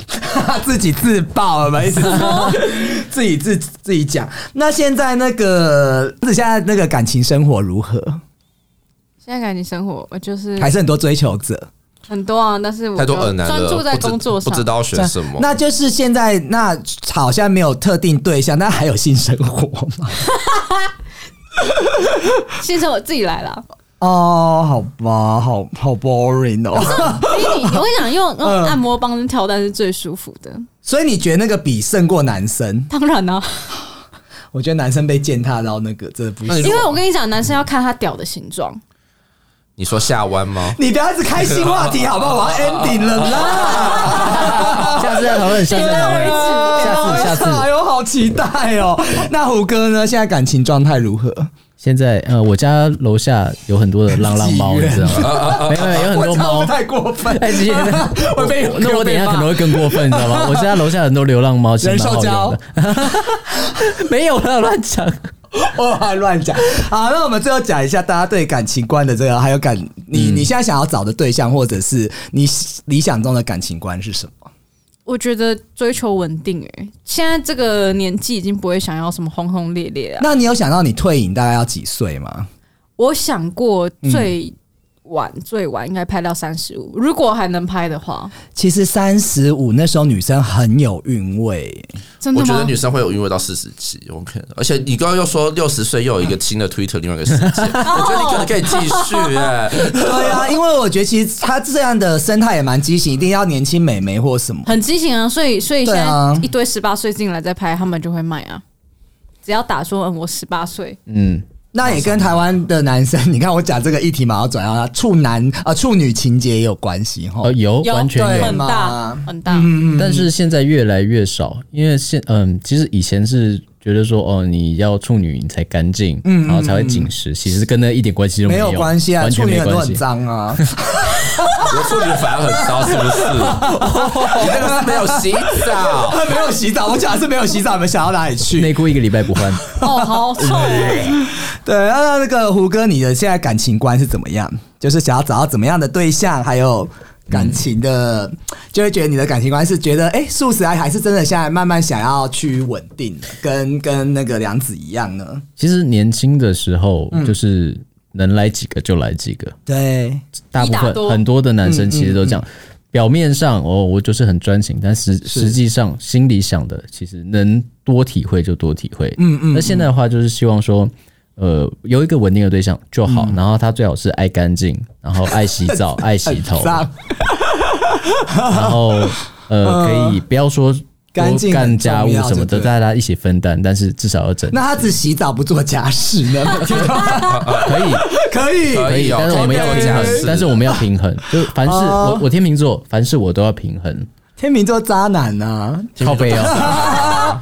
[SPEAKER 2] 自己自爆了嘛，一直 [LAUGHS] 自己自自己讲。那现在那个，自己现在那个感情生活如何？
[SPEAKER 4] 现在感情生活，我就是
[SPEAKER 2] 还是很多追求者，
[SPEAKER 4] 很多啊，但是我
[SPEAKER 1] 太多
[SPEAKER 4] 就
[SPEAKER 1] 耳难了，
[SPEAKER 4] 专注在
[SPEAKER 1] 不知
[SPEAKER 4] 工作上，
[SPEAKER 1] 不知道选呃什么。
[SPEAKER 2] 那就是现在那好像没有特定对象，那还有性生活吗？
[SPEAKER 4] 先生我自己
[SPEAKER 2] [LAUGHS]
[SPEAKER 4] 来了。
[SPEAKER 2] [LAUGHS] 哦，好吧，好好 boring 哦。
[SPEAKER 4] 所以你我跟你讲，用
[SPEAKER 2] 嗯
[SPEAKER 4] 用按摩棒跟跳蛋是最舒服的，
[SPEAKER 2] [LAUGHS] 所以你觉得那个比胜过男生？
[SPEAKER 4] 当然呢、
[SPEAKER 2] 我觉得男生被践踏到那个，真的不
[SPEAKER 1] 那你
[SPEAKER 2] 行
[SPEAKER 1] 如。
[SPEAKER 4] 因为我跟你讲，男生要看他屌的形状。
[SPEAKER 1] 你说下弯吗？
[SPEAKER 2] 你不要一直开新话题好不好？我要 ending 了 [LAUGHS] 啦。
[SPEAKER 5] [LAUGHS] 下次再讨论，下次再讨论，
[SPEAKER 2] [LAUGHS]
[SPEAKER 5] 下次下
[SPEAKER 2] 哎
[SPEAKER 5] 次。
[SPEAKER 2] 呦，好期待哦！那胡歌呢？现在感情状态如何？
[SPEAKER 5] 现在呃，我家楼下有很多的浪浪猫，
[SPEAKER 2] 自己
[SPEAKER 5] 你
[SPEAKER 2] 人
[SPEAKER 5] 知道吗？没有没有，有很
[SPEAKER 2] 呃我这样
[SPEAKER 5] 多
[SPEAKER 2] 会
[SPEAKER 5] 猫
[SPEAKER 2] 不会。太过分，
[SPEAKER 5] [LAUGHS] 哎，
[SPEAKER 2] [LAUGHS]
[SPEAKER 5] 直接
[SPEAKER 2] 我被
[SPEAKER 5] 那 [LAUGHS] 我等一下可能会更过分，你知道 [LAUGHS] 吗？我家楼下很多流浪猫，其实蛮好用的。 [LAUGHS] 没有啦，乱讲。
[SPEAKER 2] 我还乱讲。好，那我们最后讲一下大家对感情观的这个，还有感你、你现在想要找的对象，或者是你理想中的感情观是什么？
[SPEAKER 4] 我觉得追求稳定、欸，现在这个年纪已经不会想要什么轰轰烈烈啊。
[SPEAKER 2] 那你有想到你退隐大概要几岁吗？
[SPEAKER 4] 我想过最晚、最晚应该拍到三十五，如果还能拍的话，
[SPEAKER 2] 其实三十五那时候女生很有韵味，
[SPEAKER 4] 真的
[SPEAKER 1] 我
[SPEAKER 4] 吗？
[SPEAKER 1] 觉得女生会有韵味到四十几，OK。而且你刚刚又说六十岁又有一个新的 Twitter，另外一个
[SPEAKER 4] [LAUGHS]
[SPEAKER 1] 世界，我觉得你可能可以继续哎、
[SPEAKER 2] 对啊，因为我觉得其实她这样的生态也蛮畸形，一定要年轻美眉或什么。
[SPEAKER 4] 很畸形啊，所以所以现
[SPEAKER 2] 对啊
[SPEAKER 4] 在一堆十八岁进来再拍，他们就会卖啊。只要打说嗯我十八岁，
[SPEAKER 5] 嗯，
[SPEAKER 2] 那也跟台湾的男生， [LAUGHS] 你看我讲这个议题嘛，要转到处男啊、处女情节也有关系哈
[SPEAKER 5] 哦，。有完全
[SPEAKER 2] 对
[SPEAKER 5] 有。
[SPEAKER 4] 很
[SPEAKER 2] 嘛
[SPEAKER 4] 大很大，
[SPEAKER 2] 嗯
[SPEAKER 5] 嗯但是现在越来越少，因为现嗯，其实以前是觉得说哦，你要处女你才干净，然后才会紧实，其实跟那一点关系都
[SPEAKER 2] 嗯没
[SPEAKER 5] 有
[SPEAKER 2] 有关系啊，
[SPEAKER 5] 完
[SPEAKER 2] 处
[SPEAKER 5] 全
[SPEAKER 2] 女
[SPEAKER 5] 没
[SPEAKER 2] 很多
[SPEAKER 5] 关系
[SPEAKER 2] 很。脏啊，
[SPEAKER 5] [LAUGHS]
[SPEAKER 2] [LAUGHS]
[SPEAKER 1] 我处女反而很糟，是不是？你那个是没有洗澡，
[SPEAKER 2] 没有洗澡，我讲的是没有洗澡，你们想到哪里去？
[SPEAKER 5] 内裤一个礼拜
[SPEAKER 2] [LAUGHS]
[SPEAKER 5] 不换，
[SPEAKER 4] 哦，好臭哦，
[SPEAKER 2] 对，那那个胡哥，你的现在感情观是怎么样？就是想要找到怎么样的对象，还有感情的，嗯就会觉得你的感情观是觉得，哎、素食还还是真的现在慢慢想要去稳定的，跟跟那个梁子一样呢？
[SPEAKER 5] 其实年轻的时候
[SPEAKER 2] 嗯
[SPEAKER 5] 就是能来几个就来几个，
[SPEAKER 2] 对，
[SPEAKER 5] 大部
[SPEAKER 4] 一打
[SPEAKER 5] 分
[SPEAKER 4] 多
[SPEAKER 5] 很多的男生其实都
[SPEAKER 2] 嗯
[SPEAKER 5] 这样。表面上哦，我就是很专情，但实实际上心里想的，其实能多体会就多体会。嗯嗯。那现在的话，就是希望说，呃，有一个稳定的对象就
[SPEAKER 2] 嗯
[SPEAKER 5] 好，然后他最好是爱干净，然后爱洗
[SPEAKER 2] [LAUGHS]
[SPEAKER 5] 澡、爱洗头，
[SPEAKER 2] 脏，
[SPEAKER 5] 然后呃，可以不要说
[SPEAKER 2] 嗯干
[SPEAKER 5] 多
[SPEAKER 2] 净很
[SPEAKER 5] 干家务
[SPEAKER 2] 重要
[SPEAKER 5] 什么
[SPEAKER 2] 就
[SPEAKER 5] 的，
[SPEAKER 2] 对
[SPEAKER 5] 大家一起分担，但是至少要整。
[SPEAKER 2] 那他只洗澡不做家事
[SPEAKER 5] [LAUGHS]
[SPEAKER 2] 呢？
[SPEAKER 1] 啊
[SPEAKER 5] 可以，
[SPEAKER 2] 可以，
[SPEAKER 1] 可以哦，
[SPEAKER 5] 啊但是我们要
[SPEAKER 1] 可以
[SPEAKER 5] 平
[SPEAKER 1] 这样
[SPEAKER 5] 衡
[SPEAKER 1] 子，
[SPEAKER 5] 但是我们要平衡，就凡事
[SPEAKER 2] 哦
[SPEAKER 5] 我我天秤座，凡事我都要平衡。
[SPEAKER 2] 天秤座渣男呢、
[SPEAKER 5] 靠背 [LAUGHS] 哦，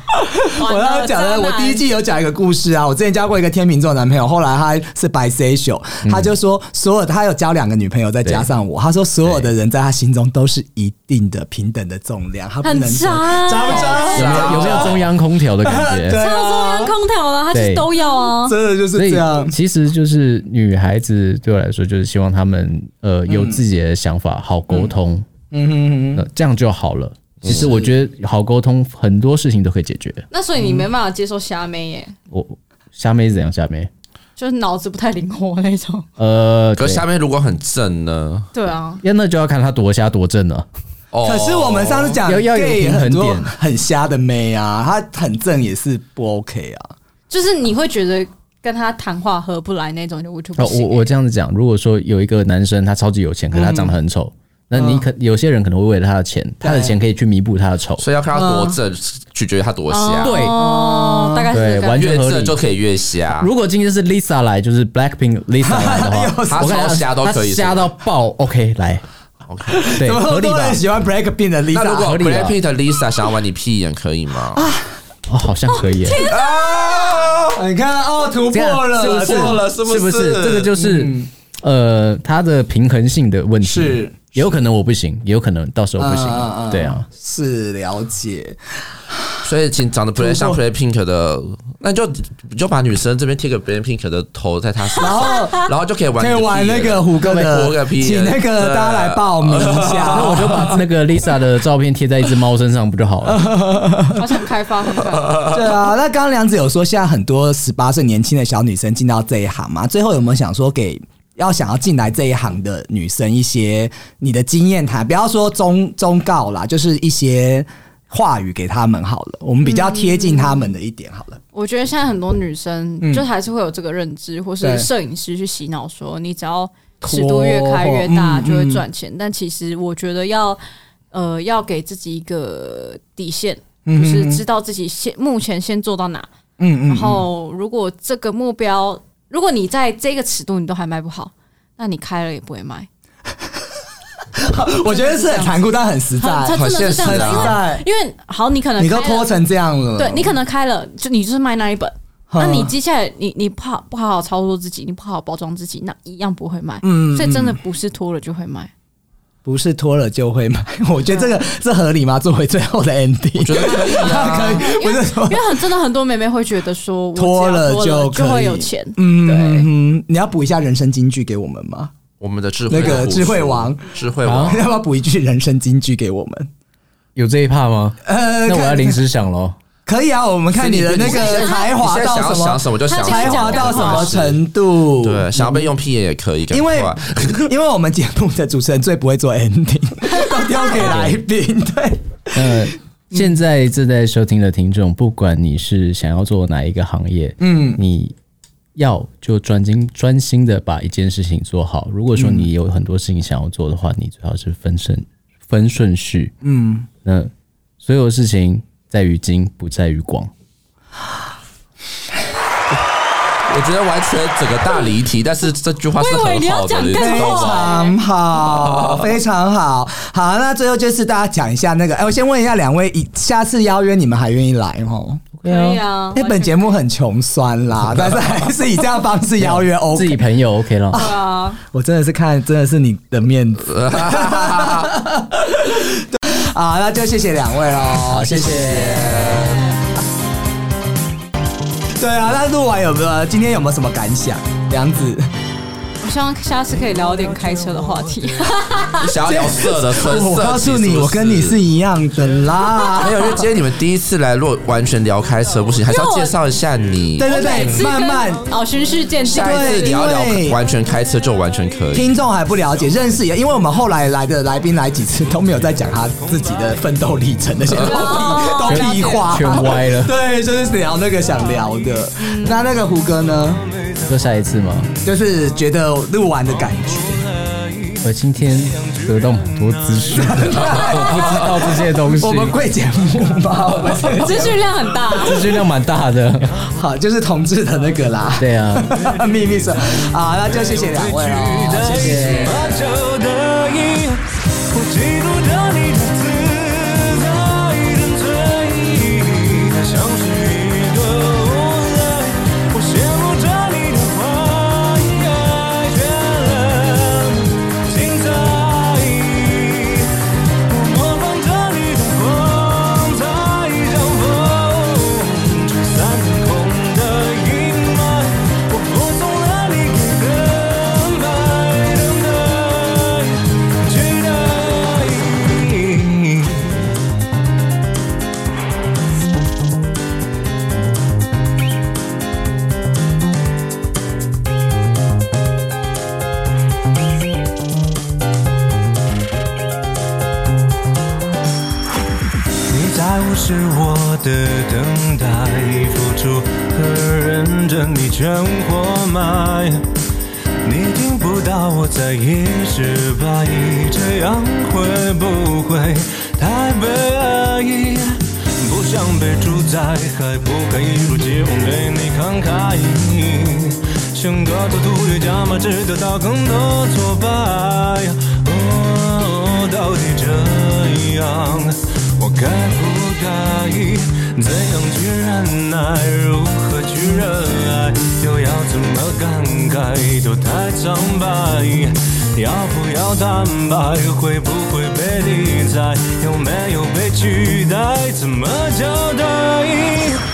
[SPEAKER 2] 我要讲的，
[SPEAKER 4] 完了
[SPEAKER 2] 我第一季有讲一个故事啊。我之前交过一个天秤座男朋友，后来他是 bisexual，他
[SPEAKER 5] 嗯
[SPEAKER 2] 就说所有他有交两个女朋友，再加上我，他说所有的人在他心中都是一定的平等的重量，他不能
[SPEAKER 4] 很渣
[SPEAKER 2] 渣不渣？
[SPEAKER 5] 有没有有没有中央空调的感
[SPEAKER 2] 对
[SPEAKER 5] 觉？ [LAUGHS]
[SPEAKER 4] 渣男超中央空调了，他其实
[SPEAKER 5] 对
[SPEAKER 4] 都要啊，
[SPEAKER 2] 真的就是
[SPEAKER 5] [LAUGHS] 所以
[SPEAKER 2] 这样。
[SPEAKER 5] 其实就是女孩子对我来说，就是希望她们呃有自己的想法，好沟通，嗯哼哼，这嗯样就好了。其实我觉得好沟通，很多事情都可以解决。
[SPEAKER 4] 那所以你没办法接受虾妹耶，
[SPEAKER 5] 我虾妹是怎样？虾妹，
[SPEAKER 4] 就是脑子不太灵活那种。
[SPEAKER 5] 呃，
[SPEAKER 1] 可
[SPEAKER 5] 对
[SPEAKER 1] 是下面如果很正呢？
[SPEAKER 4] 对啊，
[SPEAKER 5] 要那就要看她多虾多正
[SPEAKER 1] [LAUGHS]
[SPEAKER 5] 啊了。
[SPEAKER 1] 哦，
[SPEAKER 2] 可是我们上次讲
[SPEAKER 5] 要要有
[SPEAKER 2] gay
[SPEAKER 5] 平衡
[SPEAKER 2] 很多
[SPEAKER 5] 点
[SPEAKER 2] 很瞎的妹啊，她很正也是不 OK 啊。
[SPEAKER 4] 就是你会觉得跟他谈话合不来那种，就我就不
[SPEAKER 5] 哦，我
[SPEAKER 4] 行。
[SPEAKER 5] 我这样子讲，如果说有一个男生他超级有钱，可是他长得很丑，
[SPEAKER 1] 嗯
[SPEAKER 5] 那你可有些人可能会为了他的钱，他的
[SPEAKER 1] 哎
[SPEAKER 5] 钱可以去弥补他的丑。
[SPEAKER 1] 所以要看他多正，取决于他多瞎。
[SPEAKER 5] 对
[SPEAKER 4] 哦，大概是这
[SPEAKER 5] 对
[SPEAKER 4] 个
[SPEAKER 5] 完
[SPEAKER 4] 感觉。
[SPEAKER 1] 越
[SPEAKER 5] 全合理
[SPEAKER 1] 正就可以越瞎。
[SPEAKER 5] 如果今天是 Lisa 来，就是 Blackpink Lisa
[SPEAKER 1] [LAUGHS]
[SPEAKER 5] 来的
[SPEAKER 1] 哎
[SPEAKER 2] 又
[SPEAKER 5] 话，我看
[SPEAKER 1] 她超瞎都可以
[SPEAKER 5] 她瞎到爆。OK，来
[SPEAKER 1] OK
[SPEAKER 5] 对，
[SPEAKER 2] 怎么那
[SPEAKER 5] 合
[SPEAKER 2] 么
[SPEAKER 5] 理
[SPEAKER 2] 多
[SPEAKER 5] 吧
[SPEAKER 2] 人？喜欢 Blackpink 的
[SPEAKER 1] 那
[SPEAKER 2] Lisa？
[SPEAKER 1] 如果
[SPEAKER 5] 合理吧
[SPEAKER 1] Blackpink 的 Lisa 想要玩你屁眼，可以吗？
[SPEAKER 4] 啊
[SPEAKER 5] 哦，好像可以耶。
[SPEAKER 1] 啊，
[SPEAKER 2] 啊你看哦，突
[SPEAKER 5] 这样
[SPEAKER 2] 破了，
[SPEAKER 5] 是不是？
[SPEAKER 1] 突破了是不是
[SPEAKER 5] 不是？这个就是呃，它的平衡性的问题。
[SPEAKER 2] 是，
[SPEAKER 5] 也有可能我不行，也有可能到时候不
[SPEAKER 2] 嗯嗯
[SPEAKER 5] 行。
[SPEAKER 2] 嗯
[SPEAKER 5] 对啊，
[SPEAKER 2] 是了解。
[SPEAKER 1] 所以请长得不太像
[SPEAKER 2] 突
[SPEAKER 1] Blackpink 的，
[SPEAKER 4] 哦
[SPEAKER 1] 那你就你就把女生这边贴个 Blackpink 的头在她身
[SPEAKER 2] 然
[SPEAKER 1] 上，
[SPEAKER 4] 哦
[SPEAKER 2] 后
[SPEAKER 1] 然后就可以玩
[SPEAKER 2] 可
[SPEAKER 1] 你
[SPEAKER 2] 以
[SPEAKER 1] 的屁眼
[SPEAKER 2] 玩那个虎哥
[SPEAKER 1] 胡歌
[SPEAKER 2] 的，
[SPEAKER 1] 屁
[SPEAKER 2] 请
[SPEAKER 1] 眼
[SPEAKER 2] 那个
[SPEAKER 1] 对啊
[SPEAKER 2] 大家来报名一
[SPEAKER 1] [LAUGHS]
[SPEAKER 2] 下。
[SPEAKER 5] 那我就把那个 Lisa 的照片贴在一只猫身上不就好了？
[SPEAKER 4] 好像开发很快。
[SPEAKER 2] 对啊，那刚刚梁子有说，现在很多十八岁年轻的小女生进到这一行嘛，最后有没有想说给？要想要进来这一行的女生，一些你的经验谈，不要
[SPEAKER 1] [LAUGHS]
[SPEAKER 2] 说忠忠告啦，就是一些话语给他们好了，我们比较贴近他们的一点好了。
[SPEAKER 4] [LAUGHS] 我觉得现在很多女生就还是会有这个认知，或
[SPEAKER 2] 嗯对
[SPEAKER 4] 是摄影师去洗脑说，你只要尺度越开越大
[SPEAKER 2] 嗯
[SPEAKER 4] 就会赚钱。但其实我觉得要呃要给自己一个底线，就是知道自己现目前先做到哪。
[SPEAKER 2] 嗯
[SPEAKER 4] 然后如果这个目标，如果你在这个尺度你都还卖不好，那你开了也不会卖。
[SPEAKER 2] 嗯，我觉得是很残酷，但很实在，
[SPEAKER 4] 它真的是这样
[SPEAKER 1] 很现
[SPEAKER 4] 子，
[SPEAKER 1] 实
[SPEAKER 4] 因为
[SPEAKER 2] 啊
[SPEAKER 4] 因为好，你可能
[SPEAKER 2] 你都
[SPEAKER 4] 开了
[SPEAKER 2] 拖成这样了，
[SPEAKER 4] 对你可能呃开了，就你就是卖那一本，
[SPEAKER 2] 嗯
[SPEAKER 4] 那你接下来你你不好不好好操作自己，你不好好包装自己，那一样不会卖。嗯，所以真的不是拖了就会卖。
[SPEAKER 2] 嗯不是脱了就会买， [LAUGHS] 我觉得这个这合理吗？作为最后的 ending，我
[SPEAKER 1] 觉得可以啊
[SPEAKER 2] [LAUGHS] 可以，不是
[SPEAKER 4] [LAUGHS]
[SPEAKER 2] 说
[SPEAKER 4] 因为很真的很多妹妹会觉得说，我只要
[SPEAKER 2] 脱了
[SPEAKER 4] 脱
[SPEAKER 2] 就可
[SPEAKER 4] 了
[SPEAKER 2] 以
[SPEAKER 4] 就会有钱，
[SPEAKER 2] 嗯
[SPEAKER 4] 对，
[SPEAKER 2] 嗯，你要补一下人生金句给我们吗？
[SPEAKER 1] 我们的智慧
[SPEAKER 2] 那个
[SPEAKER 1] 护
[SPEAKER 2] 智慧
[SPEAKER 1] 肤
[SPEAKER 2] 王，啊
[SPEAKER 1] 智慧王，
[SPEAKER 2] [LAUGHS] 要不要补一句人生金句给我们？
[SPEAKER 5] 有这一趴吗？
[SPEAKER 2] 呃，
[SPEAKER 5] 那我要
[SPEAKER 2] 看
[SPEAKER 5] 临时想喽。
[SPEAKER 2] 可以啊，我们看你的那
[SPEAKER 1] 所以
[SPEAKER 2] 个
[SPEAKER 1] 你
[SPEAKER 2] 才华
[SPEAKER 1] 你现在想
[SPEAKER 2] 到
[SPEAKER 1] 要
[SPEAKER 2] 什
[SPEAKER 1] 想
[SPEAKER 2] 么，
[SPEAKER 1] 什么就想什么，
[SPEAKER 2] 才华到什么
[SPEAKER 1] 度？
[SPEAKER 2] 程度？
[SPEAKER 1] 对，想要被用屁眼也可以，赶
[SPEAKER 2] 因为 [LAUGHS]
[SPEAKER 1] 快
[SPEAKER 2] 因为我们节目的主持人最不会做 ending，都
[SPEAKER 4] [LAUGHS]
[SPEAKER 2] 丢给来宾，对。
[SPEAKER 5] 那呃
[SPEAKER 2] 嗯
[SPEAKER 5] 现在正在收听的听众，不管你是想要做哪一个行业，嗯，你要就专精专心的把一件事情做好。如果说你有很多事情想要做的话，你最好是分顺分顺序，嗯，那所有事情在于精，不在于广。
[SPEAKER 1] 我觉得完全整个大离题，但是这句话是
[SPEAKER 4] 我以为
[SPEAKER 1] 很
[SPEAKER 4] 你要
[SPEAKER 1] 好的，
[SPEAKER 4] 讲
[SPEAKER 1] 你知
[SPEAKER 4] 干
[SPEAKER 1] 道
[SPEAKER 4] 话
[SPEAKER 1] 吗？
[SPEAKER 2] 非常好，非常好。好，那最后就是大家讲一下那个，哎、我先问一下两位，以下次邀约你们还愿意来哦？
[SPEAKER 4] 可以啊。
[SPEAKER 2] 那本节目很穷酸啦，但是还是以这样方式邀约
[SPEAKER 5] 自
[SPEAKER 2] OK。
[SPEAKER 5] 己朋友 OK 了。
[SPEAKER 4] 对啊，
[SPEAKER 2] 我真的是看，真的是你的面子 [LAUGHS] 啊！那就谢谢两位喽，谢谢。对啊，那录完有没有？今天有没有什么感想？梁子，
[SPEAKER 4] 我希望下次可以聊点开车的话题。
[SPEAKER 1] 你 [LAUGHS] 想要聊色的纯色，
[SPEAKER 2] 我告诉你，我跟你是。一样的啦。
[SPEAKER 1] 没有，因为今天你们第一次来，如果完全聊开车不行，还是要介绍一下你。
[SPEAKER 4] [LAUGHS]
[SPEAKER 2] 对对
[SPEAKER 4] 每次
[SPEAKER 2] 对，
[SPEAKER 4] 跟
[SPEAKER 2] 哎慢慢
[SPEAKER 4] 哦，循序渐进
[SPEAKER 1] 下。一次你要
[SPEAKER 2] 对
[SPEAKER 1] 聊完全开车就完全可以。
[SPEAKER 2] 听众还不了解，认识也，因为我们后来来的来宾来几次都没有在讲他自己的奋斗历程，那些都屁
[SPEAKER 4] 哦
[SPEAKER 2] 都屁话，
[SPEAKER 5] 全歪了
[SPEAKER 2] [LAUGHS]
[SPEAKER 5] 嗯
[SPEAKER 2] 对，就是聊那个想聊的。那那个胡歌呢，
[SPEAKER 5] 说下一次吗？
[SPEAKER 2] 就是觉得录完的感觉，
[SPEAKER 5] 我今天得到很多资
[SPEAKER 2] [LAUGHS]
[SPEAKER 5] 讯，我不知道这些 [LAUGHS] 东西
[SPEAKER 2] 我，们贵节目吧， [LAUGHS] 我们是
[SPEAKER 4] 资讯量很大，
[SPEAKER 5] 资讯量蛮大的。
[SPEAKER 2] 好，就是同志的那个啦，
[SPEAKER 5] 对啊，
[SPEAKER 2] [LAUGHS] 秘密社啊，那就谢谢两位哦， [LAUGHS] 谢谢。
[SPEAKER 3] 把酒得意，我嫉妒着你的自在跟醉意，它像是一个无赖，我羡慕着你的花开绚烂精彩，我模仿着你的光彩，像风吹散空的阴霾，我服从了你给的安排，等待，期待。你在无视我的等待，付出和认真你全活埋。你听不到我在意失败，这样会不会太悲哀？不想被主宰，还不敢一如既往对你慷慨。像个赌徒越加码，只得到更多挫败。哦，到底这样，我该不该？怎样去忍耐？如何去热爱？又要怎么感慨？都太苍白。要不要坦白？会不会被理睬？有没有被取代？怎么交代？啊 Mm-hmm.